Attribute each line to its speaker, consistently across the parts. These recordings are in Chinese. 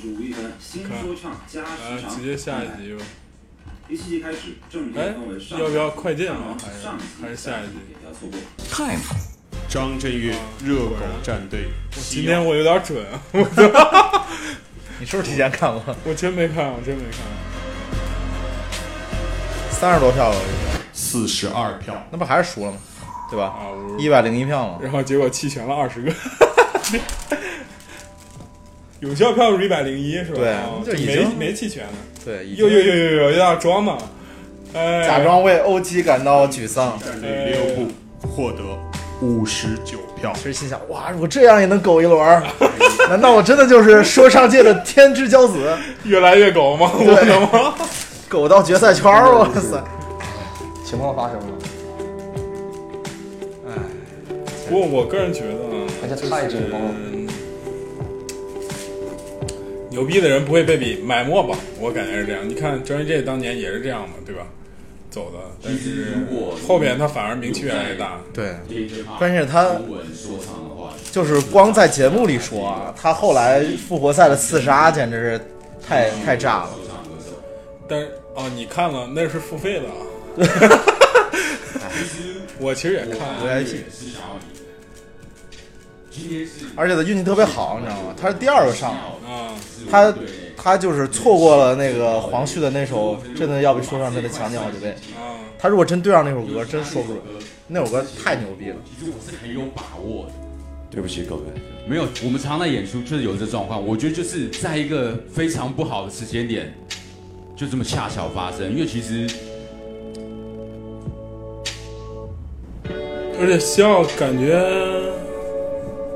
Speaker 1: 是吴亦凡新说唱加时
Speaker 2: 来
Speaker 1: 长
Speaker 2: 呃直接下一集吧。
Speaker 1: 第七集开始正
Speaker 2: 哎
Speaker 1: 片分为，上
Speaker 2: 要不要
Speaker 1: 集
Speaker 2: 快进
Speaker 1: 上
Speaker 2: 啊？
Speaker 1: 集
Speaker 2: 还是
Speaker 1: 上集
Speaker 2: 还是下一集？
Speaker 1: 也不要错过。
Speaker 3: Time
Speaker 4: 张震岳热狗战队，
Speaker 2: 今天我有点准，啊
Speaker 5: 你是不是提前看过？
Speaker 2: 我真没看，我真没看。
Speaker 5: 三十多票吧，我记得
Speaker 4: 四十二票，
Speaker 5: 那不还是输了吗？对吧？
Speaker 2: 啊我
Speaker 5: 一百零一票嘛。
Speaker 2: 然后结果弃权了二十个，有效票是一百零一是吧？
Speaker 5: 对啊
Speaker 2: 哦
Speaker 5: 就已
Speaker 2: 没
Speaker 5: 经
Speaker 2: 没弃权呢。
Speaker 5: 对，已经
Speaker 2: 又又又又又要装嘛？哎，
Speaker 5: 假装为欧基感到沮丧。
Speaker 4: 战队利物浦获得五十九票，
Speaker 5: 其实心想，哇，我这样也能苟一轮 儿？难道我真的就是说唱界的天之骄子，
Speaker 2: 越来越狗吗？我的妈！
Speaker 5: 苟到决赛圈儿？哇塞！情况发生了，
Speaker 2: 不过我个人觉得啊，
Speaker 3: 而且太真了
Speaker 2: 嗯，牛逼的人不会被比埋没吧？我感觉是这样。你看张一 J 当年也是这样嘛，对吧？走的，但是后边他反而名气越来越大。
Speaker 5: 对，
Speaker 6: 关
Speaker 5: 关键是他
Speaker 6: 中文说唱的话，
Speaker 5: 就是光在节目里说啊，他后来复活赛的刺杀简直是太太炸了。
Speaker 6: 说唱歌手，
Speaker 2: 但是啊，你看了那是付费的啊。我其实也看了，
Speaker 5: 我也
Speaker 6: 也是想要你。今天是
Speaker 5: 而且他运气特别好，你知道吗？他是第二个上的，
Speaker 2: 啊，
Speaker 5: 他他就是错过了那个黄旭的那首，真的要比说唱真的强劲好几倍。
Speaker 2: 啊，
Speaker 5: 他如果真对上那首歌，真说不准，那首歌太牛逼了。
Speaker 6: 其实我是很有把握的。对不起各位，没有，我们常在演出就是有这状况，我觉得就是在一个非常不好的时间点，就这么恰巧发生，因为其实
Speaker 2: 而且西奥感觉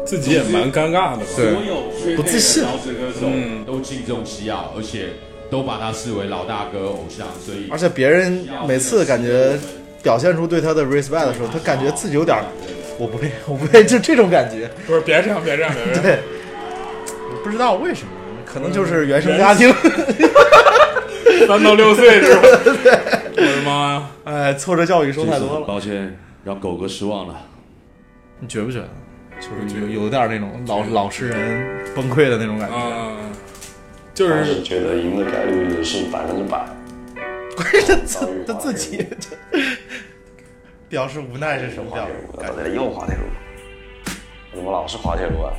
Speaker 2: 自己也蛮尴尬的吧？
Speaker 5: 对
Speaker 6: 所有圈内
Speaker 5: 不自信
Speaker 6: 的饶舌歌
Speaker 2: 嗯
Speaker 6: 手都敬重西奥，而且都把他视为老大哥偶像，所以
Speaker 5: 而且别人每次感觉表现出对他的 respect 的时候，他感觉自己有点儿我不配， 我不配，就这种感觉。
Speaker 2: 不是，别这样，别这样，别这样。
Speaker 5: 对，我不知道为什么，可能就是原生家庭，
Speaker 2: 三到六岁是吧？我的妈呀！
Speaker 5: 哎，挫折教育受太多了。
Speaker 7: 抱歉，让狗哥失望了。
Speaker 5: 你觉不觉得？就是有有点那种老老实人崩溃的那种感觉。
Speaker 2: 啊，就
Speaker 8: 当
Speaker 2: 是
Speaker 8: 时觉得赢的概率也是百分之百。
Speaker 5: 关键他自 他自己就 表示无奈是什么表示？
Speaker 8: 我脑袋里又滑铁卢，我怎么老是滑铁卢啊？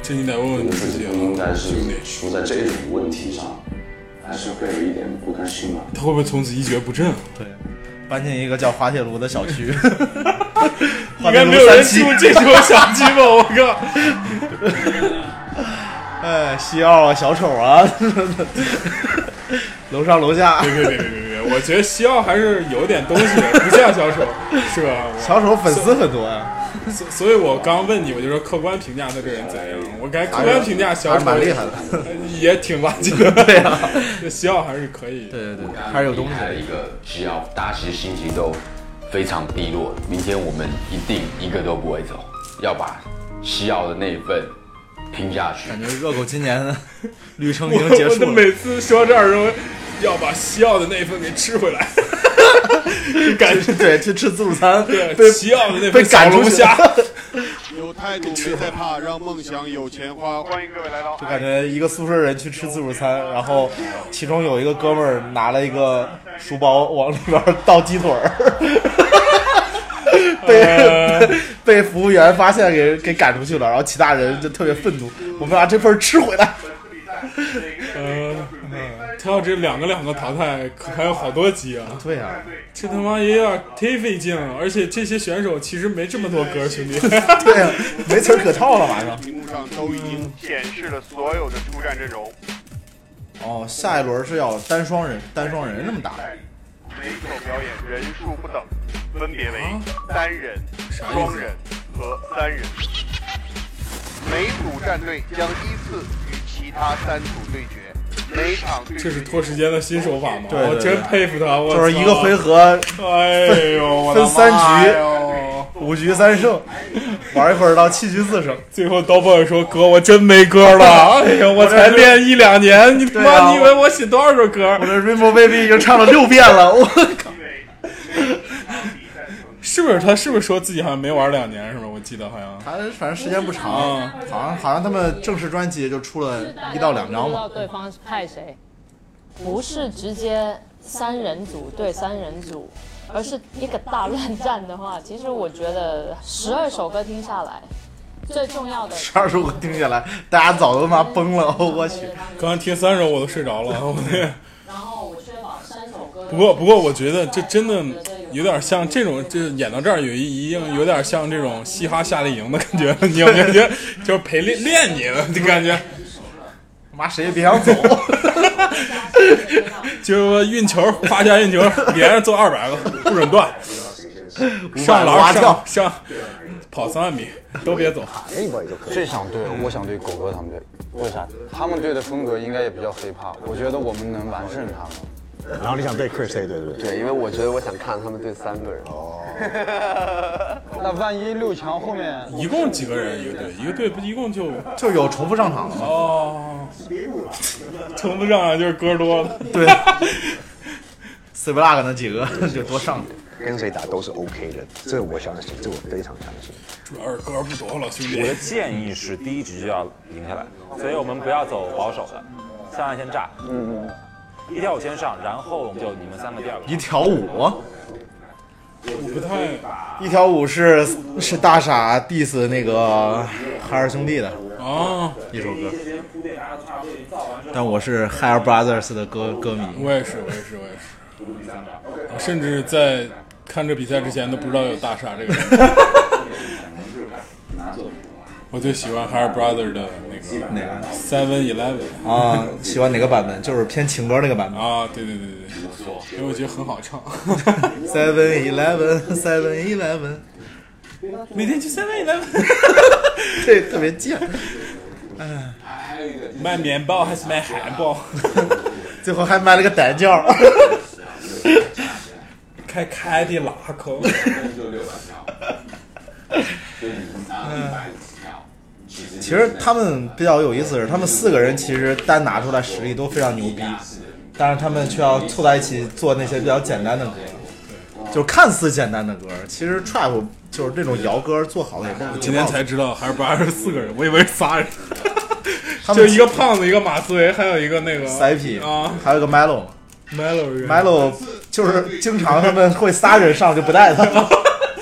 Speaker 2: 这你得问问你自
Speaker 8: 自
Speaker 2: 己
Speaker 8: 己
Speaker 2: 了，
Speaker 8: 不应该是
Speaker 2: 兄弟，
Speaker 8: 输在这种问题上，还是会有一点不甘心吧。
Speaker 2: 他会不会从此一蹶不振？啊
Speaker 5: 对，搬进一个叫滑铁卢的小 区，
Speaker 2: 应
Speaker 5: 应
Speaker 2: 该没有人住这种小区吧？我靠！
Speaker 5: 哎，西奥啊，小丑啊， 楼上楼下，
Speaker 2: 别别别别别别！我觉得西奥还是有点东西的，不像 小丑，是吧？
Speaker 5: 小丑粉丝很多呀、
Speaker 2: 我所所以，我刚问你，我就说客观评价他这人怎样？我感觉客观评价小
Speaker 5: 哎还
Speaker 2: 丑
Speaker 5: 蛮厉害的。
Speaker 2: 也挺垃圾 的。对啊，这西奥还是可以。
Speaker 5: 对对对，还是有东西。
Speaker 6: 的一个西奥，大家其实心情都非常低落。明天我们一定一个都不会走，要把西奥的那一份拼下去。
Speaker 5: 感觉热狗今年的 旅程已
Speaker 2: 我
Speaker 5: 经结
Speaker 2: 我
Speaker 5: 束
Speaker 2: 都
Speaker 5: 了。
Speaker 2: 每次说到这儿的时候，要把西奥的那一份给吃回 来，就感觉
Speaker 5: 对，去吃自助餐，
Speaker 2: 对西奥的那
Speaker 5: 被
Speaker 2: 份小
Speaker 5: 赶出
Speaker 2: 龙
Speaker 5: 去
Speaker 2: 虾。
Speaker 4: 有态度没在怕，让梦想有钱花。欢迎各位来到
Speaker 5: 就感觉一个宿舍人去吃自助餐，然后其中有一个哥们儿拿了一个书包往里边倒鸡腿儿，
Speaker 2: 呃
Speaker 5: 被被服务员发现给给赶出去了，然后其他人就特别愤怒，我们把这份儿吃回来。
Speaker 2: 呃，他要这两个两个淘汰，可还有好多集啊！
Speaker 5: 对呀、
Speaker 2: 这他妈也有点忒费劲了，而且这些选手其实没这么多歌，兄弟。
Speaker 5: 对呀、没词儿可套了，马上。
Speaker 4: 屏幕上都已经
Speaker 9: 显示了所有的出战阵容，
Speaker 5: 哦，下一轮是要单双人，单双人那么打。
Speaker 9: 哎每首表演人数不等，分别为
Speaker 2: 啊
Speaker 9: 单人、双人和三人。每组战队将依次与其他三组对决，每场对
Speaker 2: 这是
Speaker 9: 决
Speaker 2: 拖时间的新手法吗？
Speaker 5: 对对
Speaker 2: 我真佩服他，我
Speaker 5: 就是一个回
Speaker 2: 合。
Speaker 5: 合
Speaker 2: 哎呦，我的
Speaker 5: 分三
Speaker 2: 妈
Speaker 5: 局
Speaker 2: 哟
Speaker 5: 五局三胜，玩一会儿到七局四胜。
Speaker 2: 最后刀宝也说：“哥，我真没歌了。 哎呀，我才练一两年，你他
Speaker 5: 对啊
Speaker 2: 妈你以为我写多少首歌
Speaker 5: 我？这 Rainbow Baby 已经唱了六遍了，我靠！
Speaker 2: 是不是他是不是说自己好像没玩两年是吧？我记得好像
Speaker 5: 他反正时间不长，
Speaker 2: 啊
Speaker 5: 好像好像他们正式专辑就出了一到两张
Speaker 10: 知
Speaker 5: 吧
Speaker 10: 道。对方是派谁，不是直接三人组对三人组，而是一个大乱战的话，其实我觉得十二首歌听下来，最重要的
Speaker 5: 十二首歌听下来，大家早都他妈崩了， 我去！
Speaker 2: 刚刚听三首我都睡着了，我那。
Speaker 10: 然后我确保三首歌。
Speaker 2: 不过，不过，我觉得这真的有点像这种，就演到这儿有一一定有点像这种嘻哈夏令营的感觉。 你有没有觉得就是陪练练你了？就感觉
Speaker 5: 妈谁也别想走。
Speaker 2: 就是说运球，发家运球，连着做二百个，不准断，上
Speaker 5: 挖
Speaker 2: 篮
Speaker 5: 跳
Speaker 2: 上上跑三万米，都别走。
Speaker 6: 这场队，我想对狗哥他们队，为啥？他们队的风格应该也比较 hiphop，我觉得我们能完胜他们。
Speaker 11: 然后你想对 Chris 这对对对，
Speaker 6: 对，因为我觉得我想看他们对三个人。哦。那万一六强后面
Speaker 2: 一共几个人一个队？一个队不一共就
Speaker 5: 就有重复上场的吗？
Speaker 2: 哦，称不上就是歌多了。
Speaker 5: 对 s i b l a g 那几个 就多上。
Speaker 11: 跟谁打都是 OK 的，这我相信，这我非常相信。
Speaker 2: 主要是歌不多了，兄
Speaker 12: 我
Speaker 2: 弟
Speaker 12: 的。建议是第一局就要赢下来，所以我们不要走保守的，上岸先炸，嗯，一条我先上，然后就你们三个第二个。
Speaker 5: 一条舞，
Speaker 2: 我不太
Speaker 5: 一条舞是是大傻 diss 那个海尔兄弟的
Speaker 2: 哦，
Speaker 5: 一首歌，但我是 h a i r Brothers 的歌歌迷。
Speaker 2: 我也是，我也是，我也是。我甚至在看这比赛之前都不知道有大傻这个人。 我最喜欢 h a r Brother 的那个
Speaker 5: 哪个
Speaker 2: Seven Eleven
Speaker 5: 啊，喜欢哪个版本？就是偏情歌那个版本。
Speaker 2: 啊，对对对对对，因为我觉得很好 唱。
Speaker 5: Seven Eleven Seven Eleven，
Speaker 2: 每天去 Seven Eleven
Speaker 5: 这特别贱。
Speaker 2: 卖面包还是卖汉堡？
Speaker 5: 最后还卖了个胆教，
Speaker 2: 开开的拉口。
Speaker 5: 其实他们比较有意思的是，他们四个人其实单拿出来实力都非常牛逼，但是他们却要凑在一起做那些比较简单的歌，就是看似简单的歌，其实 trap 就是这种摇歌做好了也不
Speaker 2: 今天才知道 h a r Brother 四个人，我以为是仨人。
Speaker 5: 他们
Speaker 2: 就一个胖子，一个马思唯，还有一个那个
Speaker 5: 塞皮
Speaker 2: 啊
Speaker 5: 还有个 Melo。
Speaker 2: ，Melo 人
Speaker 5: Melo 就是经常他们会仨人上就不带他，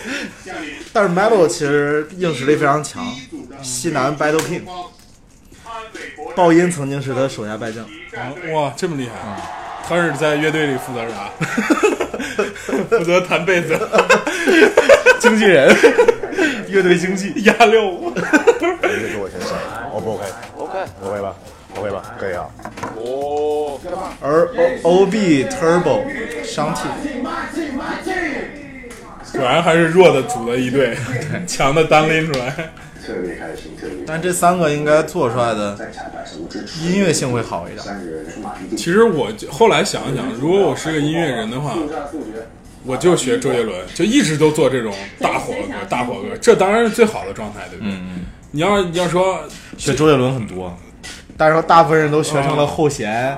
Speaker 5: 但是 Melo 其实硬实力非常强，西南 Battle King，爆音曾经是他手下败将，
Speaker 2: 啊哇，这么厉害！啊他是在乐队里负责啥？ 负责弹贝斯，
Speaker 5: 经纪人， 乐队经纪，
Speaker 2: 压六五。
Speaker 11: 你给我先上，O 不 OK？OK，OK 吧，OK 吧，可以啊。
Speaker 5: 而 O OB Turbo 商替，
Speaker 2: 果然还是弱的组了一队，强的单拎出来。
Speaker 13: 特别开心，特别
Speaker 5: 但这三个应该做出来的
Speaker 13: 在彩排时无知耻
Speaker 5: 音乐性会好一点。
Speaker 13: 三人出马一定
Speaker 2: 其实我就后来想一想，如果我是个音乐人的话，我就学周杰伦，就一直都做这种大火歌、大火歌，这当然是最好的状态，对不
Speaker 5: 嗯
Speaker 2: 对？你要你要说
Speaker 5: 学周杰伦很多，但是说大部分人都学成了 后弦，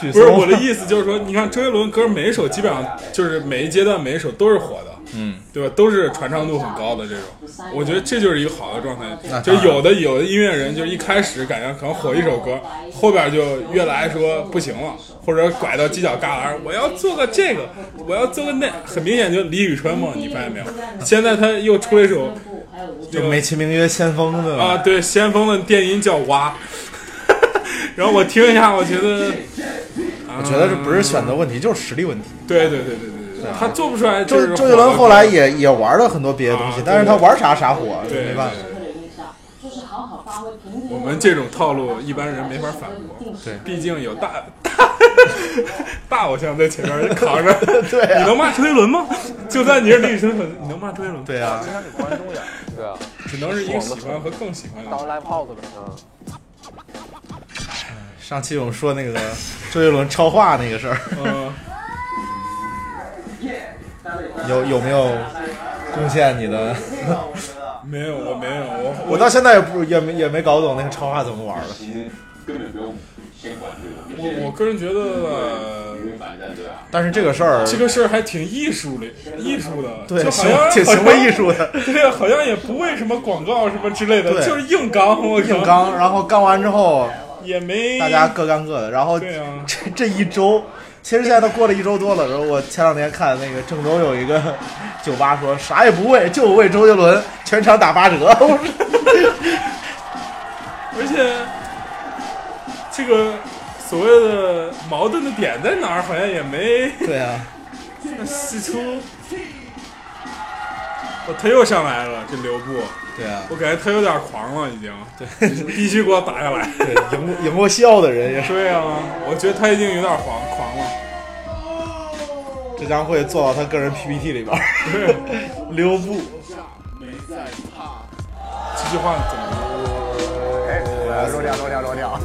Speaker 5: 许
Speaker 2: 不是 我的
Speaker 5: 思，
Speaker 2: 意思，就是说，你看周杰伦歌每一首基本上就是每一阶段每一首都是火的，嗯，对吧？都是传唱度很高的这种，我觉得这就是一个好的状态。就有的有的音乐人，就一开始感觉可能火一首歌，后边就越来说不行了，或者拐到犄角旮旯，我要做个这个，我要做个那，很明显就李宇春嘛，你发现没有？现在他又出了一首
Speaker 5: 就美其名曰先锋对吧？
Speaker 2: 啊，对，先锋的电音叫蛙， 然后我听一下，我觉得。
Speaker 5: 我觉得这不是选择问题，就是实力问题。
Speaker 2: 对对对对对对，他做不出来就
Speaker 5: 周
Speaker 2: 是火
Speaker 5: 周杰伦后来
Speaker 2: 对
Speaker 5: 也也玩了很多别的东西
Speaker 2: 啊，
Speaker 5: 但是他玩啥啥火，
Speaker 2: 对
Speaker 5: 没办法。
Speaker 2: 对
Speaker 10: 就是好好发挥，平
Speaker 2: 我们这种套路一般人没法反驳，
Speaker 5: 对
Speaker 2: 毕竟有大大 大偶像在前面扛着。
Speaker 5: 对啊
Speaker 2: 你能骂周杰伦吗？就算你是李宇春粉，你能骂周杰伦？，
Speaker 5: 对啊，
Speaker 6: 对啊，
Speaker 2: 只能是一个喜欢和更喜欢的啊
Speaker 6: 当 live house 呗。嗯。
Speaker 5: 上期我们说那个周杰伦超话那个事儿，
Speaker 2: 嗯，
Speaker 5: 有有没有贡献你的？
Speaker 2: 没有，我没有，我
Speaker 5: 我到现在也不也没也没搞懂那个超话怎么玩的。
Speaker 13: 根本不用先管这个。
Speaker 2: 我我个人觉得，
Speaker 5: 但是这个事儿，
Speaker 2: 这个事儿还挺艺术的，艺术的，
Speaker 5: 对
Speaker 2: 就好像
Speaker 5: 挺挺行为艺术的，
Speaker 2: 对，好像也不为什么广告什么之类的，
Speaker 5: 对
Speaker 2: 就是硬刚，我靠
Speaker 5: 硬刚，然后刚完之后
Speaker 2: 也没
Speaker 5: 大家各干各的，然后
Speaker 2: 对啊
Speaker 5: 这这一周，其实现在都过了一周多了。然后我前两天看那个郑州有一个 酒吧说啥也不为，就为周杰伦，全场打八折。 我说
Speaker 2: 而且这个所谓的矛盾的点在哪儿，好像也没
Speaker 5: 对啊，
Speaker 2: 细出。哦，他又上来了，这刘步。
Speaker 5: 对啊，
Speaker 2: 我感觉他有点狂了，已经。对， 必须给我打下来。
Speaker 5: 对，赢过赢过笑的人也是，
Speaker 2: 对啊，我觉得他已经有点狂狂了。
Speaker 5: 这将会做到他个人 PPT 里边儿。 溜步，
Speaker 2: 这句话怎么说？
Speaker 9: 哎
Speaker 11: 落掉，落掉，落掉。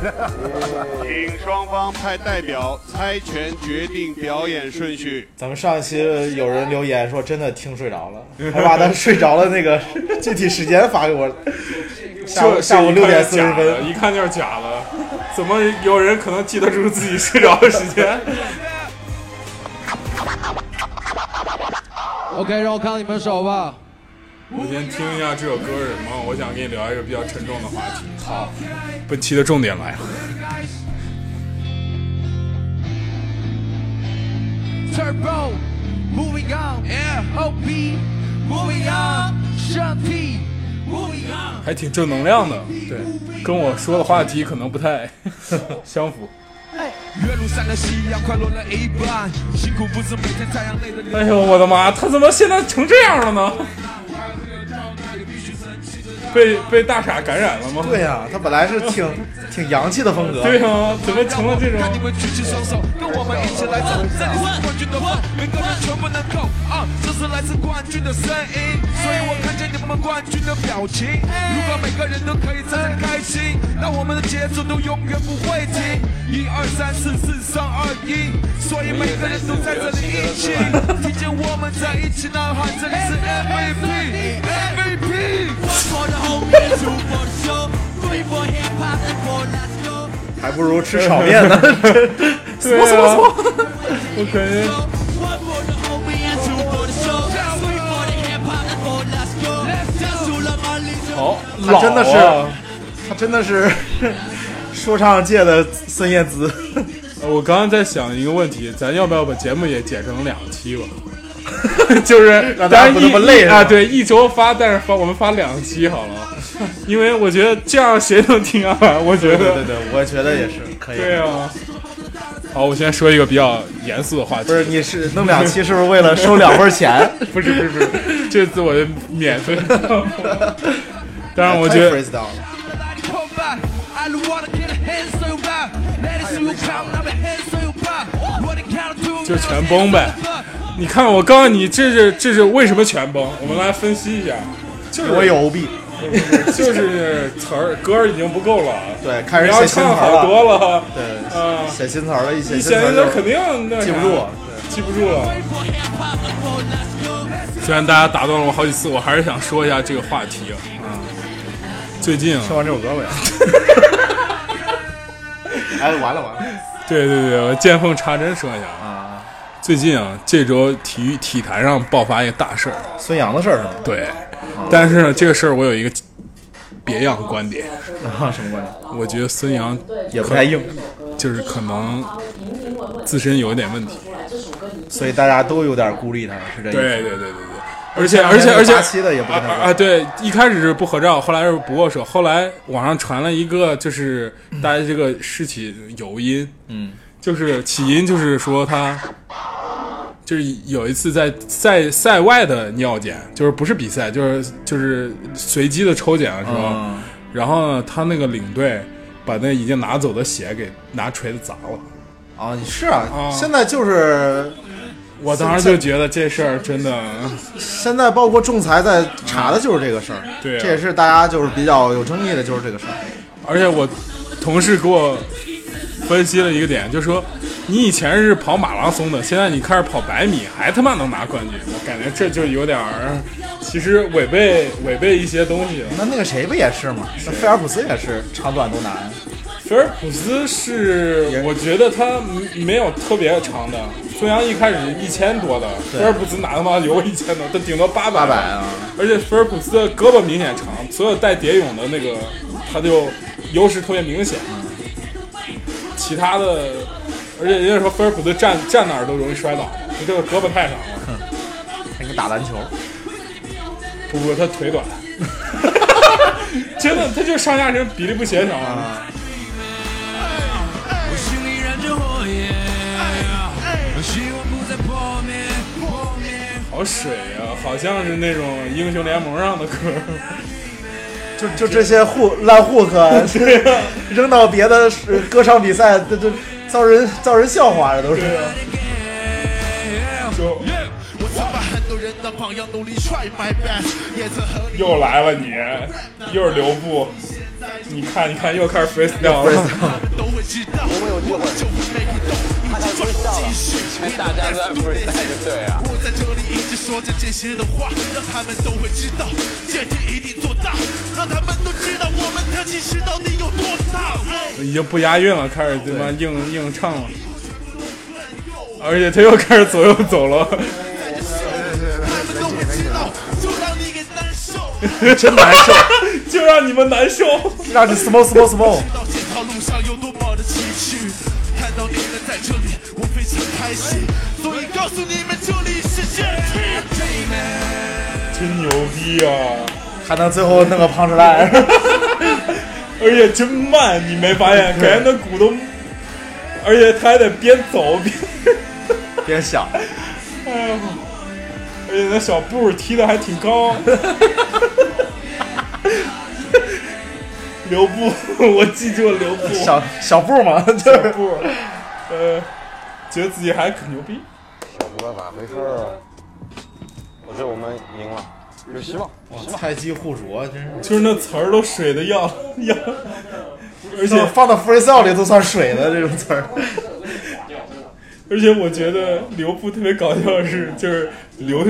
Speaker 9: 请双方派代表猜拳决定表演顺序。
Speaker 5: 咱们上一期有人留言说真的听睡着了，还把他睡着了那个 具体时间发给我。下午
Speaker 2: 这
Speaker 5: 下午
Speaker 2: 这
Speaker 5: 六
Speaker 2: 一看就
Speaker 5: 点四十
Speaker 2: 假的
Speaker 5: 分，
Speaker 2: 一看就是假的。怎么有人可能记得住自己睡着的时间？
Speaker 14: OK，让我看到你们手吧。
Speaker 2: 我先听一下这首歌是什么，我想跟你聊一个比较沉重的话题。好，本期的重点来了。
Speaker 8: Turbo, moving on. OP, moving on. Shun P, moving on.
Speaker 2: 还挺正能量的，对，跟我说的话题可能不太 相符。
Speaker 8: 月路上的夕阳快落了一半，辛苦不是每天太阳累的。
Speaker 2: 哎呦我的妈，他怎么现在成这样了呢？被被大傻感染了吗？
Speaker 5: 对呀、他本来是挺挺洋气的风格，
Speaker 2: 对啊，怎么成了这种？
Speaker 8: 你们举起双手，跟我们一起来走。这里是冠军的梦，每个人全部能够啊！这是来自冠军的声音，所以我看见你们冠军的表情。如果每个人都可以真正开心，那我们的节奏都永远不会停。一二三四四三二一，所以每个人都在这里一起，听见我们在一起呐喊，这里是 MVP，MVP。
Speaker 15: for the home and two for the show, three for hip hop and for that show.
Speaker 5: 还不如吃炒面呢。
Speaker 2: 对
Speaker 5: 什么什么
Speaker 2: 啊
Speaker 5: 什么，
Speaker 2: 我感觉
Speaker 15: One for the home and two for the show, three for the hip hop and for that show. Just to the money,
Speaker 2: 好
Speaker 5: 他真的是，
Speaker 2: 老啊
Speaker 5: 他真的是 说唱界的孙燕姿。
Speaker 2: 呃我刚刚在想一个问题，咱要不要把节目也剪成两 期吧？就是当
Speaker 5: 让大家
Speaker 2: 然
Speaker 5: 不
Speaker 2: 一
Speaker 5: 那么累是吧
Speaker 2: 啊，对，一周发，但是发我们发两期好了，因为我觉得这样谁能听下来？我觉得
Speaker 5: 对对对我觉得也是可以
Speaker 2: 对啊。好，我先说一个比较严肃的话题。
Speaker 5: 不是你是弄两期是不是为了收两份 钱？
Speaker 2: 不是不是不是，这次我就免 费。当然，我觉
Speaker 5: 太
Speaker 2: 得
Speaker 5: freestyle 了
Speaker 8: Come back, I don't wanna get ahead, so you back. Ladies, you come, I'm ahead, so you back. What it count to?
Speaker 2: 就全崩呗。你看，我告诉你，这是这是为什么全崩？我们来分析一下。就是
Speaker 5: 我有 OB，
Speaker 2: 就是词儿歌儿已经不够了，啊
Speaker 5: 对，开始
Speaker 2: 你要
Speaker 5: 写新词
Speaker 2: 唱
Speaker 5: 儿
Speaker 2: 好多了，
Speaker 5: 对，
Speaker 2: 嗯，
Speaker 5: 写新词儿了，一
Speaker 2: 你
Speaker 5: 写新词
Speaker 2: 写
Speaker 5: 儿
Speaker 2: 的
Speaker 5: 就
Speaker 2: 肯定那啥
Speaker 5: 记不住。
Speaker 2: 记不住了。虽然大家打断了我好几次，我还是想说一下这个话题啊。最近啊，
Speaker 5: 听完这首歌 吧。哎，完了完了，
Speaker 2: 对对对，我见缝插针说一下啊。最近啊，这周体育体坛上爆发一个大事儿，
Speaker 5: 孙杨的事儿是吗？
Speaker 2: 对。但是呢，这个事儿我有一个别样的观点。
Speaker 5: 啊，什么观点？
Speaker 2: 我觉得孙杨
Speaker 5: 也不太硬，
Speaker 2: 就是可能自身有一点问题。
Speaker 5: 所以大家都有点孤立他，是这意思？
Speaker 2: 对对对对对。而且而且而且
Speaker 5: 巴西的也不跟
Speaker 2: 啊
Speaker 5: 他
Speaker 2: 啊啊！对，一开始是不合照，后来是不握手，后来网上传了一个就是大家这个事情由因，
Speaker 5: 嗯，
Speaker 2: 就是起因就是说他就是有一次在赛赛外的尿检，就是不是比赛，就是就是随机的抽检的时候，
Speaker 5: 嗯
Speaker 2: 然后呢，他那个领队把那已经拿走的血给拿锤子砸了。
Speaker 5: 啊，你是啊，现在就是
Speaker 2: 我当时就觉得这事儿真的，
Speaker 5: 现在包括仲裁在查的就是这个事儿，
Speaker 2: 对啊
Speaker 5: 这也是大家就是比较有争议的，就是这个事儿。
Speaker 2: 而且我同事给我分析了一个点，就说你以前是跑马拉松的，现在你开始跑百米，还他妈能拿冠军，我感觉这就有点儿，其实违背违背一些东西了。
Speaker 5: 那那个谁不也是吗？那菲尔普斯也是长短都难。
Speaker 2: 菲尔普斯是，我觉得他没没有特别长的。孙杨一开始一千多的，
Speaker 5: 对
Speaker 2: 菲尔普斯哪他妈有一千多？他顶多八百。
Speaker 5: 800啊！
Speaker 2: 而且菲尔普斯的胳膊明显长，所有带蝶泳的那个，他就优势特别明显。其他的，而且人家说菲尔普斯站站哪儿都容易摔倒，他这个胳膊太长了。
Speaker 5: 那个打篮球，
Speaker 2: 不不，他腿短， 真的，他就上下身比例不协调。
Speaker 5: 啊
Speaker 15: 我心里燃着火焰，
Speaker 8: 哎
Speaker 15: 我希望不再破灭，破灭。
Speaker 2: 好水啊，好像是那种英雄联盟上的歌。
Speaker 5: 就就这些护烂护 客，扔到别的是歌唱比赛，这这遭人遭人笑话，这都是。
Speaker 8: 我曾把很多人当榜样，努力 try my best，也曾和你
Speaker 2: 又来了你，又是留步，你看你看又开始 freestyle 了。
Speaker 8: 都会知道，我们有机会就会 make it down，他就知道了，大家都在 freestyle 就对啊。我在这里一直说着这些的话，让他们都会知道，这天一定做到，让他们都知道我们特技师到底有多大。
Speaker 15: 哎
Speaker 2: 已经不押韵了，开始他妈硬硬唱了，
Speaker 8: 哎
Speaker 2: 而且他又开始左右走了，
Speaker 5: 真难受，
Speaker 2: 就让你们难受，
Speaker 5: 让你 small small small。
Speaker 8: 这条路上有多么的崎岖，看到你们在这里，我非常开心，所以告诉你们这里是正题。
Speaker 2: 真牛逼啊！
Speaker 5: 还能最后弄个 punch line，
Speaker 2: 而且真慢，你没发现？感觉那鼓都，而且他还得边走边，
Speaker 5: 别想，
Speaker 2: 哎呦，而且那小步踢的还挺 高。留步，我记住了留步。
Speaker 5: 小小步嘛， 就是
Speaker 2: 步，呃，觉得自己还很牛逼。
Speaker 6: 小胡乱咋回事儿啊？我觉得我们赢了，有希望，有希望。
Speaker 5: 菜鸡互啄，真是。
Speaker 2: 就是那词儿都水的要要，而且
Speaker 5: 放到 freestyle 里都算水的这种词儿。
Speaker 2: 而且我觉得刘步特别搞笑的是，就是刘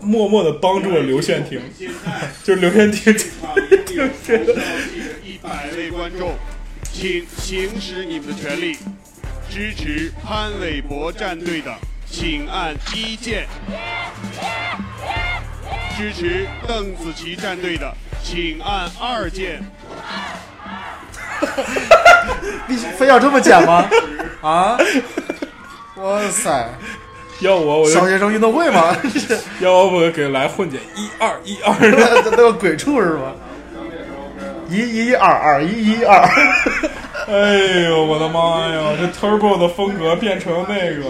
Speaker 2: 默默的帮助了刘炫廷，就是刘炫廷就觉得
Speaker 16: 一
Speaker 9: 百位观众，
Speaker 16: 请行使你们的权利。
Speaker 9: 支持潘玮柏战队的，请按一键；支持邓紫棋战队的，请按二键。
Speaker 5: 必须非要这么剪 吗？啊！哇塞，
Speaker 2: 要我我就
Speaker 5: 小学生运动会 吗？
Speaker 2: 要我我给来混剪一二一二，
Speaker 5: 那那个鬼畜是吗？一一一二二一一二，
Speaker 2: 哎呦我的妈呀！这 Turbo 的风格变成那个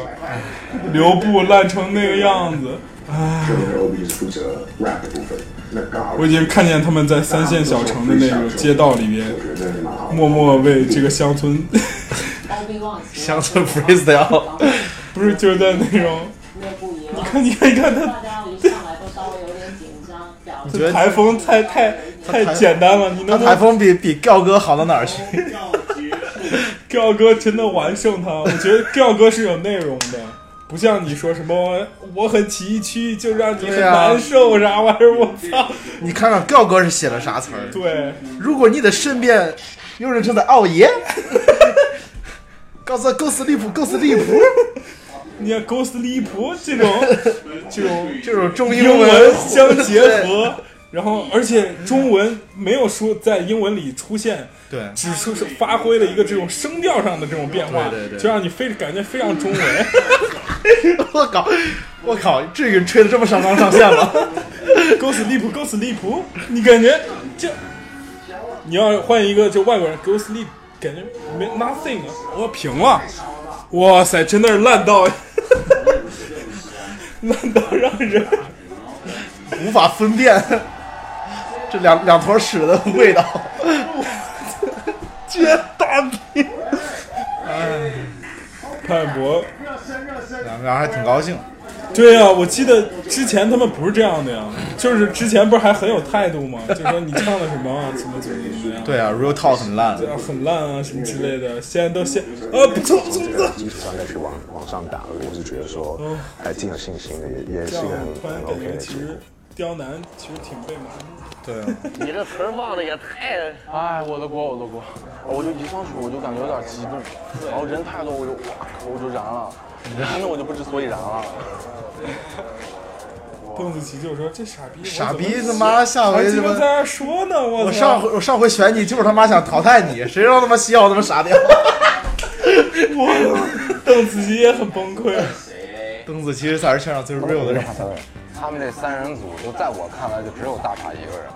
Speaker 2: 刘步烂成那个样子，
Speaker 13: 这就是 OB 是负责 rap 的部分。那刚好
Speaker 2: 我已经看见他们在三线小城的那个街道里边，默默为这个乡村
Speaker 5: 乡村 freestyle，
Speaker 2: 不是就是在那种，你看你看你看他。
Speaker 5: 你觉 得
Speaker 2: 台风太太
Speaker 5: 他台
Speaker 2: 太简单了，你能
Speaker 5: 他
Speaker 2: 不
Speaker 5: 台
Speaker 2: 能
Speaker 5: 风比比调哥好到哪儿去？
Speaker 2: 调哥真的完胜他？ 我觉得调哥是有内容的，不像你说什么我很崎岖，就让你很
Speaker 5: 对啊
Speaker 2: 难受啥玩意儿，我操！
Speaker 5: 你看看调哥是写了啥词 儿？
Speaker 2: 对，
Speaker 5: 如果你的身边有人正在熬夜，告诉他 go sleep go sleep，
Speaker 2: 你看 Go Sleep 这种这种
Speaker 5: 这种中 英
Speaker 2: 英
Speaker 5: 文
Speaker 2: 文相结 合，然后而且中文没有说在英文里出现，
Speaker 5: 对
Speaker 2: 只是是发挥了一个这种声调上的这种变化，
Speaker 5: 对对对
Speaker 2: 就让你非感觉非常中文。
Speaker 5: 我靠，我靠，这个吹的这么上纲上线吗？
Speaker 2: Go sleep, go sleep，你感觉这，你要换一个就外国人 go sleep，感觉没 nothing，啊我平了，哇塞，真的是烂到，烂到让人
Speaker 5: 无法分辨 这两两坨屎的味道， 绝大逼！哎，
Speaker 2: 潘博，
Speaker 5: 两个人还挺高兴。
Speaker 2: 对呀、我记得之前他们不是这样的呀，就是之前不是还很有态度吗？就说你唱的什么啊，怎么怎么怎么样，
Speaker 5: 对啊，real talk 很烂
Speaker 2: 对，啊，很烂啊什么之类的，现在都现啊不错不错不错，
Speaker 11: 基础上再去往往上打，我是觉得说还挺有信心的，也也是一个很很 OK 的结果。
Speaker 2: 刁难其实挺被埋
Speaker 5: 对啊，
Speaker 17: 你这词儿放的也太……
Speaker 6: 哎，我的锅，我的锅！我就一上去我就感觉有点激动，然后人太多，我就哇靠，我就燃了，燃的我就不知所以然了。
Speaker 2: 邓紫棋就说：“这傻逼，
Speaker 5: 傻逼他妈下回
Speaker 2: 他
Speaker 5: 他妈
Speaker 2: 妈在那儿说呢，我
Speaker 5: 我
Speaker 2: 操
Speaker 5: 上回我上回选你就是他妈想淘汰你，谁让他妈西奥他妈傻屌？
Speaker 2: 我邓紫棋也很崩 溃。
Speaker 5: 邓紫棋是在这圈上最 real 的人。
Speaker 6: 他们这三人组，就在我看来，就只有大傻一个人。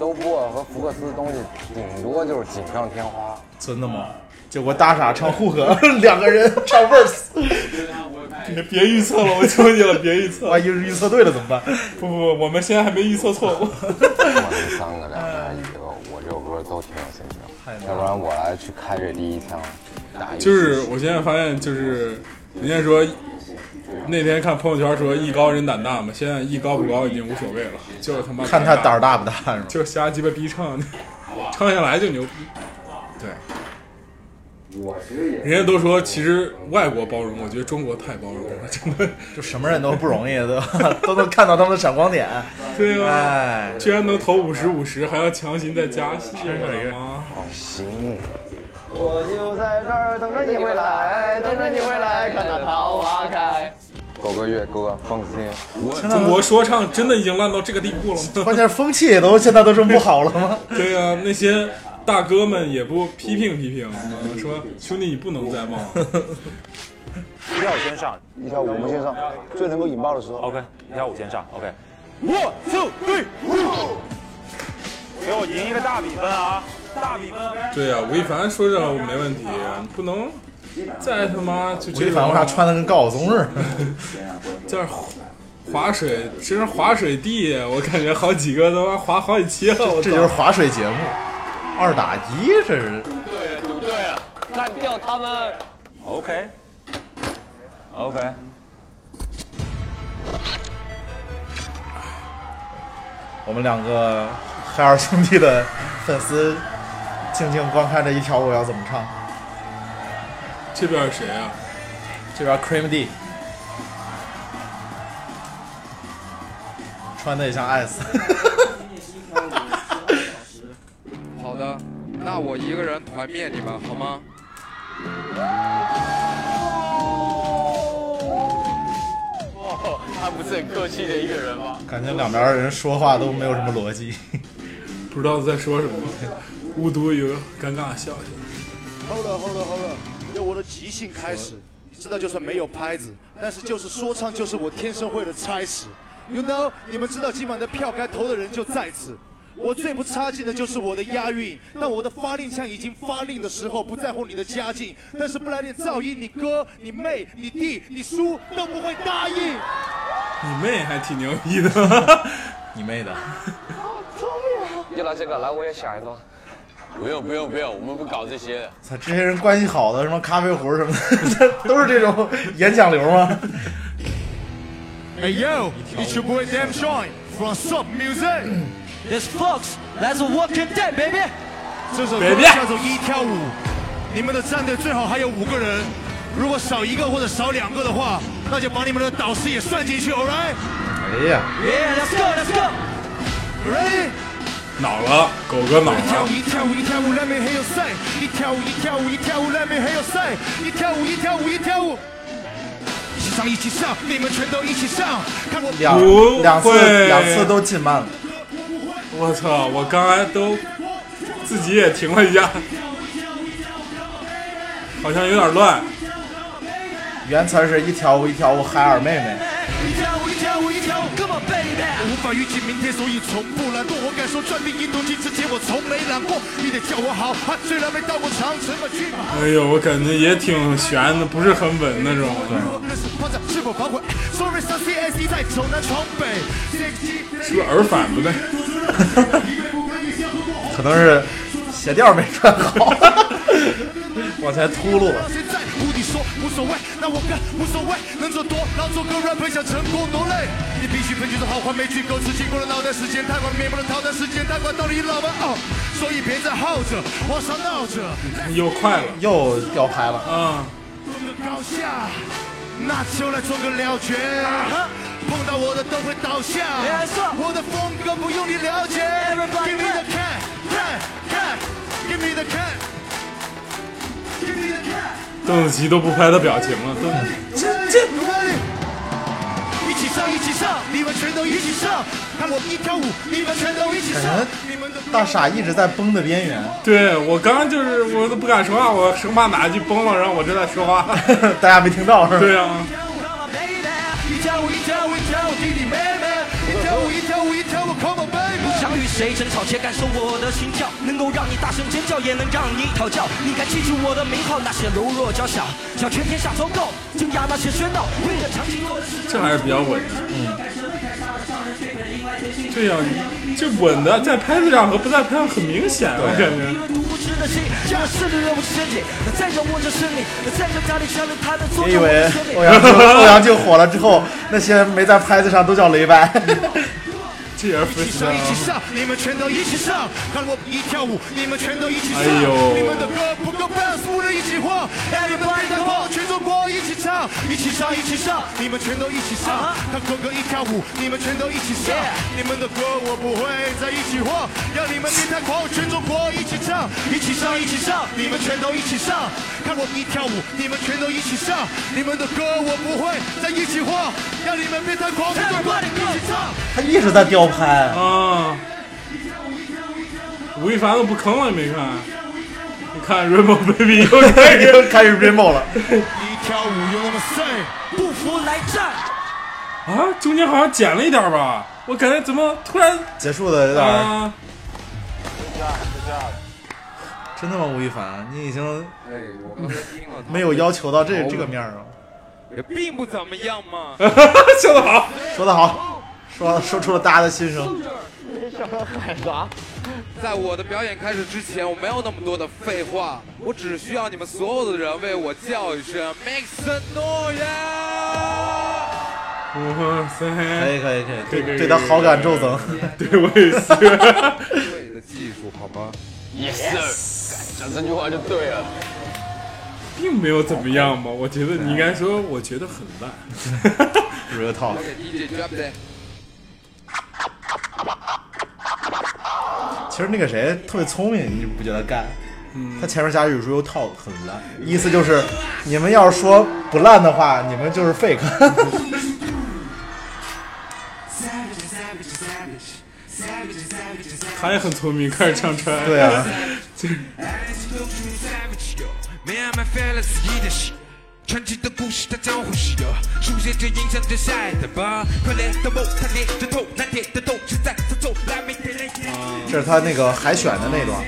Speaker 6: 都波和福克斯的东西，顶多就是锦上添花。
Speaker 5: 真的吗？结果大傻唱 hook，两 个人唱 verse。
Speaker 2: 别别预测了，我求你了，别预测。
Speaker 5: 万一预测对了怎么办？
Speaker 2: 不不不，我们现在还没预测错误。
Speaker 6: 三个两个一个，我这首歌都挺有兴趣的，
Speaker 2: 棒
Speaker 6: 要
Speaker 2: 了
Speaker 6: 不然我来去开这第一枪。打一个
Speaker 2: 就是我现在发现，就是人家说那天看朋友圈说艺高人胆大嘛，现在艺高不高已经无所谓了，就是他妈
Speaker 5: 看他胆儿大不大是吧？
Speaker 2: 就是瞎鸡巴逼唱，唱下来就牛逼。对，人家都说其实外国包容，我觉得中国太包容了，真的。
Speaker 5: 就什么人都不 容易，对吧？都能看到他们的闪光点。
Speaker 2: 对啊
Speaker 5: 哎，
Speaker 2: 居然能投五十五十，还要强行再加戏，吗？
Speaker 6: 行。
Speaker 17: 我就在这儿等着你回来，等着你回来，看那桃花开。
Speaker 6: 狗哥乐哥放肆，
Speaker 5: 现在
Speaker 2: 中国说唱真的已经烂到这个地步了 吗？
Speaker 5: 关键是风气也都现在都这么不好了 吗？
Speaker 2: 对呀、那些大哥们也不批评批评，嗯说兄弟你不能再忘了。
Speaker 12: 一跳舞先上，
Speaker 6: 一 跳舞我们先上，最能够引爆的时候。
Speaker 12: OK，一跳舞先上，OK。
Speaker 6: One two three，
Speaker 12: 给我赢一个大比分啊！大比分，
Speaker 2: 对呀、吴亦凡说这我没问题，你不能再他妈就
Speaker 5: 吴
Speaker 2: 这
Speaker 5: 亦凡为啥穿的跟高晓松似 的？
Speaker 2: 在划水，其实划水地，我感觉好几个他妈划好几期了，我操
Speaker 5: 这就是划水节目，二打一，这是
Speaker 17: 对，赌对了，干掉他们！
Speaker 12: OK。OK，
Speaker 5: 我们两个海尔兄弟的粉丝静静观看着一条舞要怎么唱。
Speaker 2: 这边是谁啊？
Speaker 5: 这边 Cream D 穿的也像 S，
Speaker 14: 好的，那我一个人团灭你们好吗？
Speaker 17: 哦，他不是很客气的一个人吗？
Speaker 5: 感觉两边人说话都没有什么逻辑。
Speaker 2: 不知道在说什么， 雾都有个尴尬的笑一下。
Speaker 18: Hold on, hold on, hold on，由我的即兴开始。你知道，就算没有拍子，但是就是说唱，就是我天生会的差事。You know，你们知道今晚的票该投的人就在此。我最不差劲的就是我的押韵，但我的发令枪已经发令的时候，不在乎你的家境，但是不来点噪音，你哥、你妹、你弟、你叔都不会答应。
Speaker 2: 你妹还挺牛逼的，
Speaker 5: 你妹的！
Speaker 17: 又来这个，来我也想一个。
Speaker 19: 不用不用不用，我们不搞这些的。
Speaker 5: 操，这些人关系好的，什么咖啡壶什么的， 都是这种演讲流吗？
Speaker 18: Hey yo, it's your boy Damn Shine from Sub Music. This Fox, that's Walking Dead, baby. 这首歌
Speaker 17: Baby
Speaker 18: 叫做《一挑 E 五》，你们的战队最好还有五个人，如果少一个或者少两个的话，那就把你们的导师也算进去，all right？
Speaker 5: 哎呀，
Speaker 18: Yeah, let's go, let's go. Ready? E
Speaker 2: 恼了，狗哥恼
Speaker 18: 一跳舞，
Speaker 2: 了。
Speaker 18: 一跳舞，一跳舞，let me hear you say。一 E 跳舞，一跳舞，一跳舞，let me hear you say。一 E 跳舞，一跳舞，一跳舞。一起上，一起上，你们全都一起上，看我
Speaker 5: 两
Speaker 2: 不
Speaker 5: 两次
Speaker 2: 会
Speaker 5: 两次都进慢了，
Speaker 2: 我操！我刚才都自己也停了一下，好像有点乱。
Speaker 5: 原词儿是一条舞一条舞海尔妹妹，
Speaker 18: 一跳舞，一跳舞，一跳舞，Come on baby！无法预计明天，所以从不懒惰。我敢说，赚定一桶金之前，我从没懒过。你得叫我好汉，虽然没到过长城，我去吧。
Speaker 2: 哎呦，我感觉也挺悬的，不是很稳那种。
Speaker 18: 那是发展是否反悔？Sorry，上 CSC 在走南闯北。
Speaker 2: 是不是耳返不对？
Speaker 5: 可能是鞋垫儿没穿好， 往前秃噜了。
Speaker 18: 现在无敌说无所谓，那我更无所谓，能做多劳做个 rapper 想成功多累。你必须喷出的好话，每句歌词经过了脑袋时间，太快明白了淘汰时间，太快到了你老了哦，所以别再耗着，往上闹着。
Speaker 2: 又快了，
Speaker 5: 又掉拍了。
Speaker 2: 啊，
Speaker 18: 分个高下，那就来做个了决。Uh-huh 碰到我的都会倒下。我的风格不用你了解。Give me the cat, cat, cat. Give me the cat. Give me the cat.
Speaker 2: 邓紫棋都不拍他表情了，都
Speaker 18: 这这努力，一起上，一起上，你们全都一起上，看我一跳舞，你们全都一起上
Speaker 8: 哎
Speaker 5: 感。觉大傻一直在崩的边缘。
Speaker 2: 对我刚刚就是我都不敢说话，我生怕哪一句崩了，然后我正在说话，
Speaker 5: 大家没听到是吧？
Speaker 2: 对啊，
Speaker 18: 一跳舞，一跳舞，一跳舞，弟弟妹妹，一跳舞，一跳舞，一跳舞，Come on baby。
Speaker 15: 想与谁争吵，且感受我的心跳，能够让你大声尖叫，也能让你讨教。你该记住我的名号，那些柔弱娇小，想全天下昭告，镇压那些喧闹。为了长情，
Speaker 2: 这还是比较稳的。对呀、这稳的在拍子上和不在拍上很明显，我感觉。
Speaker 15: 无知的心，让势力让我身体，再让我这生命，再让家里家人他的做
Speaker 5: 别以为欧阳靖欧阳靖火了之后，那些没在拍子上都叫 雷掰。
Speaker 2: 这也是
Speaker 18: 一起上，一起上，你们全都一起上，看我一跳舞，你们全都一起上。
Speaker 2: 哎呦
Speaker 18: 你们的歌不够 bounce，不能一起晃，Everybody come on，全中国一起唱，一起上，一起上，你们全都一起上，看狗哥一跳舞，你们全都一起上。你们的歌我不会再一起晃，让你们别太狂，全中国一起唱，一起上，一起上，你们全都一起上，看我一跳舞，你们全都一起上，你们的歌我不会再一起晃，让你们别太狂，全中国一起唱。
Speaker 5: 他一直在吊拍
Speaker 2: 啊。吴亦凡都不坑了，你没看？你看 Rainbow Baby 又开 始
Speaker 5: 又开始 Rainbow 了。
Speaker 18: 一跳舞有那么帅，
Speaker 15: 不服来战。
Speaker 2: 啊，中间好像减了一点吧？我感觉怎么突然
Speaker 5: 结束的有点儿，
Speaker 2: 啊？
Speaker 5: 真的吗？吴亦凡，你已经
Speaker 8: 哎我刚才听了
Speaker 5: 没有要求到这这个面儿了。
Speaker 8: 也并不怎么样嘛。
Speaker 5: 说得好，说得好，说说出了大家的心声。
Speaker 8: 你想喊啥？在我的表演开始之前，我没有那么多的废话，我只需要你们所有的人为我叫一声 “make some noise”。
Speaker 2: 哇塞！可
Speaker 5: 哎以可以可以
Speaker 2: 可以，
Speaker 5: 对他好感骤增。
Speaker 2: 对我也是。
Speaker 8: 你的技术好吗？
Speaker 6: Yes sir，讲这句话就对了。
Speaker 2: 并没有怎么样吧？我觉得你应该说，我觉得很烂。
Speaker 5: Real talk。
Speaker 8: 给 DJ drop that。
Speaker 5: 其实那个谁特别聪明，你不觉得干？他前面加一句 real talk 很烂，意思就是你们要是说不烂的话，你们就是 fake。
Speaker 2: 他也很聪明，开始唱穿。
Speaker 5: 对啊
Speaker 2: 就是
Speaker 14: 慢慢翻了自己的戏。传奇的故事它将会是有，书写着影响着下一代吧。快来到梦，它连着痛，难点的痛是在操纵，来每天来天。
Speaker 5: 这是他那个海选的那段，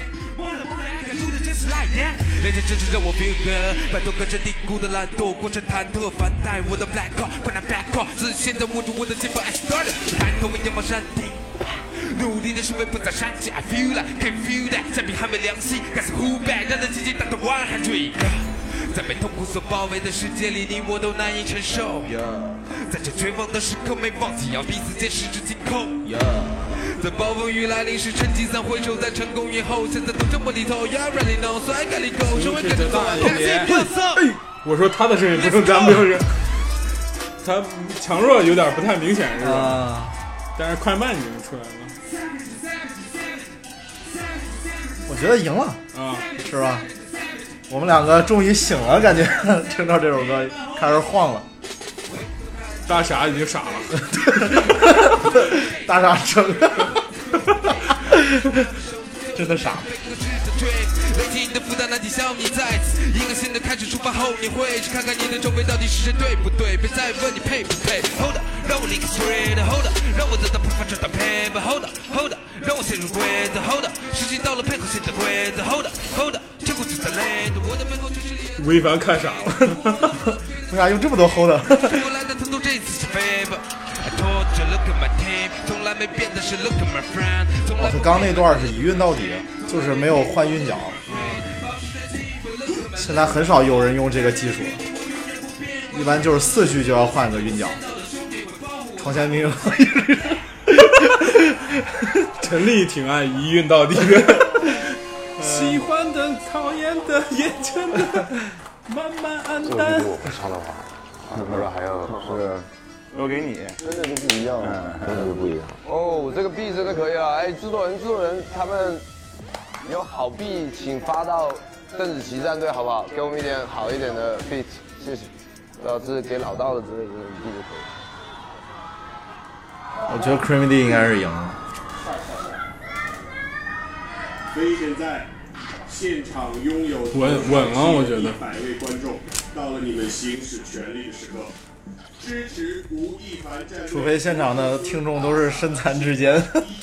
Speaker 14: 人家真是让我 feel good，摆脱根深蒂固的懒惰，过程忐忑，反带我的 black card，快拿 back card，自信的握住我的肩膀，I started，抬头仰望山顶。努力的是为不再山起，I feel that，can feel that，下笔还没凉气，该死 who back，让人紧紧打到 one hundred。在被痛苦所包围的世界里，你我都难以承受。在这绝望的时刻，没忘记要彼此间十指紧扣。在暴风雨来临时，趁机散挥手，在成功以后，现在都这么里头，Yeah really know，所以该里够，成为跟着走，感谢特色。
Speaker 2: 哎我说他的声音不是咱们就是，他强弱有点不太明显是
Speaker 5: 啊
Speaker 2: 吧？但是快慢已经出来了
Speaker 5: 我觉得赢了，
Speaker 2: 啊，
Speaker 5: 是吧？我们两个终于醒了，感觉 听到这首歌开始晃了。
Speaker 2: 大傻已经傻了。
Speaker 5: 大傻成，真的傻。
Speaker 14: 累积你的负担，难抵消弭在此。一个新的开始出发后，你会去看看你的周围到底是谁对不对？别再问你配不配。Hold up，让我 leak straight，Hold up，让我得到匍匐找到 paper，Hold up，Hold up，让我陷入规则，Hold up，时机到了配合新的规则，Hold up，Hold up，天空就在累的，我的背后就是你。
Speaker 2: 吴亦凡看傻 了，
Speaker 5: 为啥用这么多 hold？
Speaker 14: 我来的疼痛这次是 favor。I told you look at my team，从来没变的是 look at my friend，从
Speaker 5: 哦
Speaker 14: 来，
Speaker 5: 他刚那段是一韵到底，就是没有换韵脚。现在很少有人用这个技术，一般就是四句就要换个韵脚。床前明 月，
Speaker 2: 陈丽挺爱一韵到底 的。呃喜欢的、讨厌的、厌倦的，慢慢暗
Speaker 20: 这个
Speaker 2: 淡
Speaker 20: 如。果不唱的话，那不是还要是
Speaker 21: 我给你，
Speaker 22: 真的就不一样了，真的就不一样。
Speaker 8: 哦，这个币真的可以啊！哎，制作人，制作人，他们有好币请发到邓紫棋战队好不好？给我们一点好一点的 beat，谢谢。然后这是给老道的之类的币就可以。
Speaker 5: 我觉得 Creamy D 应该是赢了。
Speaker 9: 所以现在现场拥有
Speaker 2: 稳稳了我觉得
Speaker 9: 一百位观众，到了你们行使权利的时刻，支持吴亦凡战队
Speaker 5: 除非现场的听众都是身残志坚、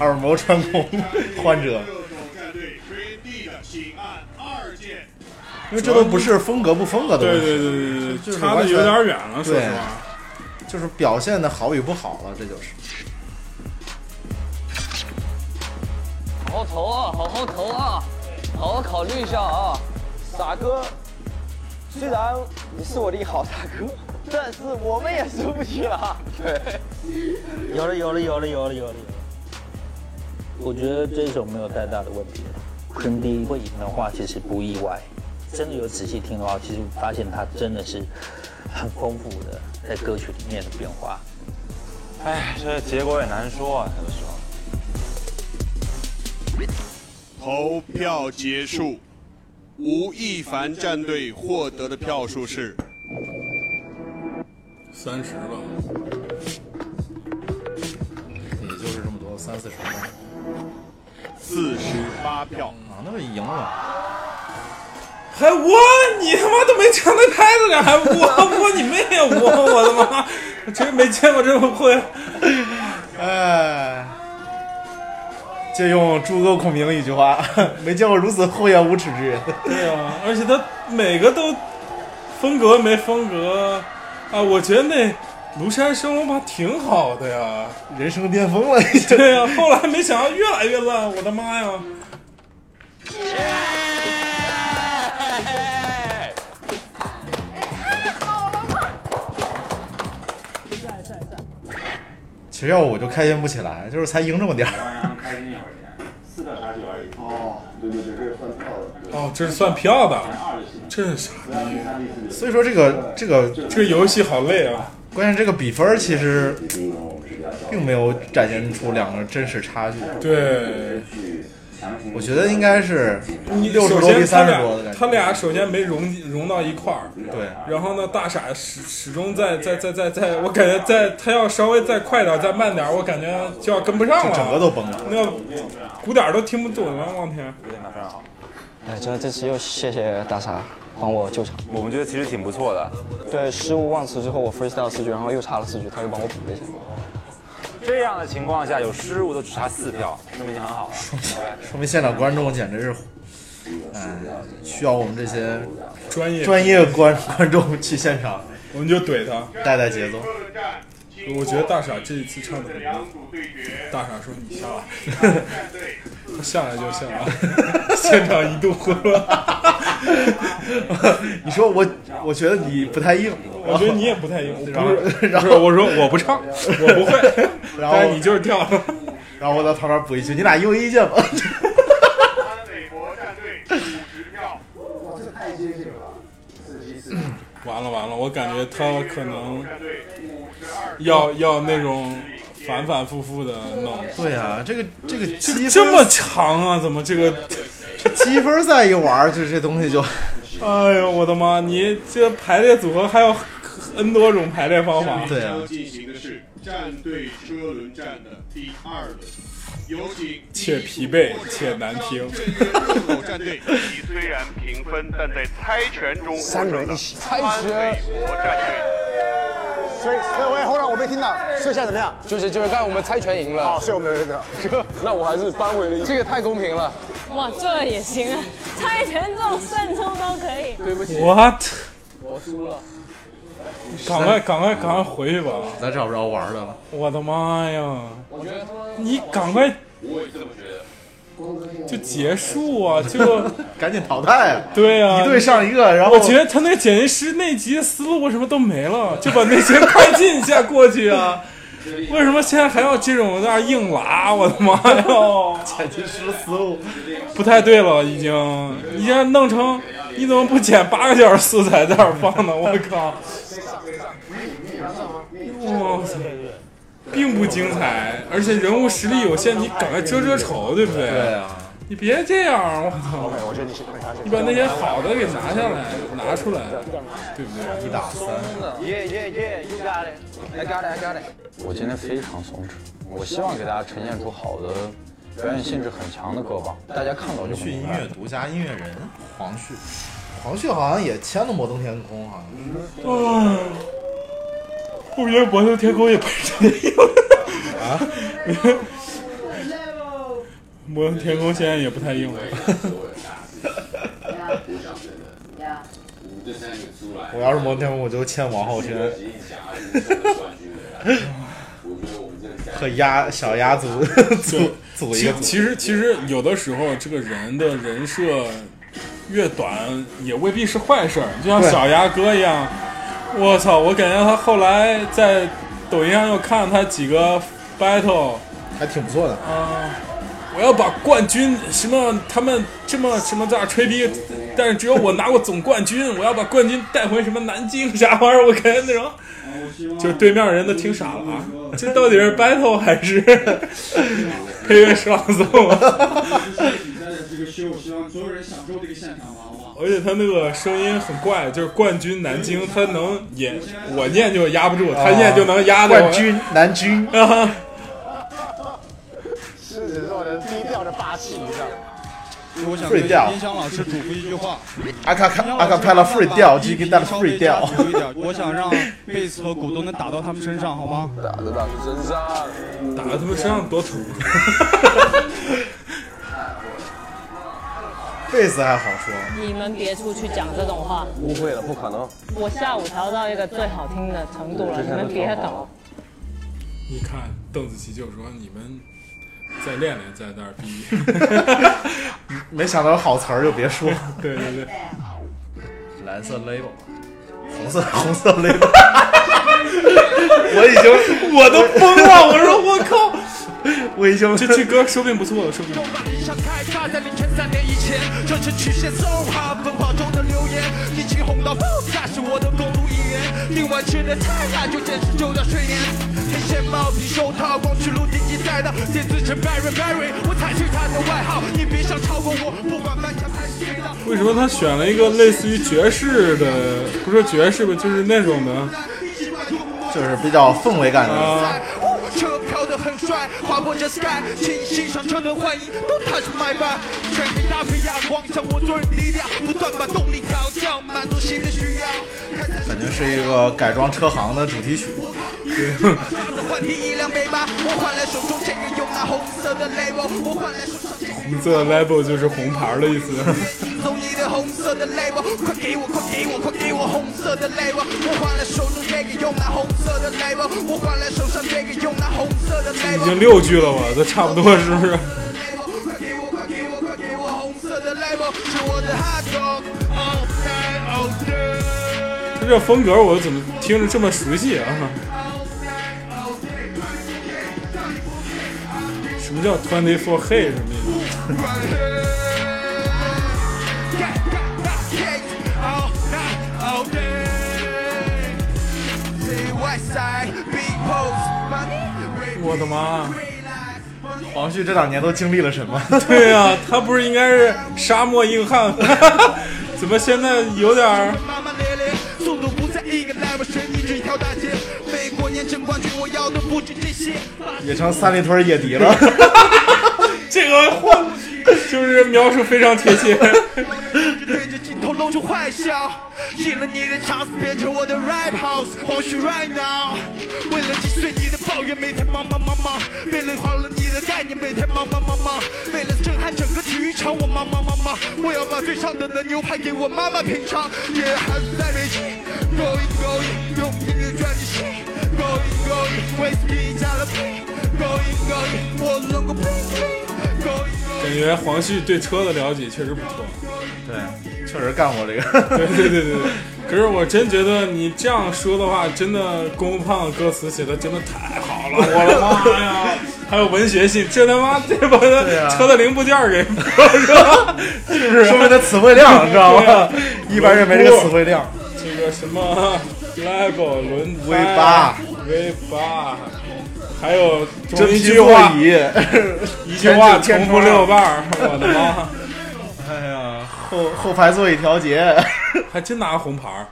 Speaker 5: 耳膜穿孔 患者，因为这都不是风格不风格的问题，
Speaker 2: 对对对对对
Speaker 5: 就是
Speaker 2: 差得
Speaker 5: 完全
Speaker 2: 有点远了说实话
Speaker 5: 对就是表现的好与不好了，这就是。
Speaker 8: 好好投啊，好好投啊，好好考虑一下啊。
Speaker 23: 傻哥，虽然你是我的好大哥，但是我们也输不起了。
Speaker 8: 对，
Speaker 15: 有了有了有了有了有了有了。我觉得这一首没有太大的问题了。坤迪会赢的话，其实不意外。真的有仔细听的话，其实发现他真的是很丰富的在歌曲里面的变化。
Speaker 24: 哎，这结果也难说啊，有的时候。
Speaker 9: 投票结束，吴亦凡战队获得的票数是
Speaker 2: 三十吧，
Speaker 5: 也就是这么多，三四十吧。
Speaker 9: 四十八票
Speaker 5: 啊，那么赢了。
Speaker 2: 还我你他妈都没抢在拍子上，还我我你妹啊我我的妈！真没见过这么会。
Speaker 5: 哎，借用诸葛孔明一句话， 没见过如此厚颜无耻之人。
Speaker 2: 对啊，而且他每个都风格没风格啊，我觉得那庐山升龙吧挺好的呀，
Speaker 5: 人生巅峰了已经。
Speaker 2: 对呀、后来没想到越来越烂，我的妈呀！
Speaker 5: 其实要我就开心不起来，就是才赢这么点儿。
Speaker 25: 开心一会儿钱，四百八十九而已。哦，
Speaker 22: 对对对，这是换票的。
Speaker 2: 哦，这是算票的，真是傻逼。
Speaker 5: 所以说这个这个
Speaker 2: 这个游戏好累啊。
Speaker 5: 关键这个比分儿其实并没有展现出两个真实差距。
Speaker 2: 对，
Speaker 5: 我觉得应该是
Speaker 2: 你
Speaker 5: 六十
Speaker 2: 首
Speaker 5: 多比
Speaker 2: 先他
Speaker 5: 三十
Speaker 2: 俩
Speaker 5: 多的感觉。
Speaker 2: 他俩首先没融融到一块儿，
Speaker 5: 对。
Speaker 2: 然后呢，大傻始始终在在在在在，我感觉在他要稍微再快点儿再慢点儿，我感觉就要跟不上了，
Speaker 5: 整个都崩了。
Speaker 2: 那鼓点儿都听不懂了，望天。
Speaker 24: 非常好。
Speaker 23: 哎，真的这次又谢谢大傻帮我救场。
Speaker 24: 我们觉得其实挺不错的。
Speaker 23: 对，失误忘词之后，我 freestyle 四局，然后又差了四局，他又帮我补了一下。
Speaker 24: 这样的情况下，有失误都只差四票，说明已经很好了。
Speaker 5: 说明现场观众简直是，哎，需要我们这些
Speaker 2: 专业
Speaker 5: 专业观观众去现场，
Speaker 2: 我们就怼他，
Speaker 5: 带带节奏。
Speaker 2: 我觉得大傻这一次唱的很棒。大傻说：“你下来。”他下来就下来， 现场一度混乱。
Speaker 5: 你说我，我觉得你不太硬，
Speaker 2: 我觉得你也不太硬。
Speaker 5: 然后
Speaker 2: 我不是
Speaker 5: 然后
Speaker 2: 不是我说我不唱我不会
Speaker 5: 然后
Speaker 2: 但是你就是跳。
Speaker 5: 然后我在旁边补一句：“你俩一右一见吧。
Speaker 2: 完了完了，我感觉他可能要要那种反反复复的弄。
Speaker 5: 对啊这个这个积分
Speaker 2: 这么长啊，怎么这个？
Speaker 5: 积分赛一玩，就这东西就……
Speaker 2: 哎呦我的妈！你这排列组合还有 n 多种排列方法。
Speaker 5: 对啊
Speaker 9: 进行的是战队车轮战的第二轮，有请
Speaker 2: 且疲惫且难听。
Speaker 9: 狗战队。虽然平分，但在猜拳中
Speaker 2: 三轮一
Speaker 9: 起
Speaker 8: 猜拳
Speaker 9: 国战队。
Speaker 8: 所以，喂，后来我没听到，所以现在怎么样？就是就是，刚才我们猜拳赢了。哦，所以我们有赢了。那我还是扳回了。这个太公平了。
Speaker 10: 哇，这也行啊， 猜拳这种胜出都可以。
Speaker 8: 对不起
Speaker 2: What？
Speaker 8: 我输了。
Speaker 2: 赶快赶快赶快回去吧！
Speaker 5: 咱找不着玩的了。
Speaker 2: 我的妈呀！
Speaker 8: 我觉得
Speaker 2: 你赶快
Speaker 8: 我也这么觉得。
Speaker 2: 就结束啊！就
Speaker 5: 赶紧淘汰啊！
Speaker 2: 对啊，
Speaker 5: 一队上一个然后
Speaker 2: 我觉得他那个剪辑师那集思路为什么都没了，就把那些快进一下过去啊！为什么现在还要这种在那儿硬拉？我的妈 呀！
Speaker 5: 剪辑师思路
Speaker 2: 不太对了，已经，你现在弄成，你怎么不剪八个小时素材在这儿放呢？我靠！哇塞，并不精彩，而且人物实力有限，你赶快遮遮丑，对不对？
Speaker 5: 对啊，
Speaker 2: 你别这样，我操！你把那些好的给拿下来，拿出来，对不对？一打三，
Speaker 17: Yeah, yeah, yeah, you got it. I got it, I got it.
Speaker 6: 我今天非常松弛，我希望给大家呈现出好的表演性质很强的歌吧，大家看到就
Speaker 5: 去音
Speaker 6: 明白
Speaker 5: 乐独家音乐人黄旭，黄旭好像也签了《摩登天空》哈。
Speaker 2: 啊，我觉得《摩登天空》也不是真的有啊，《摩登天空》现在也不太硬了。
Speaker 5: 我要是摩登天空，我就签王浩 轩，和鸭小鸭组 组组一
Speaker 2: 其
Speaker 5: 个组。
Speaker 2: 其实其实有的时候这个人的人设越短也未必是坏事儿，就像
Speaker 5: 对
Speaker 2: 小鸭哥一样，我操，我感觉他后来在抖音上又看了他几个 battle，
Speaker 5: 还挺不错的
Speaker 2: 啊、我要把冠军什么他们这么什么在那吹逼，但是只有我拿过总冠军，我要把冠军带回什么南京啥玩意儿，我感觉那种。就是对面人都听傻了啊！这到底是 battle 还是配乐爽送啊？
Speaker 26: 这个秀，希望所有人享受这个现场吧，好吗？
Speaker 2: 而且他那个声音很怪，就是冠军南京，他能也我念就压不住，他念就能压的
Speaker 5: 冠军南军
Speaker 2: 啊！
Speaker 18: 狮子座人低调的霸气，你知道吗？
Speaker 11: 我想
Speaker 5: Free
Speaker 11: 对
Speaker 5: 调
Speaker 11: 音响老师嘱咐一句话：
Speaker 5: 阿卡卡阿卡派拉 free 调，就给大家
Speaker 11: 稍
Speaker 5: free
Speaker 11: 微加
Speaker 5: 调。
Speaker 11: 强一点，我想让贝斯和鼓都能打到他们身上，好吗？
Speaker 19: 打都打到身上，
Speaker 2: 打到他们身上多土。
Speaker 5: 贝斯还好说，
Speaker 10: 你们别出去讲这种话，
Speaker 19: 误会了，不可能。
Speaker 10: 我下午调到一个最好听的程度了，你们别搞。
Speaker 2: 你看邓紫棋就说：“你们再练练，在那儿 逼。
Speaker 5: 没想到有好词儿就别说。
Speaker 2: 对对对，
Speaker 5: 蓝色 label，红色红色 label，我已经我都疯了，我说我靠，我已 经
Speaker 2: 这这歌说不定不错，说不定。
Speaker 8: 像开炸在凌晨三点以前，这是曲线 so hot 奔跑中的流言，已经红到爆炸是我的公路语言，另外吃的太辣就简直就要睡眠。天线帽、皮手套、光驱路顶级赛道，电子成 Barry Barry，我才是他的外号。你别想超过我，不管漫长还是隧道。
Speaker 2: 为什么他选了一个类似于爵士的，不是爵士吧，就是那种的，
Speaker 5: 就是比较氛围感的。
Speaker 8: 呃
Speaker 2: 啊，
Speaker 8: 车飘得很帅，划破这 sky，请欣赏车轮幻影都 touch my back，全民搭配哑光，向我做人力量，不断把动力调降，满足新的需要。
Speaker 5: 感觉是一个改装车行的主题曲。
Speaker 8: 换你一辆美马，我换来手中这个用那红色的 label，我换来手上这个
Speaker 2: 红色 label 就是红牌儿的意思。
Speaker 8: 送你的红色的 label，快给我，快给我，快给我红色的 label，我换来手中这个用那红色的 label，我换来手上这个用那红色的 label。
Speaker 2: 已经六句了吧，都差不多是不是？他这风格我怎么听着这么熟悉啊？什么叫 twenty four hey 什么意思？我的妈！啊
Speaker 5: 黄旭这两年都经历了什么？
Speaker 2: 对啊呀、他不是应该是沙漠硬汉吗？ 怎么现在有点儿？
Speaker 8: 速度不在一个 level，随你这条大街。美国年争冠军，我要的不止这些。
Speaker 5: 也成三里屯野迪了。
Speaker 2: 这个话就是描述非常贴切。
Speaker 8: 对着镜头露出坏笑，进了你的场子，变成我的 rap house，或许 right now。为了击碎你的抱怨，每天忙忙忙忙；为了好了你的概念，每天忙忙忙忙；为了震撼整个体育场，我忙忙忙忙。我要把最上等的牛排给我妈妈品尝。也还是在北京，going going，用拼音赚你心，going going，为自己加了拼，going going，我能够 bling bling。going
Speaker 2: 感觉黄旭对车的了解确实不错。
Speaker 5: 对，确实干过这个。
Speaker 2: 对对对对对。可是我真觉得你这样说的话，真的功夫胖的歌词写的真的太好了，我的妈呀！还有文学性，这他妈这把
Speaker 5: 啊
Speaker 2: 车的零部件儿 给破了，是啊不是？
Speaker 5: 说明他词汇量，你知道
Speaker 2: 对
Speaker 5: 吗
Speaker 2: 啊？
Speaker 5: 一般人没这个词汇量。
Speaker 2: 这个什么 label 轮
Speaker 5: 尾巴
Speaker 2: 胎威霸，还有
Speaker 5: 真
Speaker 2: 一
Speaker 5: 皮
Speaker 2: 句
Speaker 5: 座
Speaker 2: 话
Speaker 5: 椅，
Speaker 2: 一句话
Speaker 5: 全景
Speaker 2: 重
Speaker 5: 天
Speaker 2: 复
Speaker 5: 窗
Speaker 2: 六瓣儿，我的妈！
Speaker 5: 哎呀，后后排座椅调节，
Speaker 2: 还真拿红牌儿，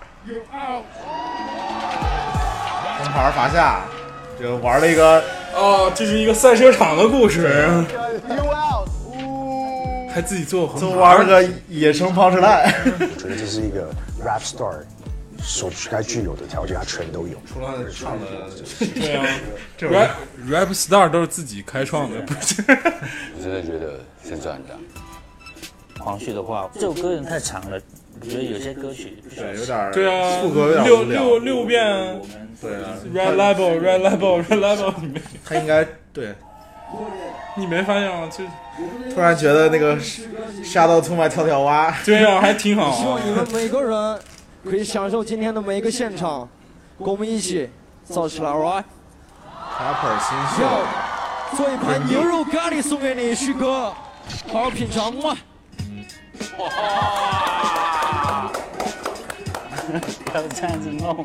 Speaker 5: 红牌罚下，就玩了一个
Speaker 2: 哦，这是一个赛车场的故事，
Speaker 16: You out！
Speaker 2: 还自己做红
Speaker 5: 就
Speaker 2: 牌儿，
Speaker 5: 玩了个野生庞氏赖，
Speaker 27: 觉得这是一个 rap star 所该具有的条件，它全都有。
Speaker 5: 除了唱的，
Speaker 2: 对啊
Speaker 5: 这
Speaker 2: ，rap rap star 都是自己开创的，不是？
Speaker 28: 我真的觉得胜算很大。黄旭的话，这首歌有点太长了，我觉得有些歌曲对
Speaker 5: 有点
Speaker 2: 对啊，六六六遍
Speaker 5: 对啊
Speaker 2: ，red label red label red label，你没
Speaker 5: 他应该对，
Speaker 2: 你没发现吗？就
Speaker 5: 突然觉得那个杀到出卖跳跳蛙，
Speaker 2: 对啊，还挺好
Speaker 17: 希
Speaker 2: 啊
Speaker 17: 望你们每个人可以享受今天的每一个现场，跟我们一起造起来，alright？
Speaker 5: 卡普尔新秀，
Speaker 17: 要做一盘牛肉咖喱送给你，旭哥，好好品尝嘛。
Speaker 28: 不要这样子弄。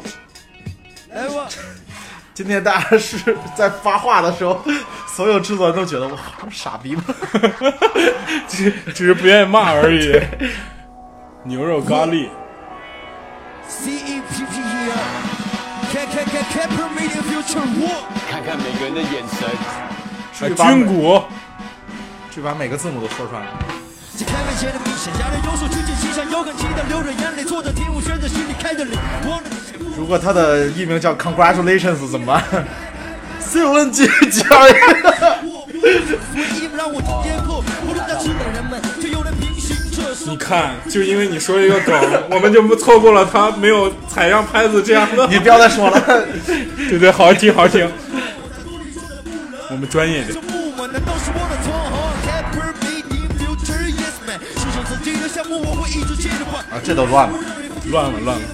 Speaker 17: 来吧，
Speaker 5: 今天大家是在发话的时候，所有制作人都觉得我靠这傻 逼吗？
Speaker 2: 只只是不愿意骂而 已。牛肉咖喱，
Speaker 8: C E P P E R，看看看 c a p e r Media Future War，
Speaker 27: 看看每个人的眼神。
Speaker 5: 去把
Speaker 2: 啊军鼓，
Speaker 5: 去把每个字母都说出来。
Speaker 8: 这开门前的明显，压着右手举起心上，遥感期待流着眼泪，坐着听我选择心里开的脸，望着你。
Speaker 5: 如果他的艺名叫 Congratulations 怎么办？C O N G G R
Speaker 8: 回忆让我颠簸，不论在吃的人们，却有人平行着生
Speaker 2: 你看，就因为你说一个梗， 我们就不错过了他没有踩上拍子这样的。
Speaker 5: 你不要再说了，
Speaker 2: 对对，好好听，好好听。我们专业点，
Speaker 8: 不满，难道是我的错哦 c a p e r Media Future Yes Man，欣赏自己的项目，我会一直接着换。
Speaker 5: 啊，这都乱了，
Speaker 2: 乱了乱了。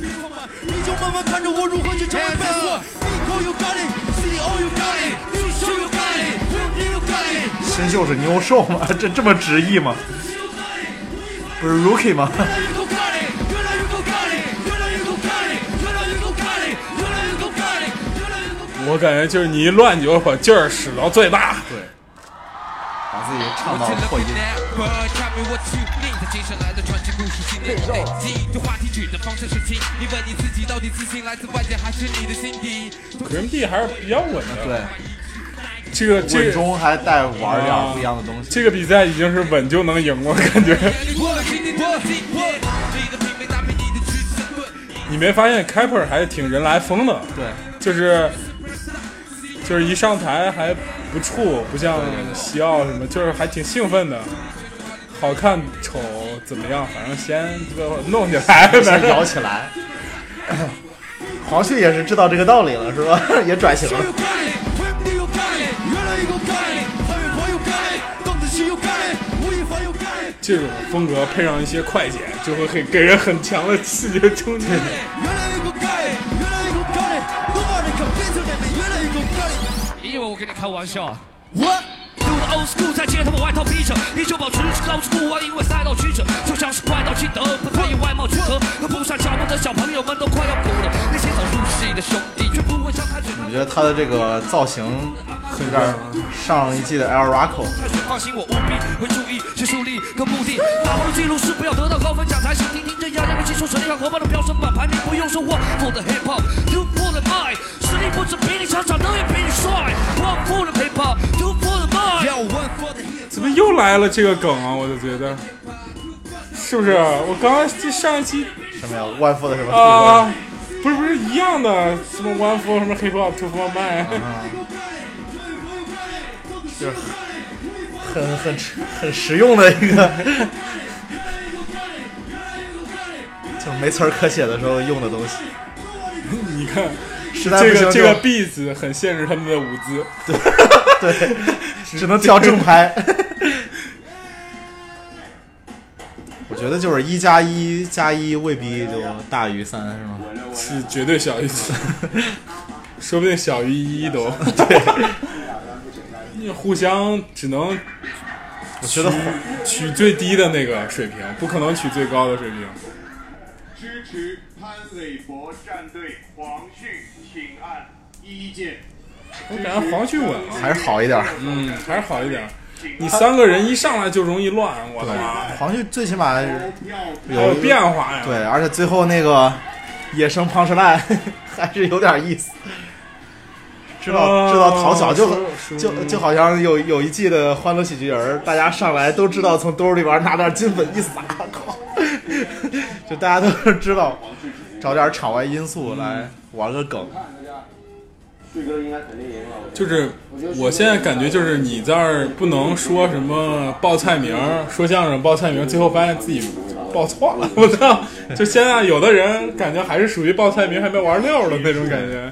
Speaker 8: 你就慢慢看着我如何去成为贝斯。Nico you got it, CEO you got it, you show you got it, Whitney you got it。
Speaker 5: 新秀是妞兽吗？这这么直译吗？不是 Rookie 吗？
Speaker 2: 我感觉就是你一乱，你就把劲儿使到最大。对，
Speaker 5: 把自己
Speaker 2: 唱到破音。人 B 还是比较稳的。
Speaker 5: 对，
Speaker 2: 这个这
Speaker 5: 稳
Speaker 2: 个
Speaker 5: 中还带玩点不一样的东西。
Speaker 2: 这个比赛已经是稳就能赢，我感觉。你没发现 Kepler 还挺人来疯的？
Speaker 5: 对，
Speaker 2: 就是就是一上台还不怵，不像西奥什么，就是还挺兴奋的。好看丑怎么样？反正先弄起来，
Speaker 5: 先摇起来。哎 黄旭也是知道这个道理了，是吧？ 也转型了。
Speaker 2: 这种风格配上一些快剪，就会很给人很强的视觉冲击。
Speaker 29: 因为我跟你开玩笑啊。What？读了 old school，再接他们外套披着，依旧保持老式酷玩，因为赛道曲折，就像是快到尽头，不太与外貌契合，和不上脚步的小朋友们都快要哭了。那些早入戏的兄弟，却不会像开始
Speaker 5: 我觉得他的这个造型有点上一季的 El Rocco，
Speaker 29: 放心，我务必会注意去树立个目的。打破的记录是不要得到高分奖才行。听听这洋洋的技术实力和火爆的飙升版牌，你不用说我我的 hip hop，突破了 mind，实力不止比你强，长得也比你帅。我破了 hip hop，突破了 mind。要问
Speaker 2: 怎么又来了这个梗啊？我就觉得，是不是？我刚刚这上一期
Speaker 5: 什么呀？One Foot 什么？
Speaker 2: 啊，不是不是一样的，什么 One For 什么 Hip Hop Two For My，
Speaker 5: 就是很很很实用的一个， 就没词儿可写的时候用的东西。
Speaker 2: 你看，
Speaker 5: 实在不
Speaker 2: 这
Speaker 5: 行
Speaker 2: 个
Speaker 5: 就
Speaker 2: 这个 beats 很限制他们的舞姿，
Speaker 5: 对只能挑正 拍。我觉得就是一加一加一未必就大于三，是吗？
Speaker 2: 是绝对小于三， 说不定小于一 都。对，互相只能，我
Speaker 5: 觉得
Speaker 2: 取取最低的那个水平，不可能取最高的水平。
Speaker 16: 支持潘玮柏战队黄旭，请按
Speaker 30: 第一届，
Speaker 2: 我感觉黄旭稳啊
Speaker 5: 还是好一点儿
Speaker 2: 嗯，还是好一点儿。你三个人一上来就容易乱，我的妈！
Speaker 5: 黄旭最起码
Speaker 2: 还有
Speaker 5: 有
Speaker 2: 变化呀
Speaker 5: 对，而且最后那个野生胖吃蛋 还是有点意思。知道
Speaker 2: 啊
Speaker 5: 知道讨巧就
Speaker 2: 说
Speaker 5: 就就好像有有一季的《欢乐喜剧人儿》，大家上来都知道从兜里边拿点金粉一撒，靠， 就大家都是知道找点场外因素来玩个梗。
Speaker 31: 旭哥应该肯定赢了。
Speaker 2: 就是我现在感觉就是你在这儿不能说什么报菜名儿，说相声报菜名儿，最后发现自己报错了。我操！就现在有的人感觉还是属于报菜名还没玩溜的那种感觉，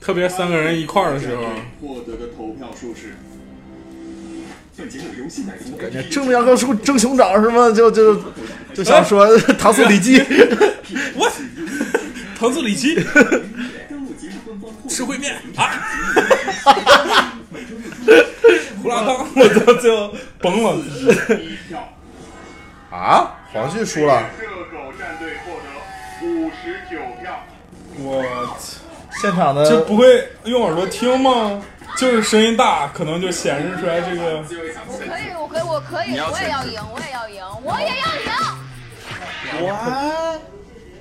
Speaker 2: 特别三个人一块儿的时候，
Speaker 31: 获得的投票数是。本节目由新百
Speaker 5: 感觉正面跟树争熊掌是吗？就就就想说糖醋里脊，
Speaker 2: 我糖醋里脊，吃烩面啊， 胡辣汤，我操，最后崩 了。
Speaker 5: 啊，黄旭输了，
Speaker 32: 热狗战队获得五十九票。
Speaker 2: 我操，
Speaker 5: 现场的
Speaker 2: 就不会用耳朵听吗？就是声音大，可能就显示出来这个。
Speaker 13: 可以，我可以，我可
Speaker 2: 你
Speaker 13: 以，
Speaker 2: 要
Speaker 13: 我也要赢，我也要赢，我也要赢。
Speaker 5: 哇！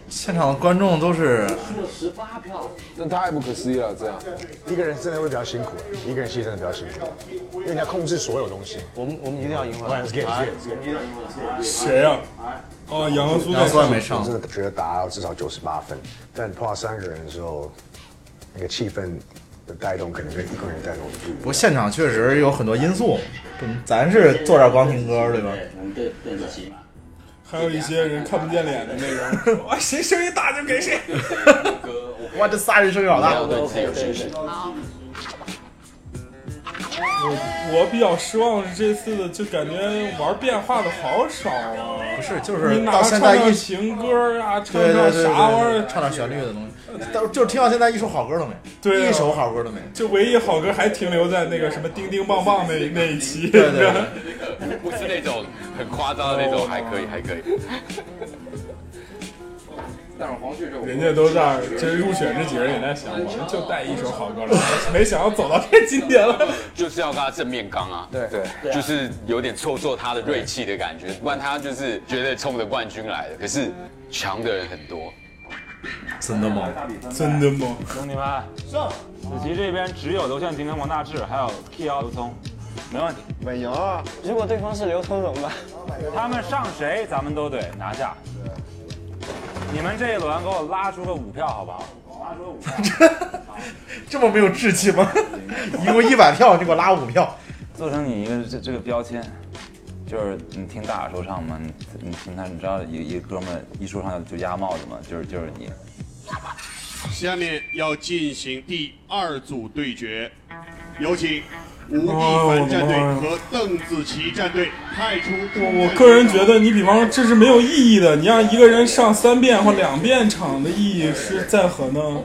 Speaker 5: 现场的观众都是
Speaker 33: 输了十八票，这太不可思议了，这样。
Speaker 8: 一个人真的会比较辛苦，一个人牺牲的比较辛苦，因为你要控制所有东西。我们我们一定要赢回来。Let's get it, let's get it。
Speaker 2: 谁呀、哦，杨和苏在
Speaker 8: 我真的觉得达到至少九十八分，但碰到三个人的时候，那个气氛的带动可能跟一个人带动不一样。
Speaker 5: 不过现场确实有很多因素，不咱是坐这儿光听歌儿对吧？
Speaker 2: 对对得起还有一些人看不见脸的那种，哇，谁声音大就给谁。
Speaker 5: 哇，这仨人声音好大。
Speaker 2: 我我比较失望是这次的，就感觉玩变化的好少啊。
Speaker 5: 不是，就是
Speaker 2: 你哪
Speaker 5: 到
Speaker 2: 唱
Speaker 5: 现在
Speaker 2: 唱
Speaker 5: 一
Speaker 2: 情歌啊，唱
Speaker 5: 对对
Speaker 2: 唱
Speaker 5: 对，
Speaker 2: 啥玩意儿？
Speaker 5: 唱点旋律的东西，但就是听到现在一首好歌都没，
Speaker 2: 对啊
Speaker 5: 一首好歌都没。
Speaker 2: 就唯一好歌还停留在那个什么叮叮棒棒那那一期，
Speaker 5: 对对对
Speaker 6: 不是那种很夸张的那种，还可以，还可以。
Speaker 31: 但是黄旭这
Speaker 2: 人家都在儿，这入选这几个人也在想，我们就带一首好歌来，没想到走到这今天了。
Speaker 6: 就是要跟他正面刚啊，对
Speaker 2: 对
Speaker 6: 对
Speaker 2: 啊
Speaker 6: 就是有点挫挫他的锐气的感觉，不然他就是觉得冲着冠军来的，可是强的人很多，
Speaker 5: 真的吗？
Speaker 2: 真的吗？
Speaker 15: 兄弟们，上！子琪这边只有刘宪廷跟王大治，还有 K 幺刘聪，没问题。没有啊，
Speaker 34: 如果对方是刘聪怎么办？
Speaker 15: 他们上谁咱们都得拿下。你们这一轮给我拉出个五票好不好？
Speaker 5: 这么没有志气吗？ 一共一百票，你给我拉五票。
Speaker 15: 做成你一个这这个标签，就是你听大说唱嘛，你你听他，你知道一一个哥们儿一说唱就压帽子嘛，就是就是你。
Speaker 9: 下面要进行第二组对决，有请吴亦凡战队和邓紫棋战队派出
Speaker 2: 我个人觉得，你比方说这是没有意义的，你让一个人上三遍或两遍场的意义是在何呢？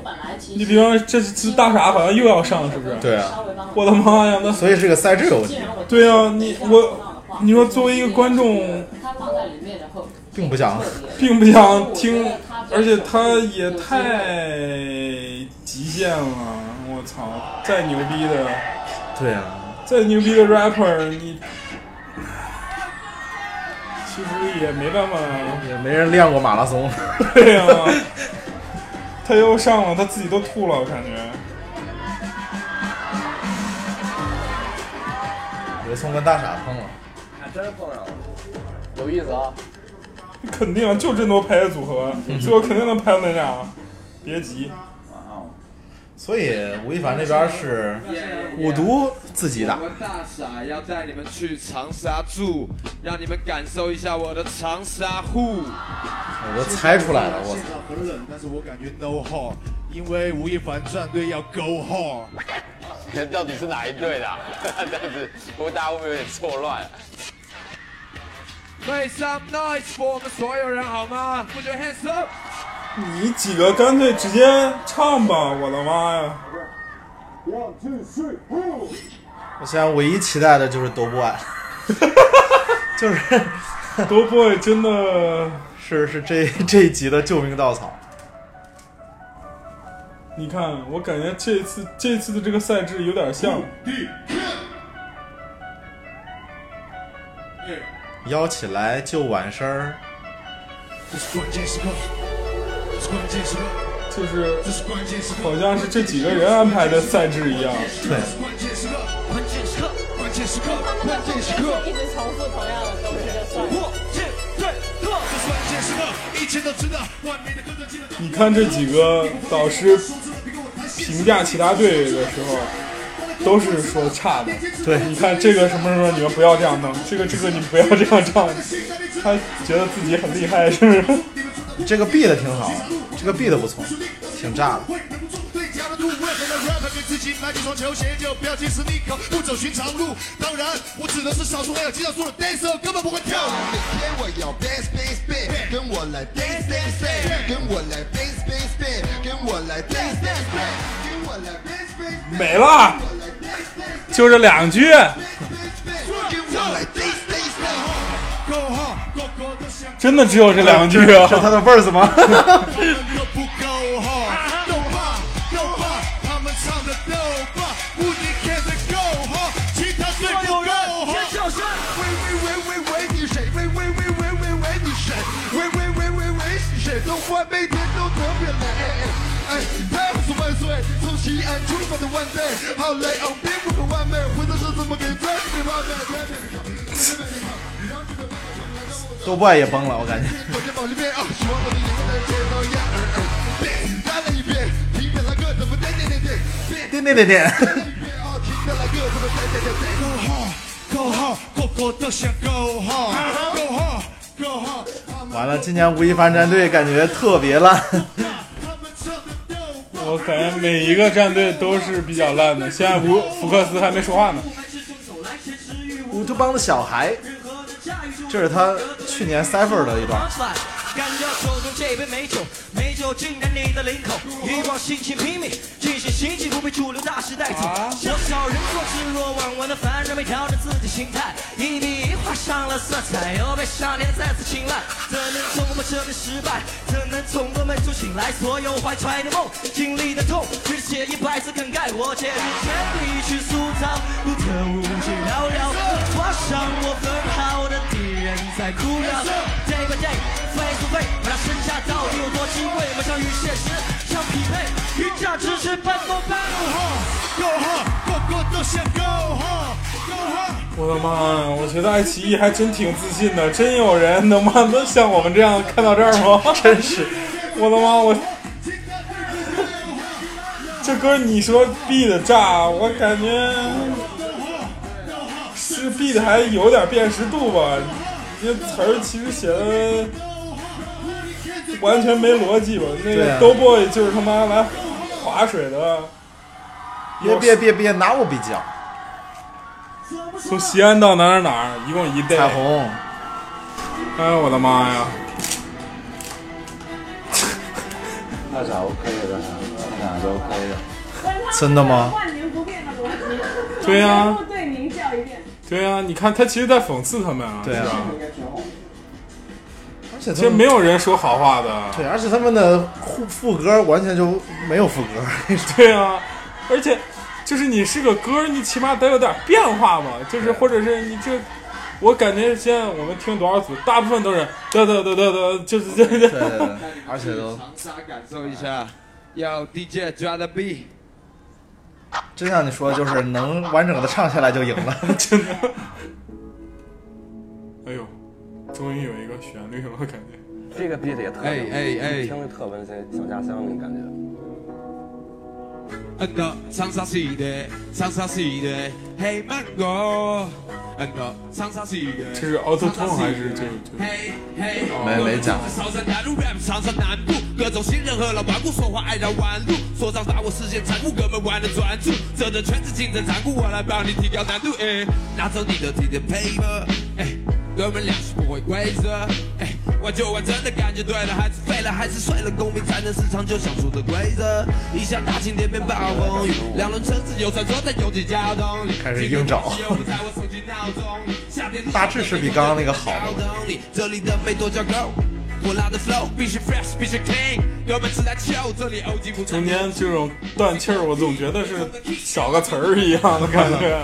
Speaker 2: 你比方说这这大傻好像又要上，是不是？
Speaker 5: 对啊，
Speaker 2: 我的妈呀，那
Speaker 5: 所以是个赛制的问题，
Speaker 2: 对啊，你我你说作为一个观众，
Speaker 5: 并不想。
Speaker 2: 并不想听，而且他也太极限了，我操！再牛逼的，
Speaker 5: 对啊，
Speaker 2: 再牛逼的 rapper，你其实也没办法。
Speaker 5: 也没人练过马拉松。
Speaker 2: 对啊呀、 他又上了，他自己都吐了，我感觉。
Speaker 5: 刘聪跟大傻碰了，
Speaker 33: 真碰上了，有意思啊！
Speaker 2: 肯定啊就这么多排的组合，最后肯定能排到那俩，别急。
Speaker 5: 所以吴亦凡这边是五毒自己打
Speaker 14: 我。们大傻要带你们去长沙住，让你们感受一下我的长沙户。
Speaker 5: 我都猜出来了，我
Speaker 35: 现场很冷，但是我感觉 no hard，因为吴亦凡战队要 go hard。
Speaker 6: 到底是哪一队 的、啊？这样子，我大家会不会有点错乱？啊
Speaker 14: Make some noise for 我们所有人好吗？Put your hands up！
Speaker 2: 你几个干脆直接唱吧，我的妈呀！
Speaker 5: 我现在唯一期待的就是都不爱， 就是
Speaker 2: 都不爱，真的
Speaker 5: 是是这这一集的救命稻草。
Speaker 2: 你看，我感觉这一次这一次的这个赛制有点像
Speaker 5: 邀起来就晚声儿，
Speaker 8: 这是关键时刻，这是关键时刻，
Speaker 2: 就是
Speaker 8: 这是关键时刻，
Speaker 2: 好像是这几个人安排的赛制一样。
Speaker 5: 对，
Speaker 8: 关键时刻，关键时刻，关键时刻，关键时刻，
Speaker 10: 一直重复同样的东西就算了。
Speaker 8: 我进对特，这是关键时刻，一切都值得，完美的歌段进了。
Speaker 2: 你看这几个导师评价其他队的时候，都是说差的。
Speaker 5: 对
Speaker 2: 你看这个什么什么，你们不要这样弄，这个这个你们不要这样唱。他觉得自己很厉害，是不是？
Speaker 5: 这个 B 的挺好，这个 B 的不错，挺炸的。
Speaker 8: 最佳的路，为何要 rap 给自己买几双球鞋，就不要去死你口，不走寻常路。当然，我只能是少数还有极少数的 dancer，根本不会跳舞。
Speaker 13: 天我要 dance dance dance，跟我来 dance dance dance，跟我来 dance dance dance，跟我来 dance dance dance，跟我来 dance dance
Speaker 2: 没了，就这两句。真的只有这两句啊？
Speaker 5: 是他的 verse 吗？豆瓣也崩了，我感觉。
Speaker 8: 我肩膀里面啊，喜欢我的颜色全都一样。嗯嗯，变再来一遍，停下来个怎么点点点点，变
Speaker 5: 点点点点。
Speaker 8: 停下来个怎么点点点点。Go hard, go hard，个个都想 go hard，go hard。Go hard，
Speaker 5: 完了，今年吴亦凡战队感觉特别烂。
Speaker 2: 我感觉每一个战队都是比较烂的。现在福福克斯还没说话呢，
Speaker 5: 乌托邦的小孩，这是他去年 Cipher 的一段。
Speaker 15: 干掉手中这杯美酒，美酒进了你的领口，欲望性情拼命，进行行进不被主流大时代走。
Speaker 5: 啊
Speaker 15: 小小人做置若罔闻的凡人，没调整自己心态，一笔一画上了色彩，又被上天再次青睐。怎能从我们这边失败？怎能从我们中醒来？所有怀揣的梦，经历的痛，只写一百次梗概。我借日前一去苏杭，路特无趣寥寥，画上我分毫的敌人在哭泣。Day by day。飞速飞，把它身价到底有多珍贵？我想与现实相匹配，与价值去奔波吧。
Speaker 8: go hard，个个都想 go hard，go hard。
Speaker 2: 我的妈呀！我觉得爱奇艺还真挺自信的，真有人能妈能像我们这样看到这儿吗？真是， 我的妈！我这歌你说 B 的炸，我感觉是 B 的还有点辨识度吧。你这词儿其实写的完全没逻辑吧？那
Speaker 5: 对
Speaker 2: 个
Speaker 5: 啊
Speaker 2: Do Boy 就是他妈来划水的。
Speaker 5: 别别别别，拿我比较。
Speaker 2: 从西安到哪儿哪儿，一共一 day。彩
Speaker 5: 虹。
Speaker 2: 哎呦我的妈呀！
Speaker 6: 那啥 OK 的，那啥是 OK 的。
Speaker 5: 真的吗？啊
Speaker 36: 万年不变的逻辑。
Speaker 2: 对呀
Speaker 36: 全部对名叫一遍。
Speaker 2: 对啊，你看他其实在讽刺他们啊，
Speaker 5: 对啊
Speaker 2: 是吧？
Speaker 5: 而且他
Speaker 2: 其实
Speaker 5: 们
Speaker 2: 没有人说好话的。
Speaker 5: 对，而且他们的副副歌完全就没有副歌。
Speaker 2: 对啊，而且就是你是个歌，你起码得有点变化嘛，就是或者是你这，我感觉现在我们听多少组，大部分都是得得得得得，就是这这。
Speaker 5: 而且都
Speaker 14: 长沙感受一下，要 DJ 抓的 B。
Speaker 5: 真像你说的，就是能完整的唱下来就赢了，
Speaker 2: 真的。哎呦，终于有一个旋律了，我感觉。
Speaker 37: 这个 beat 也特
Speaker 14: 哎哎哎
Speaker 37: 听着特温馨，小家乡那感觉。
Speaker 8: 嗯呐，长沙是的，长沙是的，嘿慢我。嗯呐，长沙是的。
Speaker 2: 这是 auto tone 还
Speaker 8: eh?
Speaker 2: 是就就？
Speaker 5: 没没讲
Speaker 8: 韶山南路 rap 长沙南部，各种新人和老顽固说话爱绕弯路，说唱把我视线残酷，哥们玩的专注，这的全是竞争残酷，我来帮你提高难度，哎，拿走你的 T T paper，哎，哥们俩是不会规则，哎，玩就玩，真的感觉对了，还是废了，还是睡了，公平才能市场就想出的规则，一下大晴天变暴风雨，两轮车子有传说在拥挤交通里，
Speaker 5: 开始硬找。大致是比刚刚那个好。
Speaker 8: 这里的贝多叫 Go，我拉的 flow 必须 fresh，必须 clean，有本事来敲这里欧吉不
Speaker 2: 中间这种断气儿，我总觉得是少个词儿一样的感 觉。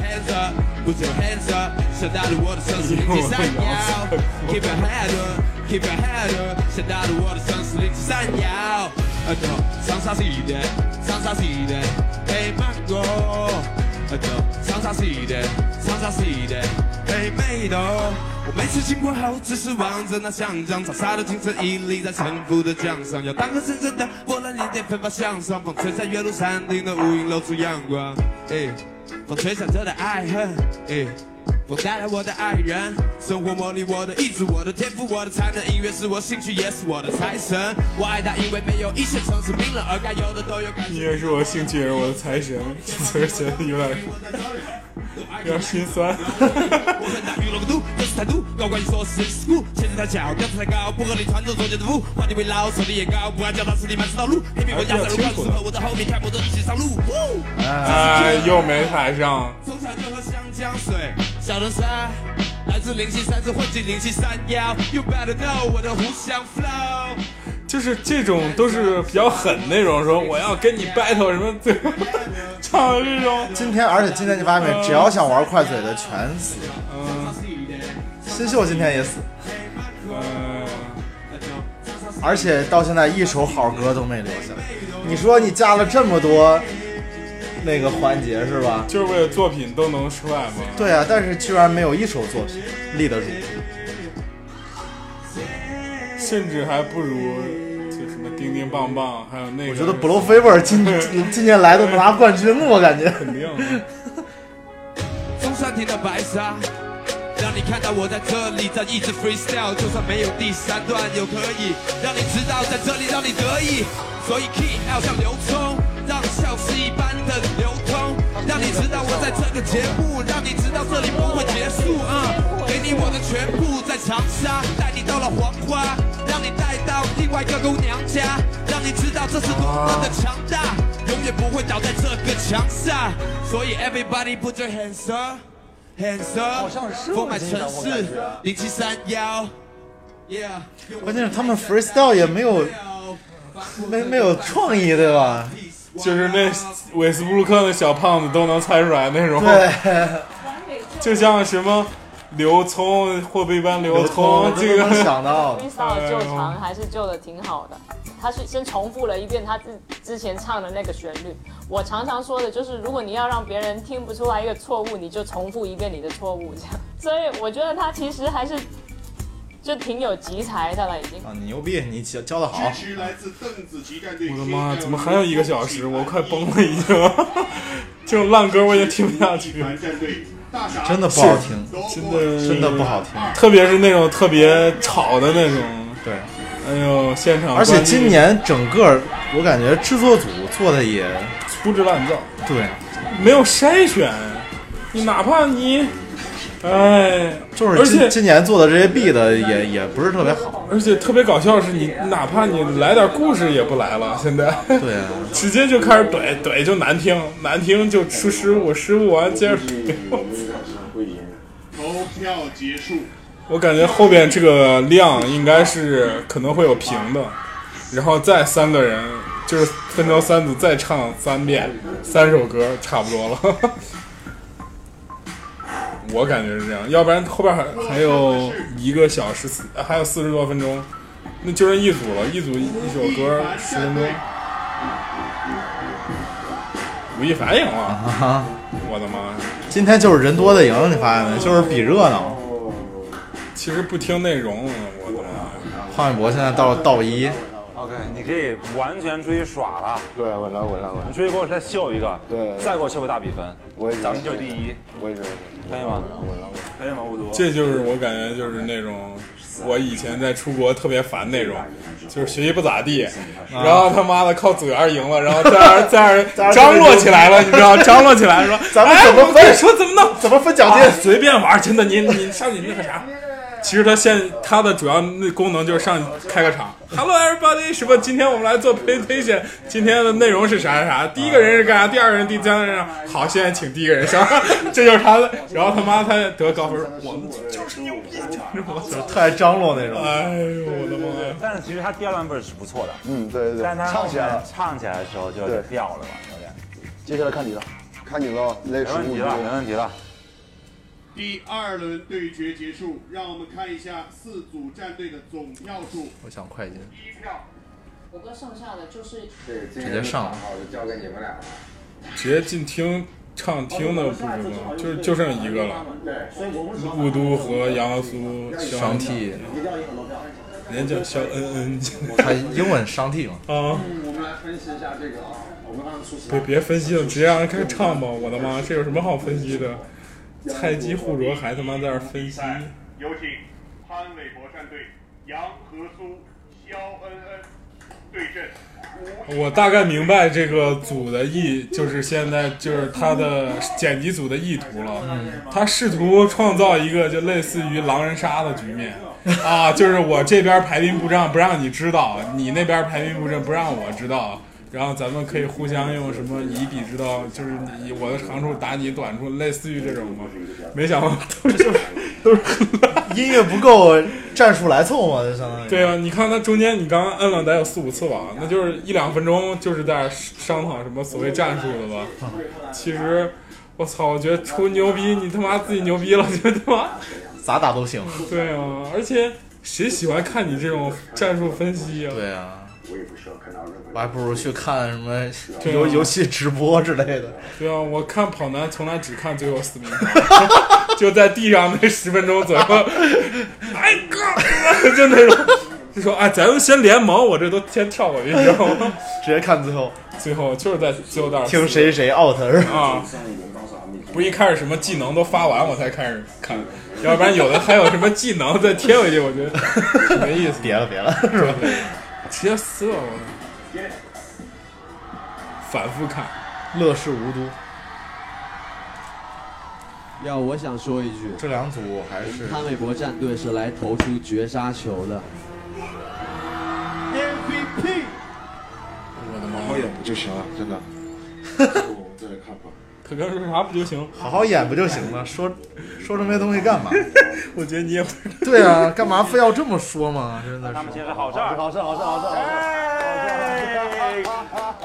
Speaker 8: hands up, put your hands up，想到了我的城市零七三幺，keep your head up，keep your head up，想到了我的城市零七三幺。啊，对，长沙是一的，长沙是一的，嘿，慢哥，啊，对，长沙是一的，长沙是一的，嘿，妹的。我每次经过后，只是望着那象征，长沙的精神屹立在沉浮的江上。要当个真正的波澜连天，奋发向上。风吹在岳麓山顶的乌云，露出阳光。哎，风吹散着的爱恨，哎，我带来我的爱人，生活磨砺我的意志，我的天赋，我的才能，音乐是我兴趣，也是我的财神。我爱它，因为没有一线城市冰冷而该有的都有。
Speaker 2: 你也是我兴趣，也是我的财神，这词儿写的有点有点心 酸。
Speaker 8: 我们的娱乐度就是态度，高管你说是事故，牵制太巧，调子太高，不合理穿着左脚的服，话题围绕手里也高，不爱脚踏实地满是道路，偏偏我压在路上，适合我的后面，看我都一起上路。呜
Speaker 2: 哎，又没抬上。
Speaker 8: 从小就喝香江水，小的山，来自零七三四，混迹零七三幺，You better know 我的湖湘 flow。
Speaker 2: 就是这种都是比较狠那种，说我要跟你 battle 什么，最后唱这种。
Speaker 5: 今天，而且今天你发现没，只要想玩快嘴的全死。
Speaker 2: 嗯，
Speaker 5: 新秀今天也死。
Speaker 2: 呃
Speaker 5: 而且到现在一首好歌都没留下。你说你加了这么多那个环节是吧？
Speaker 2: 就是为了作品都能出来吗？
Speaker 5: 对啊，但是居然没有一首作品立得住。
Speaker 2: 甚至还不如就什么叮叮棒棒，还有那个。
Speaker 5: 我觉得 Blow Fever 今今年来都能拿冠军了，我感觉。肯
Speaker 2: 定。
Speaker 8: 中山亭的白沙，让你看到我在这里在一直 freestyle，就算没有第三段也可以，让你知道在这里让你得意。所以 key 要像流冲，让笑是一般的流通，让你知道我在这个节目，让你知道这里不会结束啊、给你我的全部在长沙，带你到了黄花，让你带到另外一个姑娘家，让你知道这是多么的强大，永远不会倒在这个墙下。所以 everybody put your hands up。Hands up，好像是丰满城市零七三幺，Yeah，
Speaker 5: 关键是他们 freestyle 也没有没没有创意，对吧？
Speaker 2: 就是那韦斯布鲁克的小胖子都能猜出来那种。
Speaker 5: 对，
Speaker 2: 就像什么刘聪、霍贝般
Speaker 5: 刘
Speaker 2: 聪
Speaker 5: 聪，
Speaker 2: 这个
Speaker 5: 都能想到
Speaker 10: freestyle 救场还是救的挺好的。他是先重复了一遍他之之前唱的那个旋律。我常常说的就是，如果你要让别人听不出来一个错误，你就重复一遍你的错误，这样。 所以我觉得他其实还是就挺有集才的了，已经。
Speaker 5: 啊，你牛逼，你教教的好。
Speaker 9: 支持来自邓紫棋战队。
Speaker 2: 我的妈，怎么还有一个小时？我快崩了，已经。 这种烂歌我已经听不下去了，
Speaker 5: 真的不好听，
Speaker 2: 真的
Speaker 5: 真的不好听。
Speaker 2: 特别是那种特别吵的那种。
Speaker 5: 对，
Speaker 2: 哎呦，现场。
Speaker 5: 而且今年整个，我感觉制作组做的也
Speaker 2: 粗制滥造，
Speaker 5: 对，
Speaker 2: 没有筛选，你哪怕你，哎，
Speaker 5: 就是
Speaker 2: 而
Speaker 5: 今
Speaker 2: 且
Speaker 5: 今年做的这些 B 的也也不是特别好。
Speaker 2: 而且特别搞笑的是你，哪怕你来点故事也不来了，现在
Speaker 5: 对啊，
Speaker 2: 直接就开始怼怼就难听，难听就出失误，失误完接着怼。
Speaker 9: 投票结束，
Speaker 2: 我感觉后边这个量应该是可能会有平的，然后再三个人就是分成三组再唱三遍，三首歌差不多了。 我感觉是这样，要不然后边还还有一个小时，还有四十多分钟，那就剩一组了，一组一首歌十分钟。吴亦凡赢了，
Speaker 5: 啊，
Speaker 2: 我的妈呀！
Speaker 5: 今天就是人多的赢，你发现没？就是比热闹。
Speaker 2: 其实不听内容，我的妈呀！
Speaker 5: 潘玮柏现在到了倒一，
Speaker 12: OK，你可以完全出去耍了。对，稳了，稳了，稳了。你出去给我再秀一个，对，再给我秀个大比分，我咱们就第一。我也觉得，可以吗？稳了，可以吗，吴总？
Speaker 2: 这就是我感觉就是那种我以前在出国特别烦那种，就是学习不咋地，然后他妈的靠嘴儿赢了，然后在那 儿在那儿张罗起来了，你知道？张罗起来 说，
Speaker 5: 咱们
Speaker 2: 哎
Speaker 5: 怎么
Speaker 2: 我
Speaker 5: 分
Speaker 2: 跟你说怎么弄，
Speaker 5: 怎么分奖金
Speaker 2: 啊随便玩，真的，你你上去那个啥，其实它现它的主要那功能就是上开个场，Hello everybody，什么？今天我们来做 presentation，今天的内容是啥啥啥？第一个人是干啥？第二个人、第三个人啥，好，现在请第一个人上， 这就是他的。然后他妈他得高分，我们就是牛逼，我操！
Speaker 5: 特爱张罗那种。
Speaker 2: 哎呦我的妈呀！
Speaker 12: 但是其实他第二段 verse 是不错的，
Speaker 11: 嗯，对对对，
Speaker 12: 但他
Speaker 11: 唱起来了，
Speaker 12: 唱起来的时候就有点掉了嘛，有点。
Speaker 11: 接下来看你了，看你了，
Speaker 12: 没问题了，没问题了。
Speaker 9: 第二轮对决结束，让我们看一下四组战队的总票数。
Speaker 5: 我想快进，
Speaker 9: 第一票，
Speaker 10: 我哥剩下的就是
Speaker 5: 直接上了，
Speaker 37: 交给你们俩了。
Speaker 2: 直接进厅唱厅的部分了，就就剩一个了。雾都和杨苏
Speaker 5: 商替，
Speaker 2: 人家叫肖恩恩，
Speaker 5: 他英文商替嘛。
Speaker 2: 啊，
Speaker 37: 我们来分析一下这个啊，我们按出
Speaker 2: 别别分析了，直接让人开始唱吧！我的妈，这有什么好分析的？菜鸡互啄还他妈在那儿分析，
Speaker 9: 有请潘玮柏战队杨和苏、肖恩恩对阵吴
Speaker 2: 我大概明白这个组的意，就是现在就是他的剪辑组的意图了。他试图创造一个就类似于狼人杀的局面啊，就是我这边排兵布阵不让你知道，你那边排兵布阵不让我知道。然后咱们可以互相用什么以彼之道，就是你我的长处打你短处，类似于这种吗？没想到都是都是
Speaker 5: 音乐不够，战术来凑嘛，就相当于。
Speaker 2: 对啊，你看它中间你刚刚摁了得有四五次吧，那就是一两分钟就是在商讨什么所谓战术的吧。其实我操，我觉得出牛逼，你他妈自己牛逼了， 就他妈
Speaker 5: 咋打都行。
Speaker 12: 嗯
Speaker 2: 对啊，而且谁喜欢看你这种战术分析啊？
Speaker 5: 对啊。我还不如去看什么游游戏直播之类的。
Speaker 2: 对啊，我看跑男从来只看最后四名， 就在地上那十分钟左右。哎哥， 就那种，就说哎，咱们先联盟，我这都先跳过去，你知道吗？
Speaker 5: 直接看最后，
Speaker 2: 最后就是在最后那儿
Speaker 5: 听谁谁 out 是吧？
Speaker 2: 啊，不是一开始什么技能都发完我才开始 看，要不然有的还有什么技能再贴回去，我觉得没意思。
Speaker 5: 别了别 了，是吧？
Speaker 2: 直接撕了我！反复看，
Speaker 5: 乐视无都。
Speaker 28: 要我想说一句，
Speaker 5: 这两组还是
Speaker 28: 潘玮柏战队是来投出绝杀球的。
Speaker 9: MVP，
Speaker 2: 我的妈！
Speaker 11: 好演不就行了，真的。我再看吧。
Speaker 2: 可刚说啥不就行？
Speaker 5: 好好演不就行 了？说说这么些东西干嘛？
Speaker 2: 我觉得你也不
Speaker 5: 对啊，干嘛非要这么说嘛？真的是。
Speaker 12: 啊他们先是好事儿，
Speaker 11: 好事，好事，好事，好
Speaker 2: 哎
Speaker 12: 事。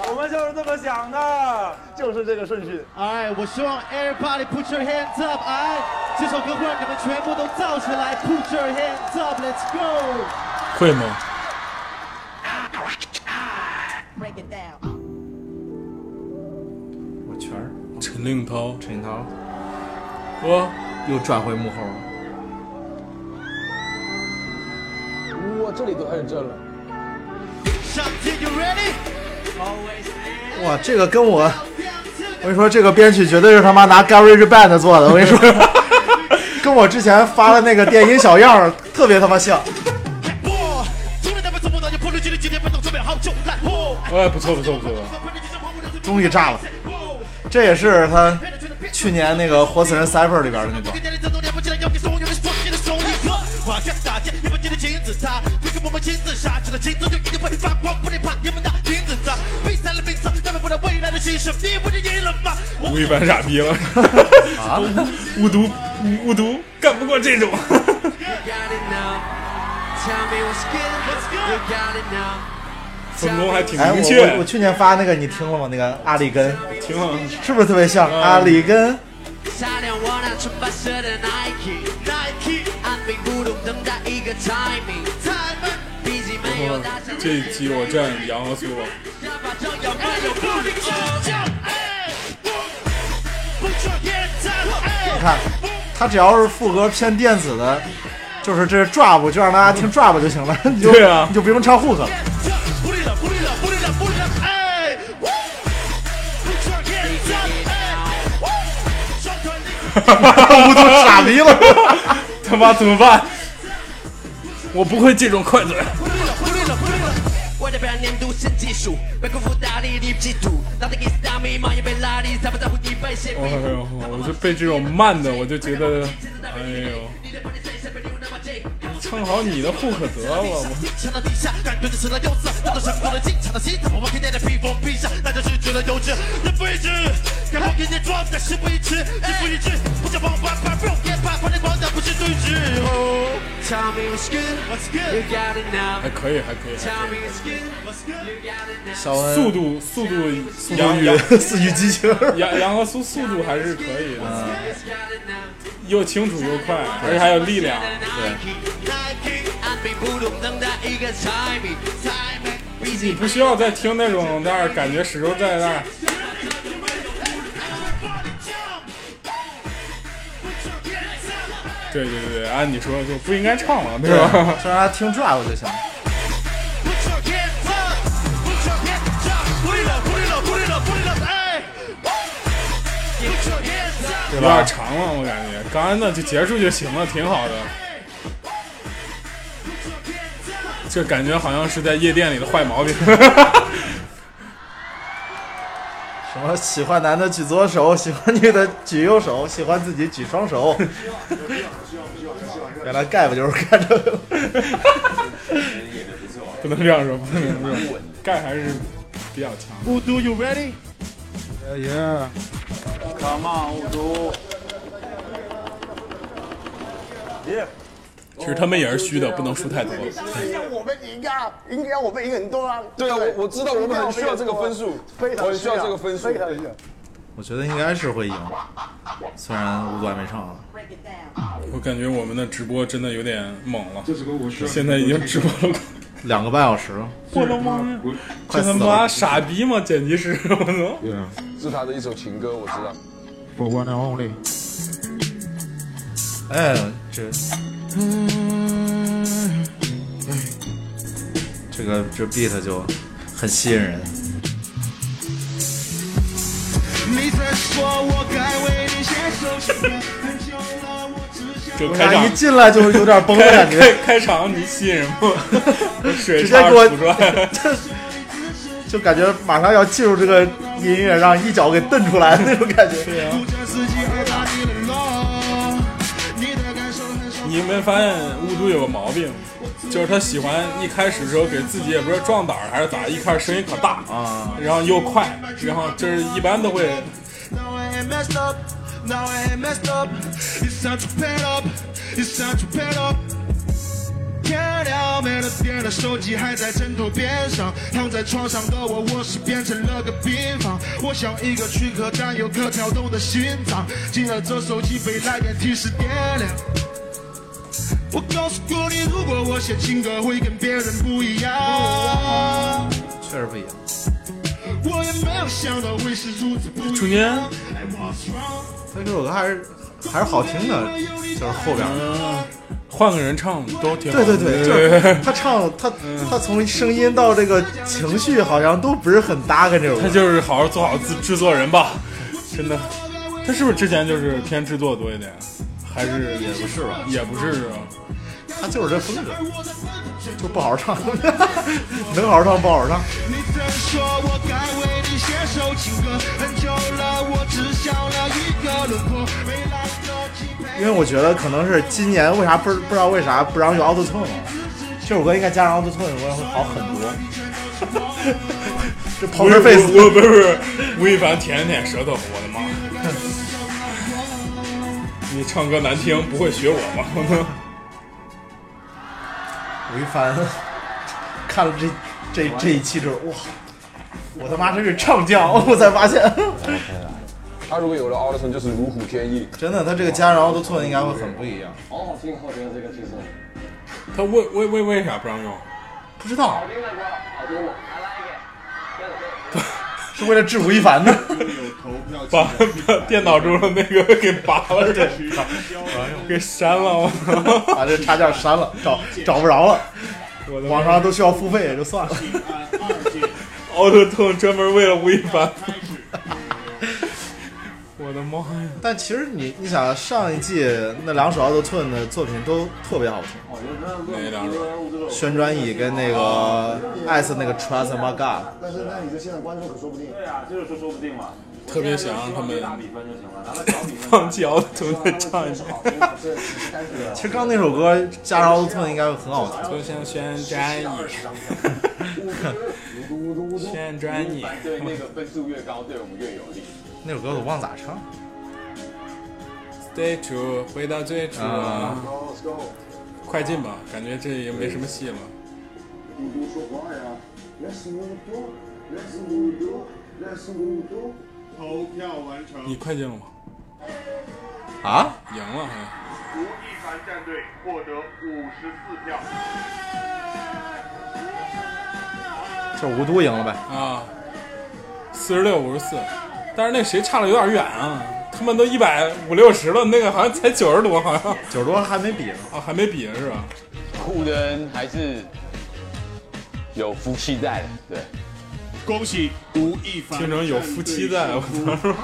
Speaker 12: 我们就是这么想的，
Speaker 11: 就是这个顺序。
Speaker 18: 哎，我希望 everybody put your hands up，哎，这首歌会让你们全部都燥起来，put your hands up，let's go。
Speaker 2: 会吗？
Speaker 38: Break it down。
Speaker 5: 我全
Speaker 2: 陈令涛，
Speaker 5: 陈林涛，
Speaker 2: 我
Speaker 5: 又转回幕后了。
Speaker 19: 哇，这里都开始震了。
Speaker 5: 哇，这个跟我，我跟你说，这个编曲绝对是他妈拿 Garage Band 做的。我跟你说， 跟我之前发的那个电音小样儿特别他妈像。
Speaker 2: 哎，不错不错不错，
Speaker 5: 终于炸了，这也是他去年那个《活死人 Cypher》里边的那
Speaker 2: 哎
Speaker 5: 个。
Speaker 2: 吴亦凡傻逼了
Speaker 5: 啊！
Speaker 2: 雾都雾都干不过这种。分工还挺
Speaker 5: 哎，
Speaker 2: 明
Speaker 5: 我我
Speaker 2: 确
Speaker 5: 我，去年发那个你听了吗？那个阿里根，
Speaker 2: 挺好。
Speaker 5: 是不是特别像
Speaker 2: 嗯
Speaker 5: 阿里根？
Speaker 26: 擦亮我那纯白色的 Nike Nike，按兵不动等待一个 timing timing，毕竟没有大家
Speaker 2: 这一期我站杨和苏 了，
Speaker 5: 你看，他只要是副歌偏电子的，就是这是 drop，就让大家听 drop 就行了，你就
Speaker 2: 对啊
Speaker 5: 你就不用唱 hook 了。
Speaker 2: 我
Speaker 5: 都傻逼了，
Speaker 2: 他妈怎么办？我不会这种快嘴。
Speaker 26: 我代表年度新技术，被辜负大力的嫉妒，拿的 is 大米，马也被拉力，在不在乎你被谁
Speaker 2: 哎
Speaker 8: 哎
Speaker 2: 呦，我就被这种慢的，我就觉得，哎呦，唱好你的不可得啊了，
Speaker 8: 墙的底下，感觉就成了幼稚，那种神功的进抢的心，怎么我天天的披风披上，那就是觉得幼稚，人不一致，感冒给你装的事不一致，人不一致，不想帮我把把肉也把狂的狂的不是对峙。Oh, tell me what's good, what's good, you got it now.
Speaker 2: 还可以，还可以，
Speaker 8: Tell me what's good, what's good, you got it now.
Speaker 5: 小恩
Speaker 2: 速度速度
Speaker 5: 啊速度
Speaker 2: 杨
Speaker 5: 与
Speaker 2: 杨
Speaker 5: 速与激 情，
Speaker 2: 杨杨和苏速度还是可以的，
Speaker 5: 嗯
Speaker 8: You got it now.
Speaker 2: 又清楚又快，而且还有力量。你不需要再听那种在那儿感觉始终在那儿。对对对，按你说的就不应该唱了，对吧？
Speaker 5: 让他听 drive 就行。
Speaker 2: 有点长了，我感觉。刚才那就结束就行了，挺好的。这感觉好像是在夜店里的坏毛病。
Speaker 5: 什么喜欢男的举左手，喜欢女的举右手，喜欢自己举双手。 原来 gap 就是干这个。
Speaker 2: 不能这样说，不能这样说，盖还是比较强。
Speaker 39: 雾都，you ready？
Speaker 5: Yeah,
Speaker 40: Come on，雾都。耶，
Speaker 2: 其实他们也是虚的，不能输太多。
Speaker 41: 让我们赢啊！应该让我们赢很多啊！
Speaker 42: 对啊，我我知道我们很需要这个分数，
Speaker 41: 非常
Speaker 42: 我很需要这个分数
Speaker 41: 非。常需要。
Speaker 5: 我觉得应该是会赢，虽然五管没唱啊了。
Speaker 2: 我感觉我们的直播真的有点猛了
Speaker 5: 这是个我，需要
Speaker 2: 现在已经直播了，
Speaker 5: 两个半小时了，
Speaker 2: 我的妈呀！
Speaker 5: 快
Speaker 2: 这他
Speaker 5: 死
Speaker 2: 妈
Speaker 5: 了！
Speaker 2: 傻逼吗？剪辑师，我操！
Speaker 42: 是他的一首情歌，我知道。
Speaker 43: For one and only。
Speaker 5: 哎，这这个这 beat 就很吸引人。
Speaker 18: 你在说我该为你写首情歌，很久了，我只想。
Speaker 2: 就开场
Speaker 5: 一进来就有点崩的 感觉
Speaker 2: 开开开场你吸引人不？水
Speaker 5: 直接
Speaker 2: 差
Speaker 5: 给我
Speaker 2: 点吐出来。
Speaker 5: 就感觉马上要进入这个音乐，让一脚给蹬出来的那种感觉。
Speaker 2: 啊
Speaker 18: 不切实际而把你冷落，你的感受很少。
Speaker 2: 你有没有发现雾都有个毛病？就是他喜欢一开始的时候给自己也不知道壮胆儿还是咋，一开始声音可大
Speaker 5: 啊，
Speaker 2: 然后又快，然后就是一般都会
Speaker 18: Now I ain't messed up, now I ain't messed up. It's time to pad up, it's time to pad up. 天亮没了电了，手机还在枕头边上，躺在床上的我，卧室变成了个病房。我像一个躯壳，但有个跳动的心脏。进了这手机被来电提示点亮。我告诉过你，如果我写情歌，会跟别人不一样。
Speaker 5: 确实不一样。
Speaker 18: 我也没有想到会是如此不一样。
Speaker 5: 中间，但这首歌还是还是好听的，就是后边。
Speaker 2: 啊换个人唱都挺好
Speaker 5: 对对对，就是他唱他他从声音到这个情绪，好像都不是很搭跟这首歌。
Speaker 2: 他就是好好做好自制作人吧，真的。他是不是之前就是偏制作多一点，还是也不是吧？也不是啊是吧？
Speaker 5: 他就是这风格，就不好好唱， 能好好唱不好好唱。
Speaker 18: 你曾说我该为你写首情歌，很久了，我只想了一个轮廓。未来的期盼
Speaker 5: 因为我觉得可能是今年为啥不不知道为啥不让用 Auto Tune，了这首歌应该加上 Auto Tune 会会好很多。 这
Speaker 2: 不是
Speaker 5: Poker Face，
Speaker 2: 我我不是不是，吴亦凡舔了舔舌头，我的妈！你唱歌难听，不会学我吗？
Speaker 5: 吴亦凡 看了这这这一期之后，哇，我他妈真是唱将！我才发现，
Speaker 42: 他如果有了 a u t o n 就是如虎添翼。
Speaker 5: 真的，他这个加上 Auto Tune 应该会很不一样。
Speaker 15: 好好听，我觉得这个节奏。
Speaker 2: 他为为为为啥不让用？
Speaker 5: 不知道
Speaker 15: 听的歌好听的，I like it。
Speaker 5: 是为了治吴亦凡的，
Speaker 2: 把把电脑中的那个给拔了，这给删了，我操！
Speaker 5: 把这插件删了，找找不着了。网上都需要付费，也就算了。
Speaker 2: Auto Tune 专门为了吴亦凡。我的妈呀！
Speaker 5: 但其实你你想，上一季那两首 Auto Tune 的作品都特别好听，
Speaker 2: 哪两首？
Speaker 5: 旋转椅跟那个 Ice 那个 Trust My God，
Speaker 43: 但是那你的现场观众可说不定。
Speaker 40: 对啊，就是说说不定嘛。
Speaker 2: 特别想让他们
Speaker 12: 放
Speaker 2: 弃奥特曼唱一遍。
Speaker 5: 其实刚那首歌加上奥特曼应该会很好听。
Speaker 2: 就像旋转椅，旋转椅，
Speaker 7: 对那个分数越高，对我们越有利。
Speaker 5: 那首歌我忘咋唱。
Speaker 2: 最初回到最初
Speaker 5: 啊，
Speaker 2: 快进吧，感觉这也没什么戏了。
Speaker 9: 投票完成。
Speaker 2: 你快进了吗？
Speaker 5: 啊？
Speaker 2: 赢了好像。
Speaker 9: 吴亦凡战队获得五十四票。
Speaker 5: 就是无都赢了呗。
Speaker 2: 啊，四十六五十四，但是那谁差的有点远啊，他们都一百五六十了，那个好像才九十多，好像
Speaker 5: 九十多还没比呢，
Speaker 2: 啊，还没比呢是吧？
Speaker 7: 酷的人还是有福气在的，对。
Speaker 9: 恭喜吴亦凡
Speaker 2: 听成有夫妻在，我操！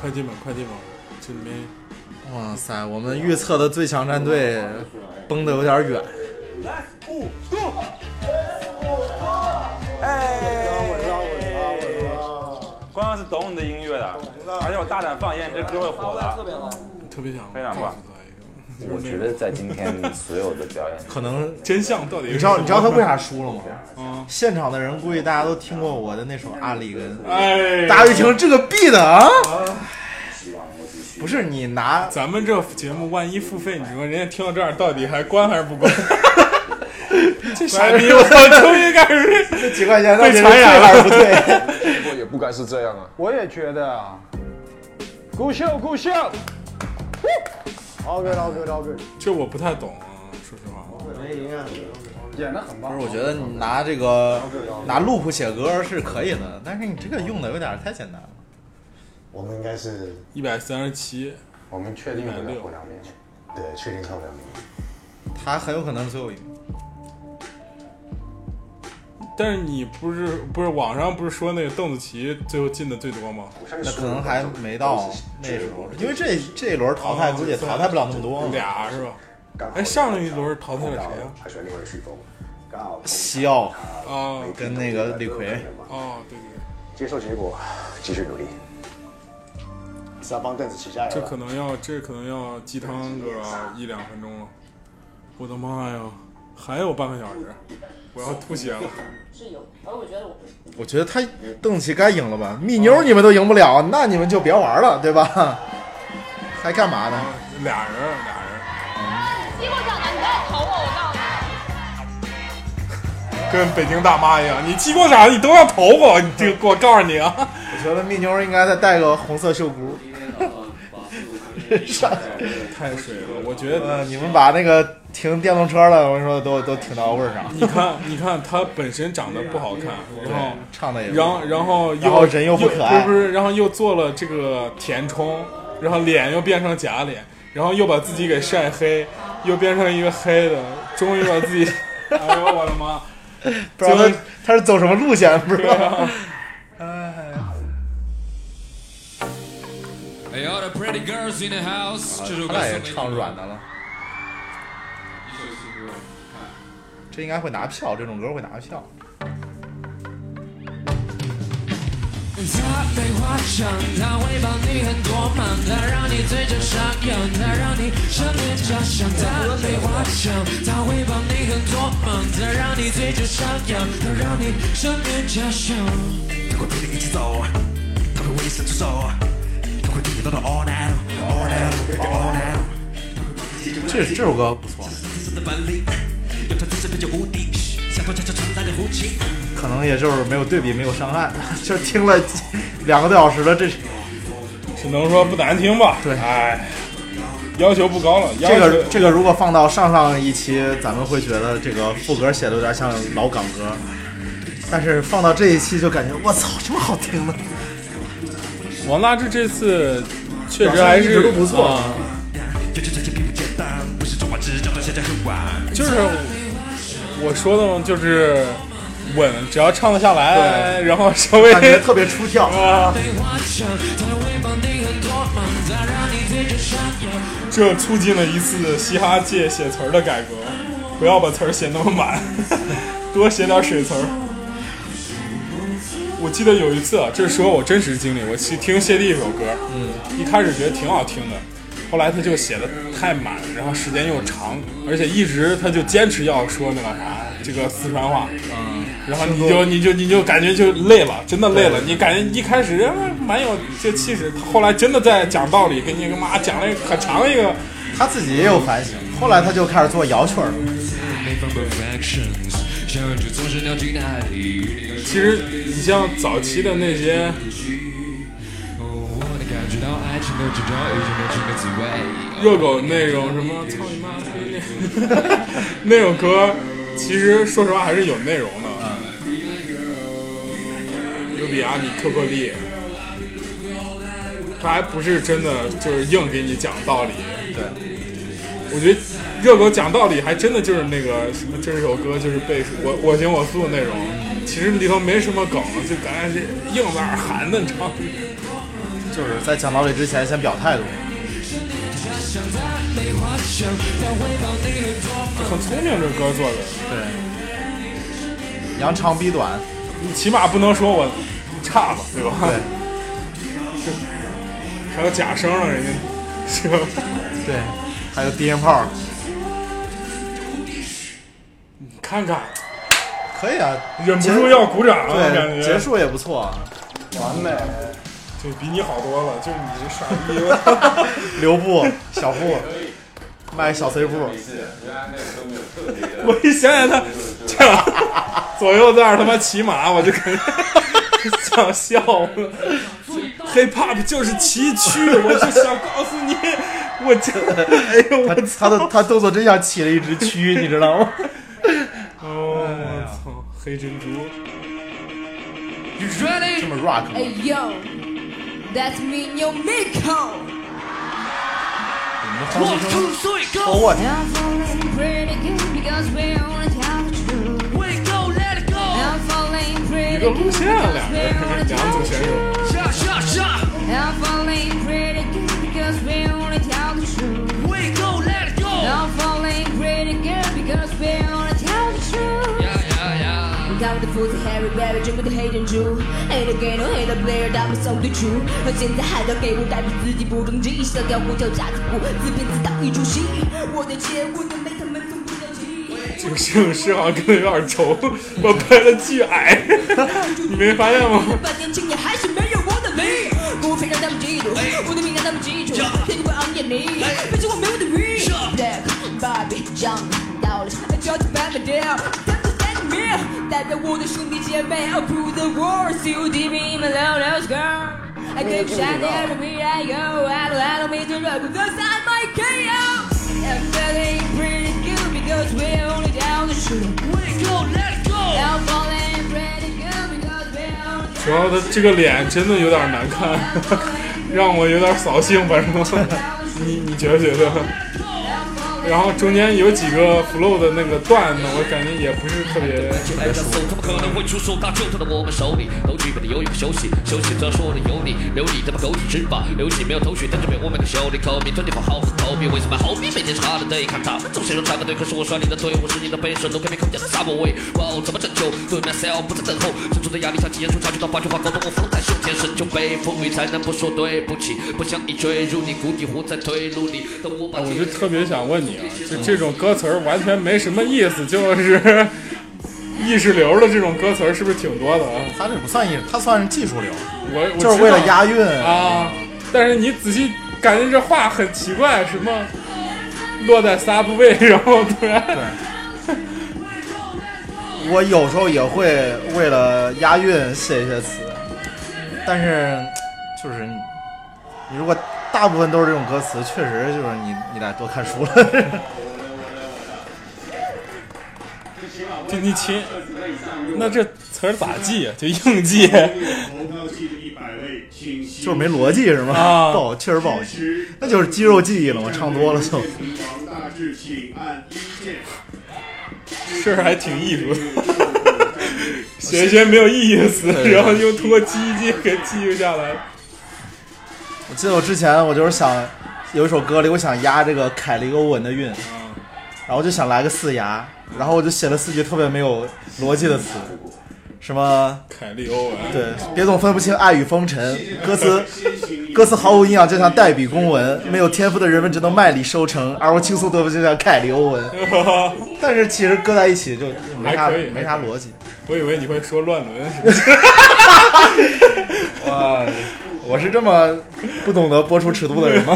Speaker 2: 快进吧，快进吧，这里面
Speaker 5: 哇塞，我们预测的最强战队崩的有点远。
Speaker 12: 关键是懂你的音乐啊的，
Speaker 6: 嗯
Speaker 12: 而且我大胆放言，你这歌会火的，啊
Speaker 2: 特别想
Speaker 12: 非常棒。
Speaker 16: 我觉得在今天所有的表演，
Speaker 5: 可能
Speaker 2: 真相到底是
Speaker 5: 你知道
Speaker 2: 什么
Speaker 5: 你知道他为啥输了吗？
Speaker 2: 嗯，
Speaker 5: 现场的人估计大家都听过我的那首《阿里根》，
Speaker 2: 哎
Speaker 5: 大家一听这个 B 的啊，
Speaker 2: 不
Speaker 5: 是你拿
Speaker 2: 咱们这节目万一付费，你说人家听到这儿到底还关还是不关？ 这傻逼，我操！终于开始
Speaker 5: 这几块钱到
Speaker 2: 被
Speaker 5: 底是
Speaker 2: 传染
Speaker 5: 对
Speaker 2: 了
Speaker 5: 还是不对？
Speaker 6: 不过也不该是这样啊。
Speaker 19: 我也觉得啊。
Speaker 6: 鼓秀鼓秀。
Speaker 1: 好 good，好 good，好 good。
Speaker 2: 这我不太懂啊，说实话。
Speaker 1: 没赢啊！
Speaker 19: 演的很棒。
Speaker 5: 不是，我觉得你拿这个拿 loop 写歌是可以的，但是你这个用的有点太简单了。
Speaker 2: 我们应该是一百三十七，
Speaker 6: 我们确
Speaker 2: 定不了后
Speaker 6: 两名，
Speaker 1: 对，确定上两名。
Speaker 5: 他很有可能是最后一名。
Speaker 2: 但是你不是不是网上不是说那个邓紫棋最后进的最多吗？
Speaker 5: 那可能还没到那时候，因为这这一轮淘
Speaker 2: 啊
Speaker 5: 汰估计淘汰不了那么多，
Speaker 2: 俩是吧？哎，上一轮淘汰了谁呀？还是另外旭峰。
Speaker 5: 西奥
Speaker 2: 啊，
Speaker 5: 跟那个李逵，
Speaker 2: 哦，对对
Speaker 11: 接受结果，继续努力。是要帮邓紫棋加油啊。
Speaker 2: 这可能要这可能要鸡汤个一两分钟了。我的妈呀，还有半个小时，我要吐血了。
Speaker 10: 是有，而我觉得我
Speaker 5: 我觉得他邓紫棋该赢了吧？蜜妞你们都赢不了，那你们就别玩了，对吧？还干嘛呢？
Speaker 2: 俩人俩人
Speaker 10: 结果长得你太投我，我告诉你，
Speaker 2: 跟北京大妈一样，你鸡过啥你都要投我，你这我告诉你啊。
Speaker 5: 我觉得蜜妞应该再带个红色袖箍。
Speaker 2: 太水了，我觉
Speaker 5: 呃，
Speaker 2: 得
Speaker 5: 你们把那个停电动车的，我跟你说都都停到位儿上。
Speaker 2: 你看，你看他本身长得不好看，然后
Speaker 5: 唱的也不
Speaker 2: 嗯然后然后又
Speaker 5: 然后人又不可爱
Speaker 2: 不是不是，然后又做了这个填充，然后脸又变成假脸，然后又把自己给晒黑，又变成一个黑的，终于把自 己，哎呦我的妈！
Speaker 5: 不知道他他是走什么路线，不知
Speaker 2: 对
Speaker 5: 道
Speaker 2: 啊。
Speaker 17: Hey, all the pretty girls in the house，这首歌
Speaker 5: 啊他俩也
Speaker 17: 送给你
Speaker 5: 唱软的了，这应该会拿票，这种歌会拿票。
Speaker 17: 他被花想，他会帮你很多忙，他让你嘴角上扬，他让你上面假想。他被花想，他会帮你很多忙，他让你嘴角上扬，他让你上面假想。
Speaker 27: 他会陪你一起走，他会为你伸出手，他会对你叨叨 all night all night all night。
Speaker 5: 这这首歌不错，
Speaker 27: 的本领，有他自身便就无敌，像头恰恰传来的胡琴。
Speaker 5: 可能也就是没有对比，没有伤害， 就听了几两个多小时的这。
Speaker 2: 只能说不难听吧？对，哎，要求不高了。要
Speaker 5: 这个
Speaker 2: 求
Speaker 5: 这个如果放到上上一期，咱们会觉得这个副歌写的有点像老港歌，但是放到这一期就感觉我操，这么好听的。
Speaker 2: 王大治这次确实还
Speaker 5: 表现一直
Speaker 2: 是
Speaker 5: 都不错
Speaker 2: 啊
Speaker 27: 这这这这并不简单，不是中华之战到现在很晚。
Speaker 2: 就是我说的嘛，就是稳，只要唱得下来，然后稍微
Speaker 5: 感觉特别出 跳
Speaker 2: 啊。这促进了一次嘻哈 界写词儿的改革，不要把词儿写那么满，多写点水词儿。我记得有一次，啊，这是说我真实经历，我去听谢帝一首歌，
Speaker 5: 嗯，
Speaker 2: 一开始觉得挺好听的，后来他就写的太满，然后时间又长，而且一直他就坚持要说那个啥，这个四川话，
Speaker 5: 嗯，
Speaker 2: 然后你就你就你就感觉就累了，真的累了，你感觉一开始哎蛮有这气势，后来真的在讲道理，给你个妈讲了可长一个，
Speaker 5: 他自己也有反省，后来他就开始做摇曲儿了。
Speaker 2: 其实你像早期的那些。热狗那种什么“操你妈逼”那种歌，其实说实话还是有内容的。有比阿米克克利，他还不是真的就是硬给你讲道理。
Speaker 5: 对，
Speaker 2: 我觉得热狗讲道理还真的就是那个什么，这首歌就是背我我行我素那种，其实里头没什么梗，就感觉是硬在那儿含的，你知道吗？
Speaker 5: 就是在讲道理之前先表态了。
Speaker 2: 很聪明，这歌做的。
Speaker 5: 对，扬长避短，
Speaker 2: 你起码不能说我差吧，对吧？对。 还有假声啊了，人家 是吧？
Speaker 5: 对，还有低音炮，
Speaker 2: 看看，
Speaker 5: 可以啊，
Speaker 2: 忍不住要鼓掌了，我感
Speaker 5: 对，
Speaker 2: 觉
Speaker 5: 结束也不错，
Speaker 2: 完美，对比你好多了，就是你这傻逼 了。
Speaker 5: 留步、小步，卖小碎步，
Speaker 2: 我一想想他这样 左右在那儿他妈骑马，我就感觉 想笑。Hip Hop 就是崎岖，我就想告诉你，我真的，哎呦，
Speaker 5: 他他的他动作真像起了一只蛆，你知道吗？
Speaker 2: 哦，我操，黑珍珠。
Speaker 13: You ready?
Speaker 5: 这么 rock 吗
Speaker 13: Hey yo, that's me, yo Miko.
Speaker 5: 你们
Speaker 13: One, two, three, go.
Speaker 5: Oh, what?
Speaker 13: I'm feeling pretty good because we only tell the truth. We go, let it go. I'm feeling
Speaker 2: 一
Speaker 13: pretty
Speaker 2: 个
Speaker 13: good
Speaker 2: 路
Speaker 13: because
Speaker 2: 线，
Speaker 13: we
Speaker 2: 两个人
Speaker 13: only
Speaker 2: 两
Speaker 13: tell
Speaker 2: 组
Speaker 13: the
Speaker 2: 选手
Speaker 13: truth.。Shot, shot, shot. I'm feeling pretty good because we only tell the truth. We go, let it go. I'm feeling pretty good because we only tell the truth. Yeah, yeah, yeah. Got with the fools, Harry, Barry, Jim with the Hayden Jew. Ain't a game, ain't a player, 打不上对球。我现在还在给我代表自己不争气，想要我脚架子鼓，自编自导一出戏。我的结果都没他们从不了起。
Speaker 2: 这个摄影师好像跟的有点轴，我拍的巨矮， 你没发现吗？
Speaker 13: 半年轻也还是没有我的美，我非让他们嫉妒，我的命让他们记住，天天会熬夜你，毕竟我没我的命。Black Barbie 长到了，就要去摆美调，咱们就 stand me，代表我的兄弟姐妹，I'll prove the world，you give me my love, let's go。I keep shining everywhere I go. I don't, I don't mean to look because I'm my KO. I'm feeling pretty good because we're only down the street. We go, let's go. I'm feeling pretty good because we're only.
Speaker 2: 主要他这个脸真的有点难看， 让我有点扫兴，反正你你觉不觉得？然后中间有几个 flow 的那个段子，我感觉也不是特别特别
Speaker 15: 挨
Speaker 2: 熟
Speaker 15: 着。手，怎么可能会出手？他就躺在我们手里，都具备了游泳休息，休息则说了有理，留你他妈狗屎吃吧，留你没有头绪，但是没有我们的修理口，你专业跑好和逃避，为什么好比每天差的对抗他们总是用差个对，可是我刷你的腿，我是你的背，手都给你空间的沙漠味，哇哦，怎么拯救？对 myself 不再等候，生存的压力像极严肃，察觉到八句话沟通，我风在胸前，神就被风雨才能不说对不起，不想一坠入你谷底，活在退路里，等我把
Speaker 2: 我就特别想问你啊，就这种歌词儿完全没什么意思，就是 意识流的这种歌词儿是不是挺多的啊？
Speaker 5: 他这不算艺术，他算是技术流，
Speaker 2: 我我
Speaker 5: 就是为了押韵
Speaker 2: 知道啊。但是你仔细感觉这话很奇怪，什么落在 subway，然 后突然
Speaker 5: 我有时候也会为了押韵写一些词，但是就是你你如果大部分都是这种歌词，确实就是你你得多看书了。
Speaker 2: 就你亲，那这词儿咋记啊？就硬记。
Speaker 5: 就是没逻辑是吗？
Speaker 2: 啊
Speaker 5: 不好，确实不好记，那就是肌肉记忆了嘛，唱多了就。
Speaker 9: 大致请按一键。
Speaker 2: 事儿还挺艺 术的，写一些没有意义的词，
Speaker 5: 对
Speaker 2: 然后又通过记忆力给记录下来。
Speaker 5: 我记得我之前我就是想有一首歌里，我想押这个凯利欧文的韵，
Speaker 2: 啊
Speaker 5: 然后我就想来个四押，然后我就写了四句特别没有逻辑的词，什么
Speaker 2: 凯利欧文，
Speaker 5: 对，别总分不清爱与风尘，歌词歌词毫无营养，就像代笔公文。没有天赋的人们只能卖力收成，而我倾诉多么就像凯利欧文。但是其实搁在一起就没啥
Speaker 2: 还可以
Speaker 5: 没啥逻辑。
Speaker 2: 我以为你会说乱伦，
Speaker 5: 哇，啊我是这么不懂得播出尺度的人吗？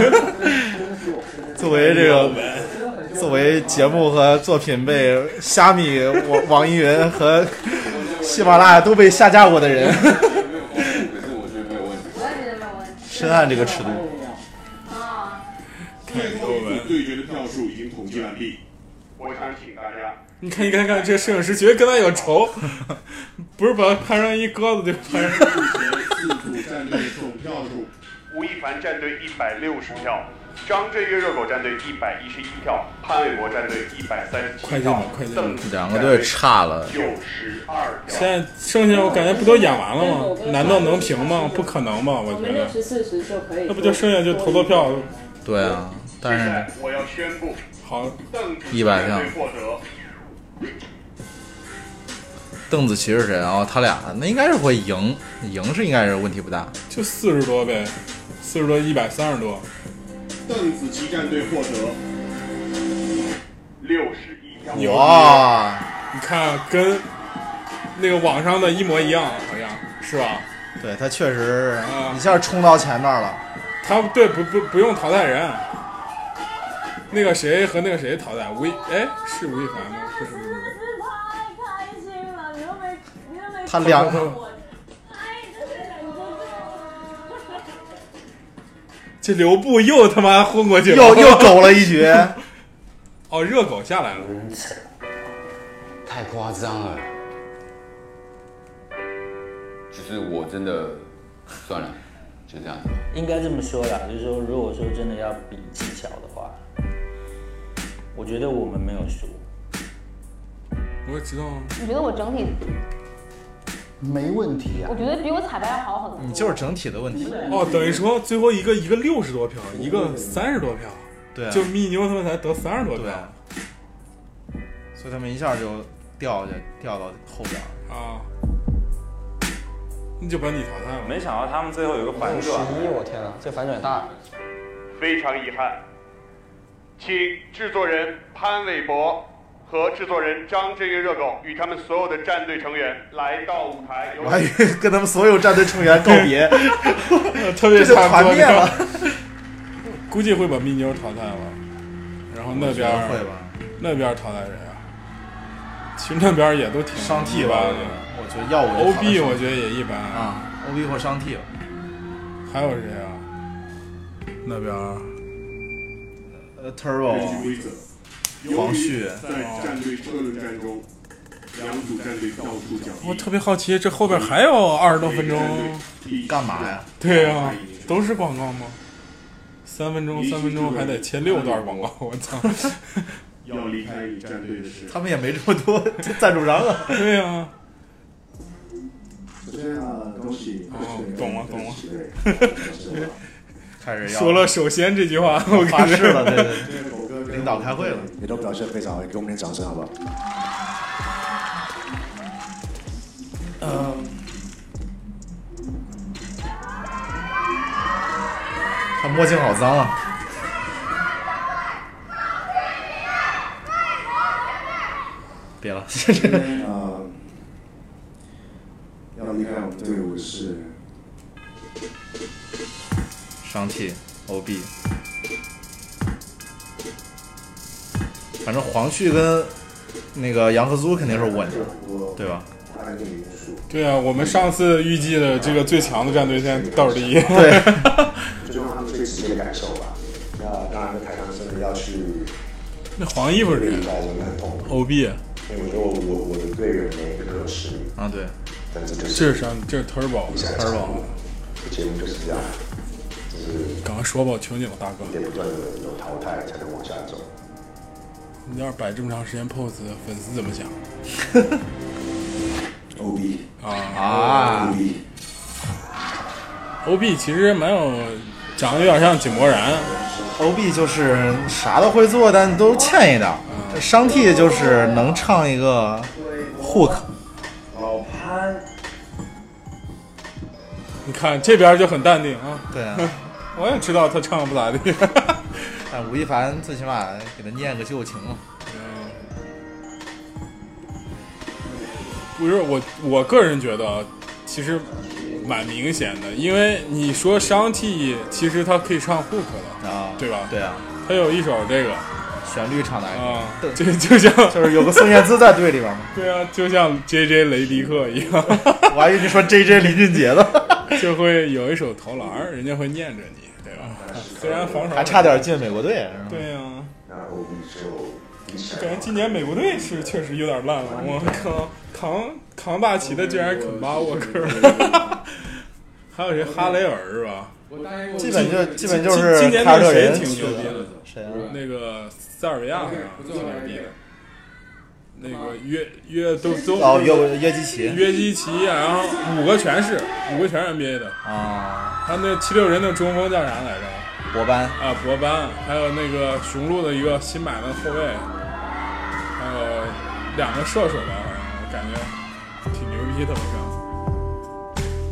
Speaker 5: 作为这个，作为节目和作品被虾米、网网易云和喜马拉雅都被下架过的人，深谙这个尺度。
Speaker 9: 凯利欧文对决的票数已经统计完毕，我想请大家。
Speaker 2: 你看，你看，看这摄影师绝对跟他有 仇，不是把潘山一鸽子就潘山。
Speaker 9: 战队总票数，吴亦凡战队一百六十票，张震岳热狗战队一百一十一票，潘玮柏战队一百三十七票，邓紫棋
Speaker 16: 两个队差了，
Speaker 2: 现在剩下我感觉不都演完了吗？难道能平吗？不可能吧？我
Speaker 14: 我
Speaker 2: 觉
Speaker 14: 们
Speaker 2: 得
Speaker 14: 六，十四十就可以。
Speaker 2: 那不就剩下就投投票？
Speaker 16: 对啊，但是
Speaker 9: 我要宣布，
Speaker 2: 好，
Speaker 9: 邓紫棋
Speaker 16: 100票
Speaker 9: 战队获得
Speaker 16: 邓紫棋是谁啊？哦他俩那应该是会赢，赢是应该是问题不大。
Speaker 2: 就四十多呗，四十多一百三十多，
Speaker 9: 邓紫棋战队获得六十一票。
Speaker 5: 啊
Speaker 2: 牛！你看跟那个网上的一模一样，好像是吧？
Speaker 5: 对他确实
Speaker 2: 啊
Speaker 5: 一下冲到前面了。
Speaker 2: 他对不不不用淘汰人，那个谁和那个谁淘汰吴亦哎是吴亦凡吗？不是不是不是，
Speaker 5: 他两个
Speaker 2: 这刘步又他妈混过去了，
Speaker 5: 又又狗了一局。
Speaker 2: 哦，热狗下来了，
Speaker 7: 太夸张了。就是我真的算了，就这样。
Speaker 28: 应该这么说啦，就是说，如果说真的要比技巧的话，我觉得我们没有输。
Speaker 2: 我知道啊
Speaker 14: 你觉得我整体，
Speaker 5: 没问题
Speaker 2: 啊
Speaker 14: 我觉得比我彩排要好很多。
Speaker 5: 你就是整体的问题。
Speaker 2: 哦，等于说最后一个一个六十多票，一个三十多票，
Speaker 5: 对啊
Speaker 2: 就密妞他们才得三十多票
Speaker 5: 所以他们一下就掉下掉到后边了。
Speaker 2: 啊，那就把你淘汰 了。
Speaker 12: 没想到他们最后有个反转，
Speaker 16: 一，我天哪，这反转大。
Speaker 9: 非常遗憾，请制作人潘玮柏和制作人张震岳热狗与他们所有的战队成员来到舞台。有
Speaker 5: 我还以为跟他们所有战队成员告 别，
Speaker 2: 特别
Speaker 5: 这就
Speaker 2: 差不多
Speaker 5: 团灭了。
Speaker 2: 估计会把蜜妞淘汰了，然后那边
Speaker 5: 我觉得会吧，
Speaker 2: 那边淘汰谁啊？其实啊那边也都挺
Speaker 5: 上替
Speaker 2: 一
Speaker 5: 吧
Speaker 2: 般
Speaker 5: 我觉
Speaker 2: 的
Speaker 5: 得，我觉得要我就
Speaker 2: O
Speaker 5: 淘汰
Speaker 2: B
Speaker 5: 上
Speaker 2: 我觉得也一般啊
Speaker 5: ，O B 或上替，
Speaker 2: 还有谁啊？那边儿
Speaker 5: 呃，Turbo，黄旭，
Speaker 9: 在战队车轮战中，两组战队倒数较
Speaker 2: 我特别好奇，这后边还有二十多分钟，
Speaker 5: 干嘛呀？
Speaker 2: 对呀、都是广告吗？三分钟，三分钟还得切六段广告，我操！
Speaker 9: 要离开你战队的时
Speaker 5: 他们也没这么 多赞助商啊。
Speaker 2: 对呀、
Speaker 11: 首先啊，恭喜
Speaker 2: 哦，懂了懂了。
Speaker 5: 开始要
Speaker 2: 说了首先这句话，我
Speaker 5: 发
Speaker 2: 感觉
Speaker 5: 誓了，对对对，领导开会了。
Speaker 11: 你都表现非常好，给我们点掌声好不好？
Speaker 5: 嗯，他墨镜好脏啊！别了，
Speaker 11: 今天啊，要离开我们队伍是
Speaker 5: 上替 OB，反正黄旭跟那个杨和苏肯定是稳的，对吧？
Speaker 2: 对啊，我们上次预计的这个最强的战队现在倒数第一，
Speaker 5: 对，
Speaker 11: 就让他们最直接的感受吧。那当然，在台上真的要去
Speaker 2: 那黄衣服是谁啊
Speaker 11: 明白我们很痛苦，
Speaker 2: ？OB
Speaker 11: 因为我觉得我我我的队员每一个都有实力，
Speaker 5: 啊，对，
Speaker 11: 但这就
Speaker 2: 这
Speaker 11: 是
Speaker 2: 是啥？这是 Turbo
Speaker 11: 一下
Speaker 2: Turbo，
Speaker 11: 节目就是这样，就是
Speaker 2: 赶快说吧，我求你了，大哥！
Speaker 11: 得不断的有淘汰才能往下走。
Speaker 2: 你要是摆这么长时间 pose，粉丝怎么想？
Speaker 11: OB
Speaker 2: 啊
Speaker 11: 啊，OB
Speaker 2: OB 其实蛮有，长得有点像井柏然。
Speaker 5: OB 就是啥都会做，但都欠一点儿。商替就是能唱一个 hook，
Speaker 11: 老潘，
Speaker 2: 你看这边就很淡定啊。
Speaker 5: 对啊，
Speaker 2: 我也知道他唱的不咋地。
Speaker 5: 但吴亦凡最起码给他念个旧情嘛。
Speaker 2: 不是我，我个人觉得啊其实蛮明显的，因为你说商 T，其实他可以唱 hook 的
Speaker 5: 啊，
Speaker 2: 对吧？
Speaker 5: 对啊，
Speaker 2: 他有一首这个
Speaker 5: 旋律唱的
Speaker 2: 啊，就就像
Speaker 5: 就是有个孙燕姿在队里边嘛。
Speaker 2: 对啊，就像 J J 雷迪克一样，
Speaker 5: 我还以为你说 J J 林俊杰呢，
Speaker 2: 就会有一手投篮儿，人家会念着你，对吧？虽然防守
Speaker 5: 嗯还差点进美国队。是吧
Speaker 2: 对呀、啊感觉今年美国队是确实有点烂了，我靠，扛扛大旗的竟然肯巴沃 克，还有谁哈雷尔是吧？
Speaker 5: 基本就基本就
Speaker 2: 今
Speaker 5: 是
Speaker 2: 今年
Speaker 5: 凯尔
Speaker 2: 那
Speaker 5: 特
Speaker 2: 谁
Speaker 5: 人
Speaker 2: 挺
Speaker 5: 去
Speaker 2: 牛逼
Speaker 5: 的
Speaker 2: 的？
Speaker 5: 谁啊
Speaker 2: 那个塞尔维亚是吧挺牛逼的。那个约约都都
Speaker 5: 哦约约基奇
Speaker 2: 约基奇，然后五个全是五个全是 NBA 的
Speaker 5: 啊。
Speaker 2: 他那七六人的中锋叫啥来着？
Speaker 5: 博班
Speaker 2: 啊，博班，还有那个雄鹿的一个新买的后卫，还有两个射手吧，好像我感觉挺牛逼的，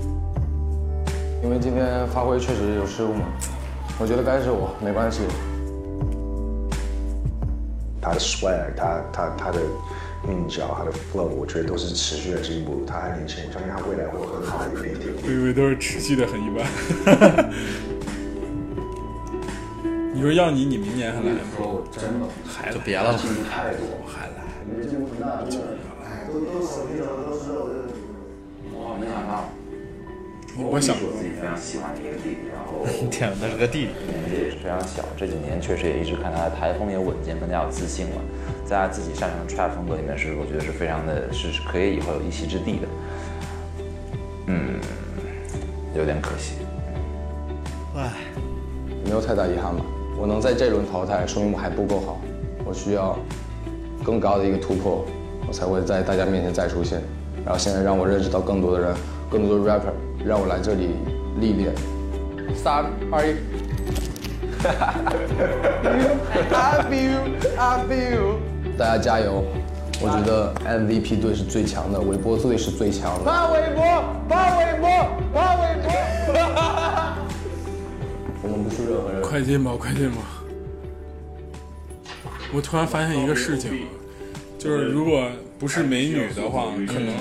Speaker 2: 我
Speaker 6: 因为今天发挥确实有失误嘛，我觉得该是我，没关系。
Speaker 11: 他的 swag，他他他的韵脚，他的 flow，我觉得都是持续的进步。他还年轻，我相信他未来会有很好的一片天。
Speaker 2: 我以为都是持续的很一般。 你说要你，你明年还来吗？真的，还
Speaker 16: 就别了吧
Speaker 2: 太多，还来。
Speaker 6: 我
Speaker 2: 想
Speaker 6: 我自己非常喜欢的一个弟弟，然后
Speaker 5: 天，他是个弟弟，
Speaker 38: 年纪也是非常小，这几年确实也一直看他的台风也稳健，更加有自信了。在他自己擅长的 trap 风格里面是，我觉得是非常的，是是可以以后有一席之地的。嗯，有点可惜。
Speaker 5: 唉，
Speaker 6: 没有太大遗憾吧。我能在这轮淘汰，说明我还不够好，我需要更高的一个突破，我才会在大家面前再出现。然后现在让我认识到更多的人，更多的 rapper，让我来这里历练。三二 一。
Speaker 19: I feel, I feel。
Speaker 6: 大家加油！我觉得 MVP 队是最强的，韦伯队是最强的。
Speaker 19: 发微博，发微博， 发微博。
Speaker 6: 我们不输任何人。
Speaker 2: 快进吧，快进吧！我突然发现一个事情，就是如果不是美女的话，
Speaker 5: 哎
Speaker 2: 可能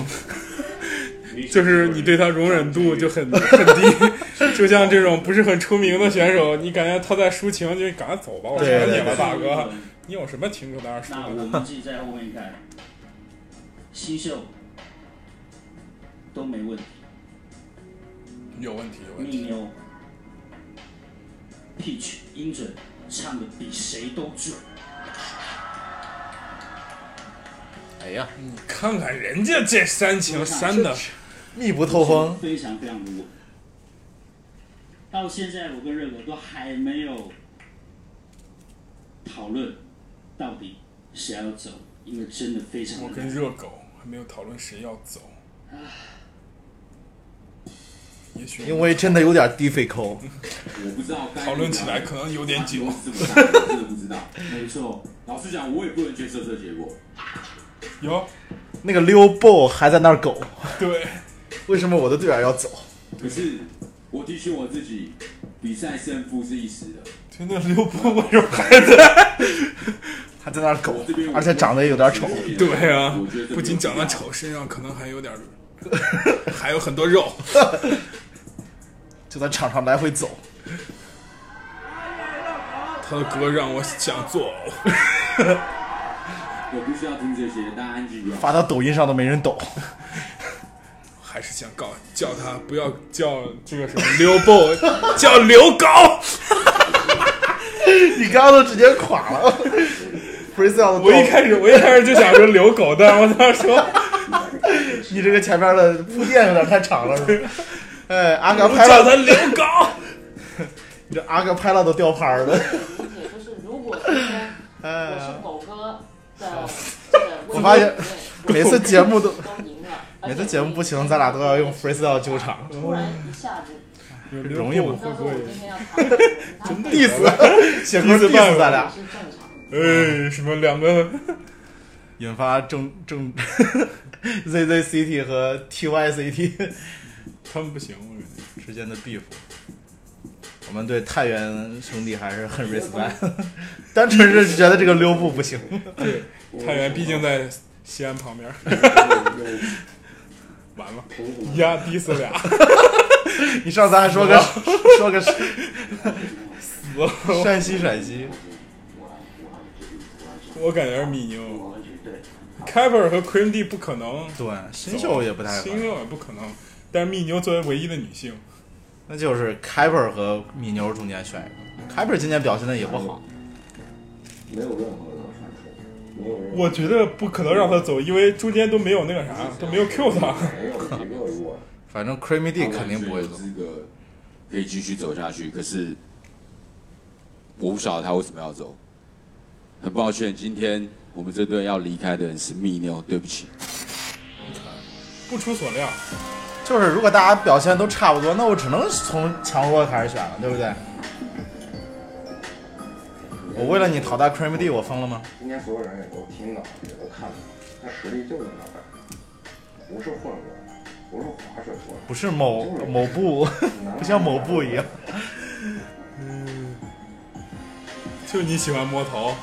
Speaker 2: 就是你对她容忍度就很很低。就像这种不是很出名的选手，你感觉他在抒情，就赶快走吧，我求
Speaker 5: 对对
Speaker 2: 你
Speaker 5: 对
Speaker 2: 了，大哥，你有什么情可在那
Speaker 26: 那
Speaker 2: 说
Speaker 26: 我
Speaker 2: 的
Speaker 26: 们自？己在后面看，新秀都没问题，
Speaker 2: 有问题，有问
Speaker 26: 密
Speaker 2: 题。
Speaker 26: 妞、Peach、音准唱的比谁都准。
Speaker 16: 哎呀，
Speaker 2: 你看看人家这煽情煽的
Speaker 5: 密不透风。
Speaker 26: 非常非常的稳。到现在，我跟热狗都还没有讨论到底谁要走，因为真的非常
Speaker 2: 我
Speaker 26: 的
Speaker 2: 跟
Speaker 26: 难
Speaker 2: 热狗还没有讨论谁要走，也许我们
Speaker 5: 因为真的有点 difficult。
Speaker 26: 我不知道该
Speaker 2: 讨论起来可能有点久。
Speaker 26: 真的不知道。没错，老实讲，我也不能接受这个结果。
Speaker 2: 有
Speaker 5: 那个溜 b 还在那儿苟，
Speaker 2: 对，
Speaker 5: 为什么我的队员要走？
Speaker 26: 可是我提醒我自己，比赛胜负是一时的。
Speaker 2: 真的溜波为什么还在？
Speaker 5: 还在那儿苟，而且长得也有点丑。
Speaker 2: 对啊，不仅长得丑，身上可能还有点儿，还有很多肉。
Speaker 5: 就在场上来回走。
Speaker 2: 他的歌让我想作呕。
Speaker 26: 我不需要听这些，大家安静就好。
Speaker 5: 发到抖音上都没人抖。
Speaker 2: 还是想告叫他不要叫这个什么溜 波，叫刘高。
Speaker 5: 你刚刚都直接垮了。freestyle，的
Speaker 2: 我一开始我一开始就想说刘狗，但是我当 时说
Speaker 5: 你这个前面的铺垫有点太长了， 是吧？哎，阿哥
Speaker 2: 我
Speaker 5: 拍了，
Speaker 2: 叫他刘高，
Speaker 5: 你这阿哥拍了都掉拍儿了。
Speaker 10: 而且就是如果今天我是狗哥的这个位置，
Speaker 5: 呃 我发现 每次节目都
Speaker 10: 都赢了，
Speaker 5: 每次节目不行，咱俩都要用 freestyle 纠场，
Speaker 10: 突然一下子。
Speaker 5: 容易吗？
Speaker 10: 会不会？ 真
Speaker 5: diss，写歌 diss 咱俩。
Speaker 2: 哎，什么两个
Speaker 5: 引发正 正 ZZCT 和 TYCT，
Speaker 2: 他们不行，我觉得
Speaker 5: 是 之间的 beef。我们对太原兄弟还是很 respect，单 纯是觉得这个溜步不行。
Speaker 2: 对，太原毕竟在西安旁边。 完了，一下 diss 俩。
Speaker 5: 你上次还说个说个
Speaker 2: 死了，
Speaker 5: 陕西陕西，
Speaker 2: 我感觉是米牛。Kepler 和 Cream D 不可能，
Speaker 5: 对，新秀也不太可能
Speaker 2: 新秀也不可能。但是蜜牛作为唯一的女性，
Speaker 5: 那就是开 a 和米牛中间选一个。开 a 今年表现的也不好，
Speaker 44: 没有任何的传说，没有任何
Speaker 2: 我觉得不可能让她走，因为中间都没有那个啥，都没有 Q 她。
Speaker 44: 没有没有过。
Speaker 5: 反正 Creamy D 肯定不会走。
Speaker 6: 资格可以继续走下去，可是我不晓得他为什么要走。很抱歉，今天我们这队要离开的人是密妞，对不起。
Speaker 2: 不出所料，
Speaker 5: 就是如果大家表现都差不多，那我只能从强弱开始选了，对不对？我为了你淘汰 Creamy D，我疯了吗？
Speaker 44: 今天所有人也都听到，也都看到，他实力就是那摆，不是混过，不是划水过，
Speaker 5: 不是某某部， 不像某部一样。
Speaker 2: 就你喜欢摸头，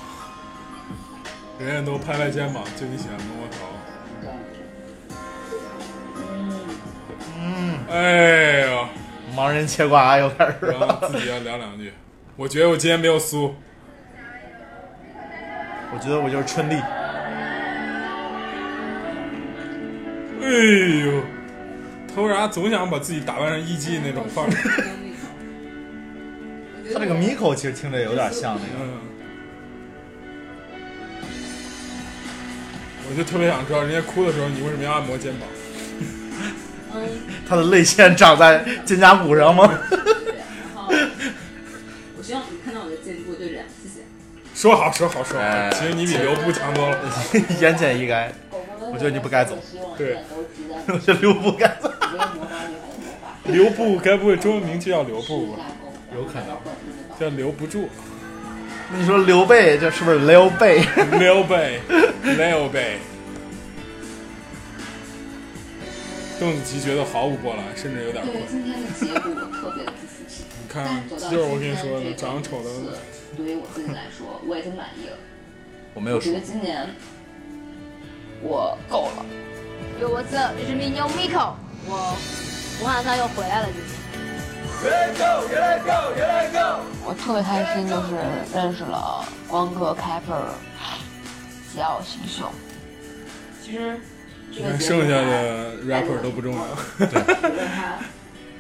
Speaker 2: 人家都拍拍肩膀，就你喜欢摸摸头。嗯，哎呦，
Speaker 5: 盲人切瓜有点
Speaker 2: 然后自己要聊两句。我觉得我今天没有输，
Speaker 5: 我觉得我就是春丽。
Speaker 2: 哎呦，偷啥总想把自己打扮成艺妓那种范 儿。
Speaker 5: 他这个 Miko 其实听着有点像那个，
Speaker 2: 我就特别想知道，人家哭的时候你为什么要按摩肩膀？
Speaker 5: 他的泪腺长在肩胛骨上吗？
Speaker 13: 我希望你看到我的进步，就这样，谢谢。
Speaker 2: 说好说好说好，其实你比刘步强多了。
Speaker 5: 言简意赅，我觉得你不该走。
Speaker 2: 对，
Speaker 5: 我觉得刘步该走。
Speaker 2: 刘步该不会中文名就叫刘步吧？
Speaker 5: 有可能
Speaker 2: 叫留不住。
Speaker 5: 那你说刘备这是不是刘备？
Speaker 2: 刘备，刘备。邓紫棋觉得毫不波澜，甚至有点困。
Speaker 13: 嗯对今天的结果，我特别的不服气。
Speaker 2: 你看，嗯就是我跟你说的，长得丑的。
Speaker 13: 对于我自己来说，我已经满意了。
Speaker 5: 我没有
Speaker 13: 觉
Speaker 5: 说
Speaker 13: 得，今年我够了。Yo, what's up？这是 m i n o Miko，我武汉三又回来了，今天。我特别开心，就是认识了光哥、Kepler、吉奥、新秀。其实这个节目
Speaker 2: 剩下的 rapper 都不重要。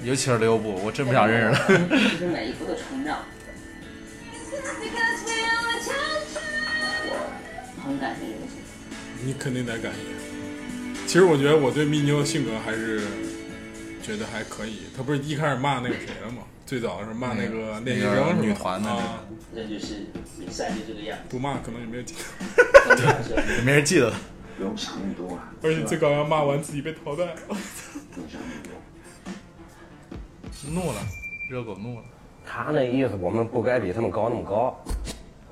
Speaker 5: 尤其是刘步，我真不想认识他。
Speaker 13: 其实每一步的成长，我很感谢这个节目。
Speaker 2: 你肯定得感谢。其实我觉得我对蜜妞的性格还是觉得还可以。他不是一开始骂那个谁 了吗？最早是骂那个练习生是吧
Speaker 5: 那个女团的那个
Speaker 2: 啊
Speaker 45: 那就是比赛就这个样
Speaker 2: 不骂可能也没有记得。
Speaker 5: 也没人记得他。
Speaker 44: 不用想那么多啊。
Speaker 2: 而且最搞笑，骂完自己被淘汰了。
Speaker 5: 怒了，热狗怒了。
Speaker 46: 他那意思，我们不该比他们高那么高。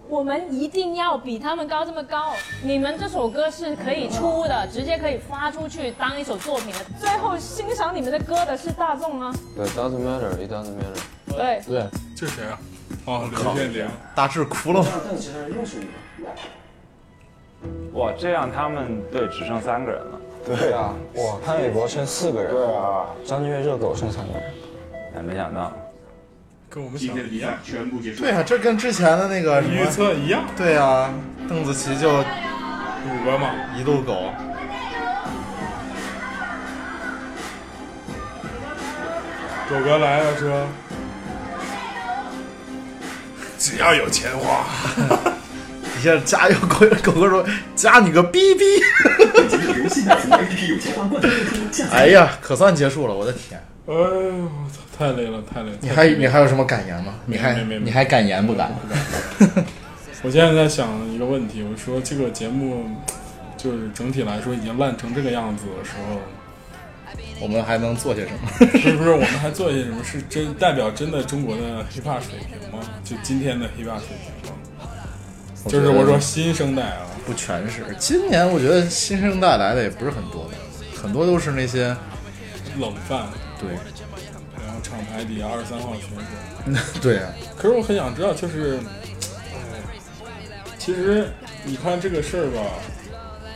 Speaker 10: 我们一定要比他们高这么高。你们这首歌是可以出的，直接可以发出去当一首作品的。最后欣赏你们的歌的是大众啊，
Speaker 47: 对，doesn't matter，it doesn't matter。
Speaker 10: 对，
Speaker 47: 对，
Speaker 2: 这谁啊？哦，刘建玲。
Speaker 5: 大志哭了吗？
Speaker 8: 哇，这样他们队只剩三个人了。
Speaker 15: 对啊，哇，潘玮柏剩四个人，对啊，张震岳热狗剩三个人，
Speaker 8: 哎，没想到，
Speaker 2: 跟我们想的一样，
Speaker 9: 全部结
Speaker 5: 对啊，这跟之前的那个什么
Speaker 2: 预测一样。
Speaker 5: 对啊，邓紫棋就
Speaker 2: 五个嘛，
Speaker 5: 一路狗。
Speaker 2: 狗哥来了说，只要有钱花，
Speaker 5: 一下加油狗狗哥说加你个逼逼。哎呀，可算结束了，我的天！
Speaker 2: 哎呦，我操，太累了，太累了。
Speaker 5: 你还你还有什么感言吗？你还
Speaker 2: 没没没
Speaker 5: 你还敢言不敢？
Speaker 2: 我现在在想一个问题，我说这个节目就是整体来说已经烂成这个样子的时候，
Speaker 5: 我们还能做些什 么？
Speaker 2: 是不是我们还做些什么？是真代表真的中国的 hiphop 水平吗？就今天的 hiphop 水平吗？就是我说新生代啊，
Speaker 5: 不全是。今年我觉得新生代来的也不是很多，很多都是那些
Speaker 2: 冷饭，
Speaker 5: 对，
Speaker 2: 然后厂牌底下二十三号选手。
Speaker 5: 对啊，
Speaker 2: 可是我很想知道，就是，哎其实你看这个事儿吧，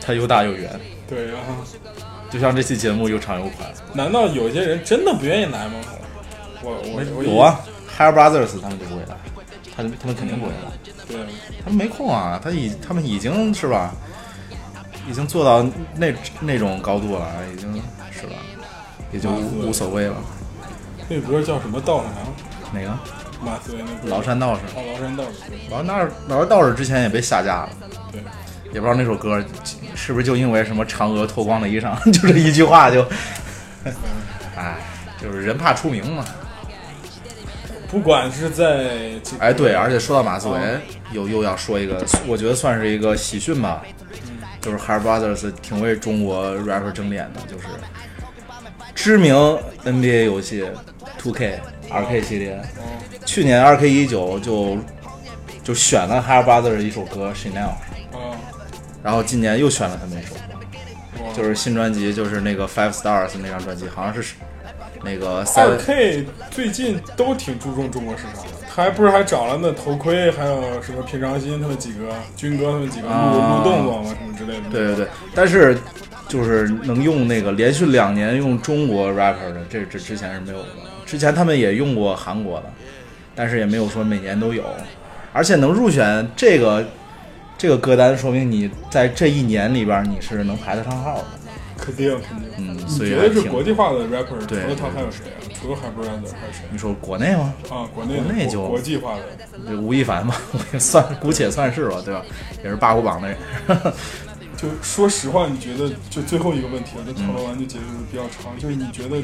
Speaker 5: 它又大又圆，
Speaker 2: 对啊，
Speaker 5: 就像这期节目又长又宽。
Speaker 2: 难道有些人真的不愿意来吗？我我我
Speaker 5: 有啊，Hair Brothers 他们就不会来，他他们肯定不会来，
Speaker 2: 对，
Speaker 5: 他们没空啊，他已他们已经是吧，已经做到那那种高度了，已经是吧，也就无无所谓了。
Speaker 2: 那歌叫什么道上？
Speaker 5: 哪个？
Speaker 2: 马思唯那歌。
Speaker 5: 崂山道士
Speaker 2: 哦，崂山道士。
Speaker 5: 老那老道士之前也被下架了，
Speaker 2: 对，
Speaker 5: 也不知道那首歌是不是就因为什么嫦娥脱光了衣裳， 就这一句话就， 哎，就是人怕出名嘛。
Speaker 2: 不管是在这个
Speaker 5: 哎，对，而且说到马思唯
Speaker 2: 哦，
Speaker 5: 又又要说一个，我觉得算是一个喜讯吧，就是 h a r Brothers 挺为中国 rapper 争脸的，就是知名 NBA 游戏 2K、2K 系列，去年 2K 一九就就选了 h a r Brothers 一首歌 Chanel，
Speaker 2: 哦
Speaker 5: 然后今年又选了他们一首歌，就是新专辑，就是那个 Five Stars 那张专辑，好像是那个赛
Speaker 2: 二 K 最近都挺注重中国市场的，他还不是还找了那头盔，还有什么平常心他们几个，军哥他们几个录
Speaker 5: 啊
Speaker 2: 录动作嘛什么之类的。
Speaker 5: 对对对，但是就是能用那个连续两年用中国 rapper 的，这这之前是没有的。之前他们也用过韩国的，但是也没有说每年都有。而且能入选这个这个歌单，说明你在这一年里边你是能排得上号的。
Speaker 2: 肯定肯定。
Speaker 5: 嗯，
Speaker 2: 你
Speaker 5: 所以
Speaker 2: 觉
Speaker 5: 还
Speaker 2: 得是
Speaker 5: 挺
Speaker 2: 国际化的 rapper，除
Speaker 5: 对
Speaker 2: 了他还有谁啊？除了 h a r b r o t h e r 还有谁？
Speaker 5: 你说国内吗？
Speaker 2: 啊，国内
Speaker 5: 内
Speaker 2: 的
Speaker 5: 就
Speaker 2: 国际化的，
Speaker 5: 就吴亦凡嘛， 我也算姑且算是吧，对吧？也是八股榜的人。
Speaker 2: 就说实话，你觉得就最后一个问题，我就讨论完就结束得比较长，就是你觉得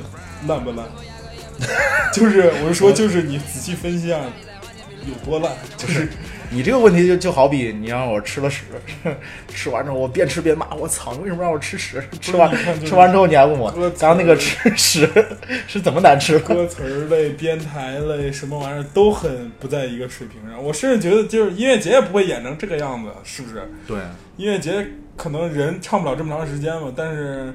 Speaker 2: 烂不烂？ 就是我是说，就是你仔细分析啊，有多烂？就是
Speaker 5: 你这个问题就就好比你让我吃了屎， 吃完之后我边吃边骂，我操，你为什么让我吃屎？ 吃完
Speaker 2: 你看就是
Speaker 5: 吃完之后你还问我，刚刚那个吃屎 是怎么难 吃的？
Speaker 2: 歌词儿类、编排类什么玩意儿都很不在一个水平上。我甚至觉得，就是音乐节也不会演成这个样子，是不是？
Speaker 5: 对，
Speaker 2: 音乐节可能人唱不了这么长时间嘛，但是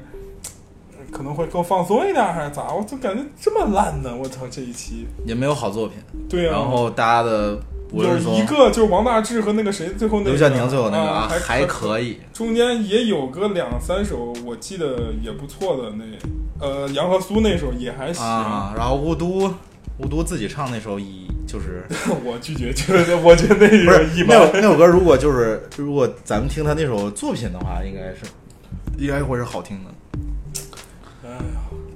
Speaker 2: 呃可能会更放松一点，还是咋？我就感觉这么烂呢！我操，这一期
Speaker 5: 也没有好作品。
Speaker 2: 对啊
Speaker 5: 然后大家的我
Speaker 2: 有
Speaker 5: 是说
Speaker 2: 一个就是王大治和那个谁最后那个
Speaker 5: 刘建宁最后那个
Speaker 2: 啊
Speaker 5: 啊
Speaker 2: 还
Speaker 5: 还可以，
Speaker 2: 中间也有个两三首我记得也不错的那呃杨和苏那首也还行，
Speaker 5: 啊，然后雾都雾都自己唱那首一 就是。
Speaker 2: 我拒绝，就是我觉得那
Speaker 5: 不
Speaker 2: 首
Speaker 5: 是
Speaker 2: 一般
Speaker 5: 那首那首歌，如果就是如果咱们听他那首作品的话，应该是应该会是好听的。
Speaker 2: 哎呀，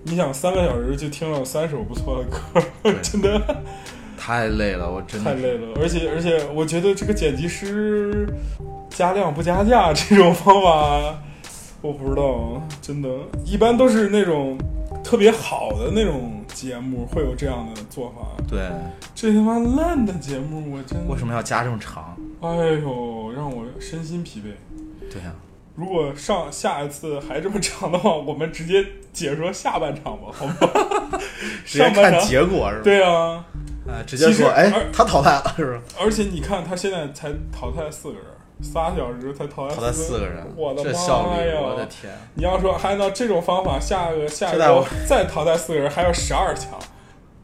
Speaker 2: 你想三个小时就听了三首不错的歌， 真 的
Speaker 5: 太累了，我真的
Speaker 2: 太
Speaker 5: 是
Speaker 2: 累了。而且而且，我觉得这个剪辑师加量不加价这种方法，我不知道，真的，一般都是那种特别好的那种节目会有这样的做法。
Speaker 5: 对，
Speaker 2: 这他妈烂的节目，我真
Speaker 5: 为什么要加这么长？
Speaker 2: 哎呦，让我身心疲惫。
Speaker 5: 对啊呀、
Speaker 2: 如果上下一次还这么长的话，我们直接解说下半场吧，好不好？
Speaker 5: 直接
Speaker 2: 上半
Speaker 5: 看
Speaker 2: 场
Speaker 5: 结果是吧？
Speaker 2: 对啊，
Speaker 5: 啊，直接说，哎，他淘汰了是吧？
Speaker 2: 而且你看，他现在才淘汰四个人，仨小时才淘汰
Speaker 5: 淘汰四个
Speaker 2: 个
Speaker 5: 人
Speaker 2: 我的
Speaker 5: 这
Speaker 2: 妈
Speaker 5: 效率
Speaker 2: 呀！
Speaker 5: 我的天！啊
Speaker 2: 你要说按照这种方法，下个下一
Speaker 5: 这代我
Speaker 2: 周再淘汰四个人，还有十二强。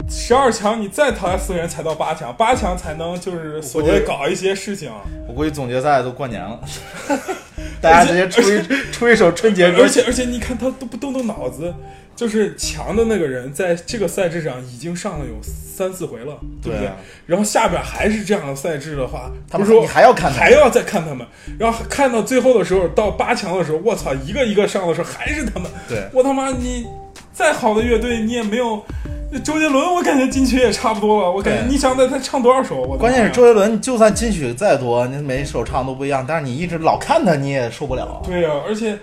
Speaker 2: 十二强，你再淘汰四个人才到八强，八强才能就是所
Speaker 5: 我觉
Speaker 2: 谓
Speaker 5: 得
Speaker 2: 搞一些事情。
Speaker 5: 我估计总决赛都过年了， 大家直接出一出一首春节歌，
Speaker 2: 而且而且你看他都不动动脑子，就是强的那个人在这个赛制上已经上了有三四回了，对不
Speaker 5: 对
Speaker 2: 对
Speaker 5: 啊？
Speaker 2: 然后下边还是这样的赛制的话，
Speaker 5: 他
Speaker 2: 不
Speaker 5: 们
Speaker 2: 是说
Speaker 5: 你还要看他们
Speaker 2: 还要再看他们，然后看到最后的时候，到八强的时候，我操，一个一个上的时候还是他们，
Speaker 5: 对
Speaker 2: 我他妈你再好的乐队你也没有。周杰伦，我感觉进去也差不多了。我感觉
Speaker 5: 对
Speaker 2: 你想在他唱多少首？我的妈
Speaker 5: 关键
Speaker 2: 呀
Speaker 5: 是周杰伦，你就算金曲再多，你每一首唱都不一样，但是你一直老看他，你也受不了。啊
Speaker 2: 对呀、而且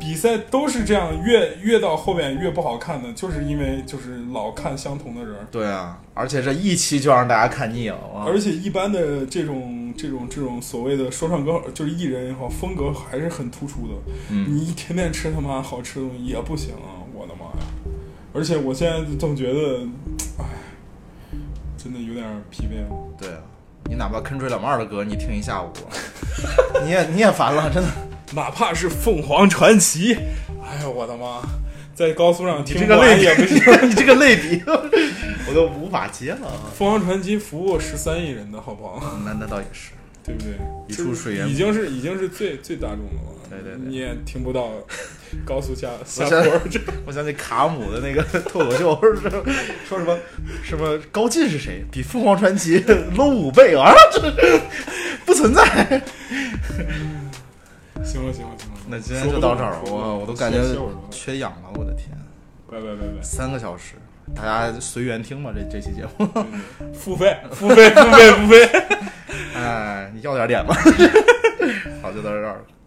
Speaker 2: 比赛都是这样，越越到后面越不好看的，就是因为就是老看相同的人儿，
Speaker 5: 对啊，而且这一期就让大家看腻了，哇
Speaker 2: 而且一般的这种这种这种所谓的说唱歌手，就是艺人也好，风格还是很突出的。
Speaker 5: 嗯
Speaker 2: 你天天吃他妈好吃的东西也不行啊，我的妈呀！而且我现在总觉得，唉，真的有点儿疲惫了。
Speaker 5: 对啊，你哪怕 Country Lamar 的歌，你听一下午，啊 你也你也烦了，真的。
Speaker 2: 哪怕是凤凰传奇，哎呀，我的妈！在高速上停
Speaker 5: 这个
Speaker 2: 管
Speaker 5: 类
Speaker 2: 也不
Speaker 5: 比
Speaker 2: 行，
Speaker 5: 你这个类比，我都无法接了。
Speaker 2: 凤凰传奇服务十三亿人的好不好？
Speaker 16: 那那倒也是，
Speaker 2: 对不对？
Speaker 16: 一处水源
Speaker 2: 已经是已经是最最大众的了。对对对，你也听不到高速下下
Speaker 5: 我想
Speaker 2: 坡，
Speaker 5: 我想起卡姆的那个脱口秀，是说什么什么高进是谁？比凤凰 传奇 low 五倍啊！这不存在。
Speaker 2: 行了行了行了，
Speaker 5: 那今天就到这儿，我我都感觉
Speaker 2: 歇会儿吧
Speaker 5: 缺氧了，我的天！
Speaker 2: 拜拜拜拜，
Speaker 5: 三个小时，大家随缘听吧，这这期节目，
Speaker 2: 付费付费付费付费，
Speaker 5: 哎，你要点脸吧。好，就到这儿了。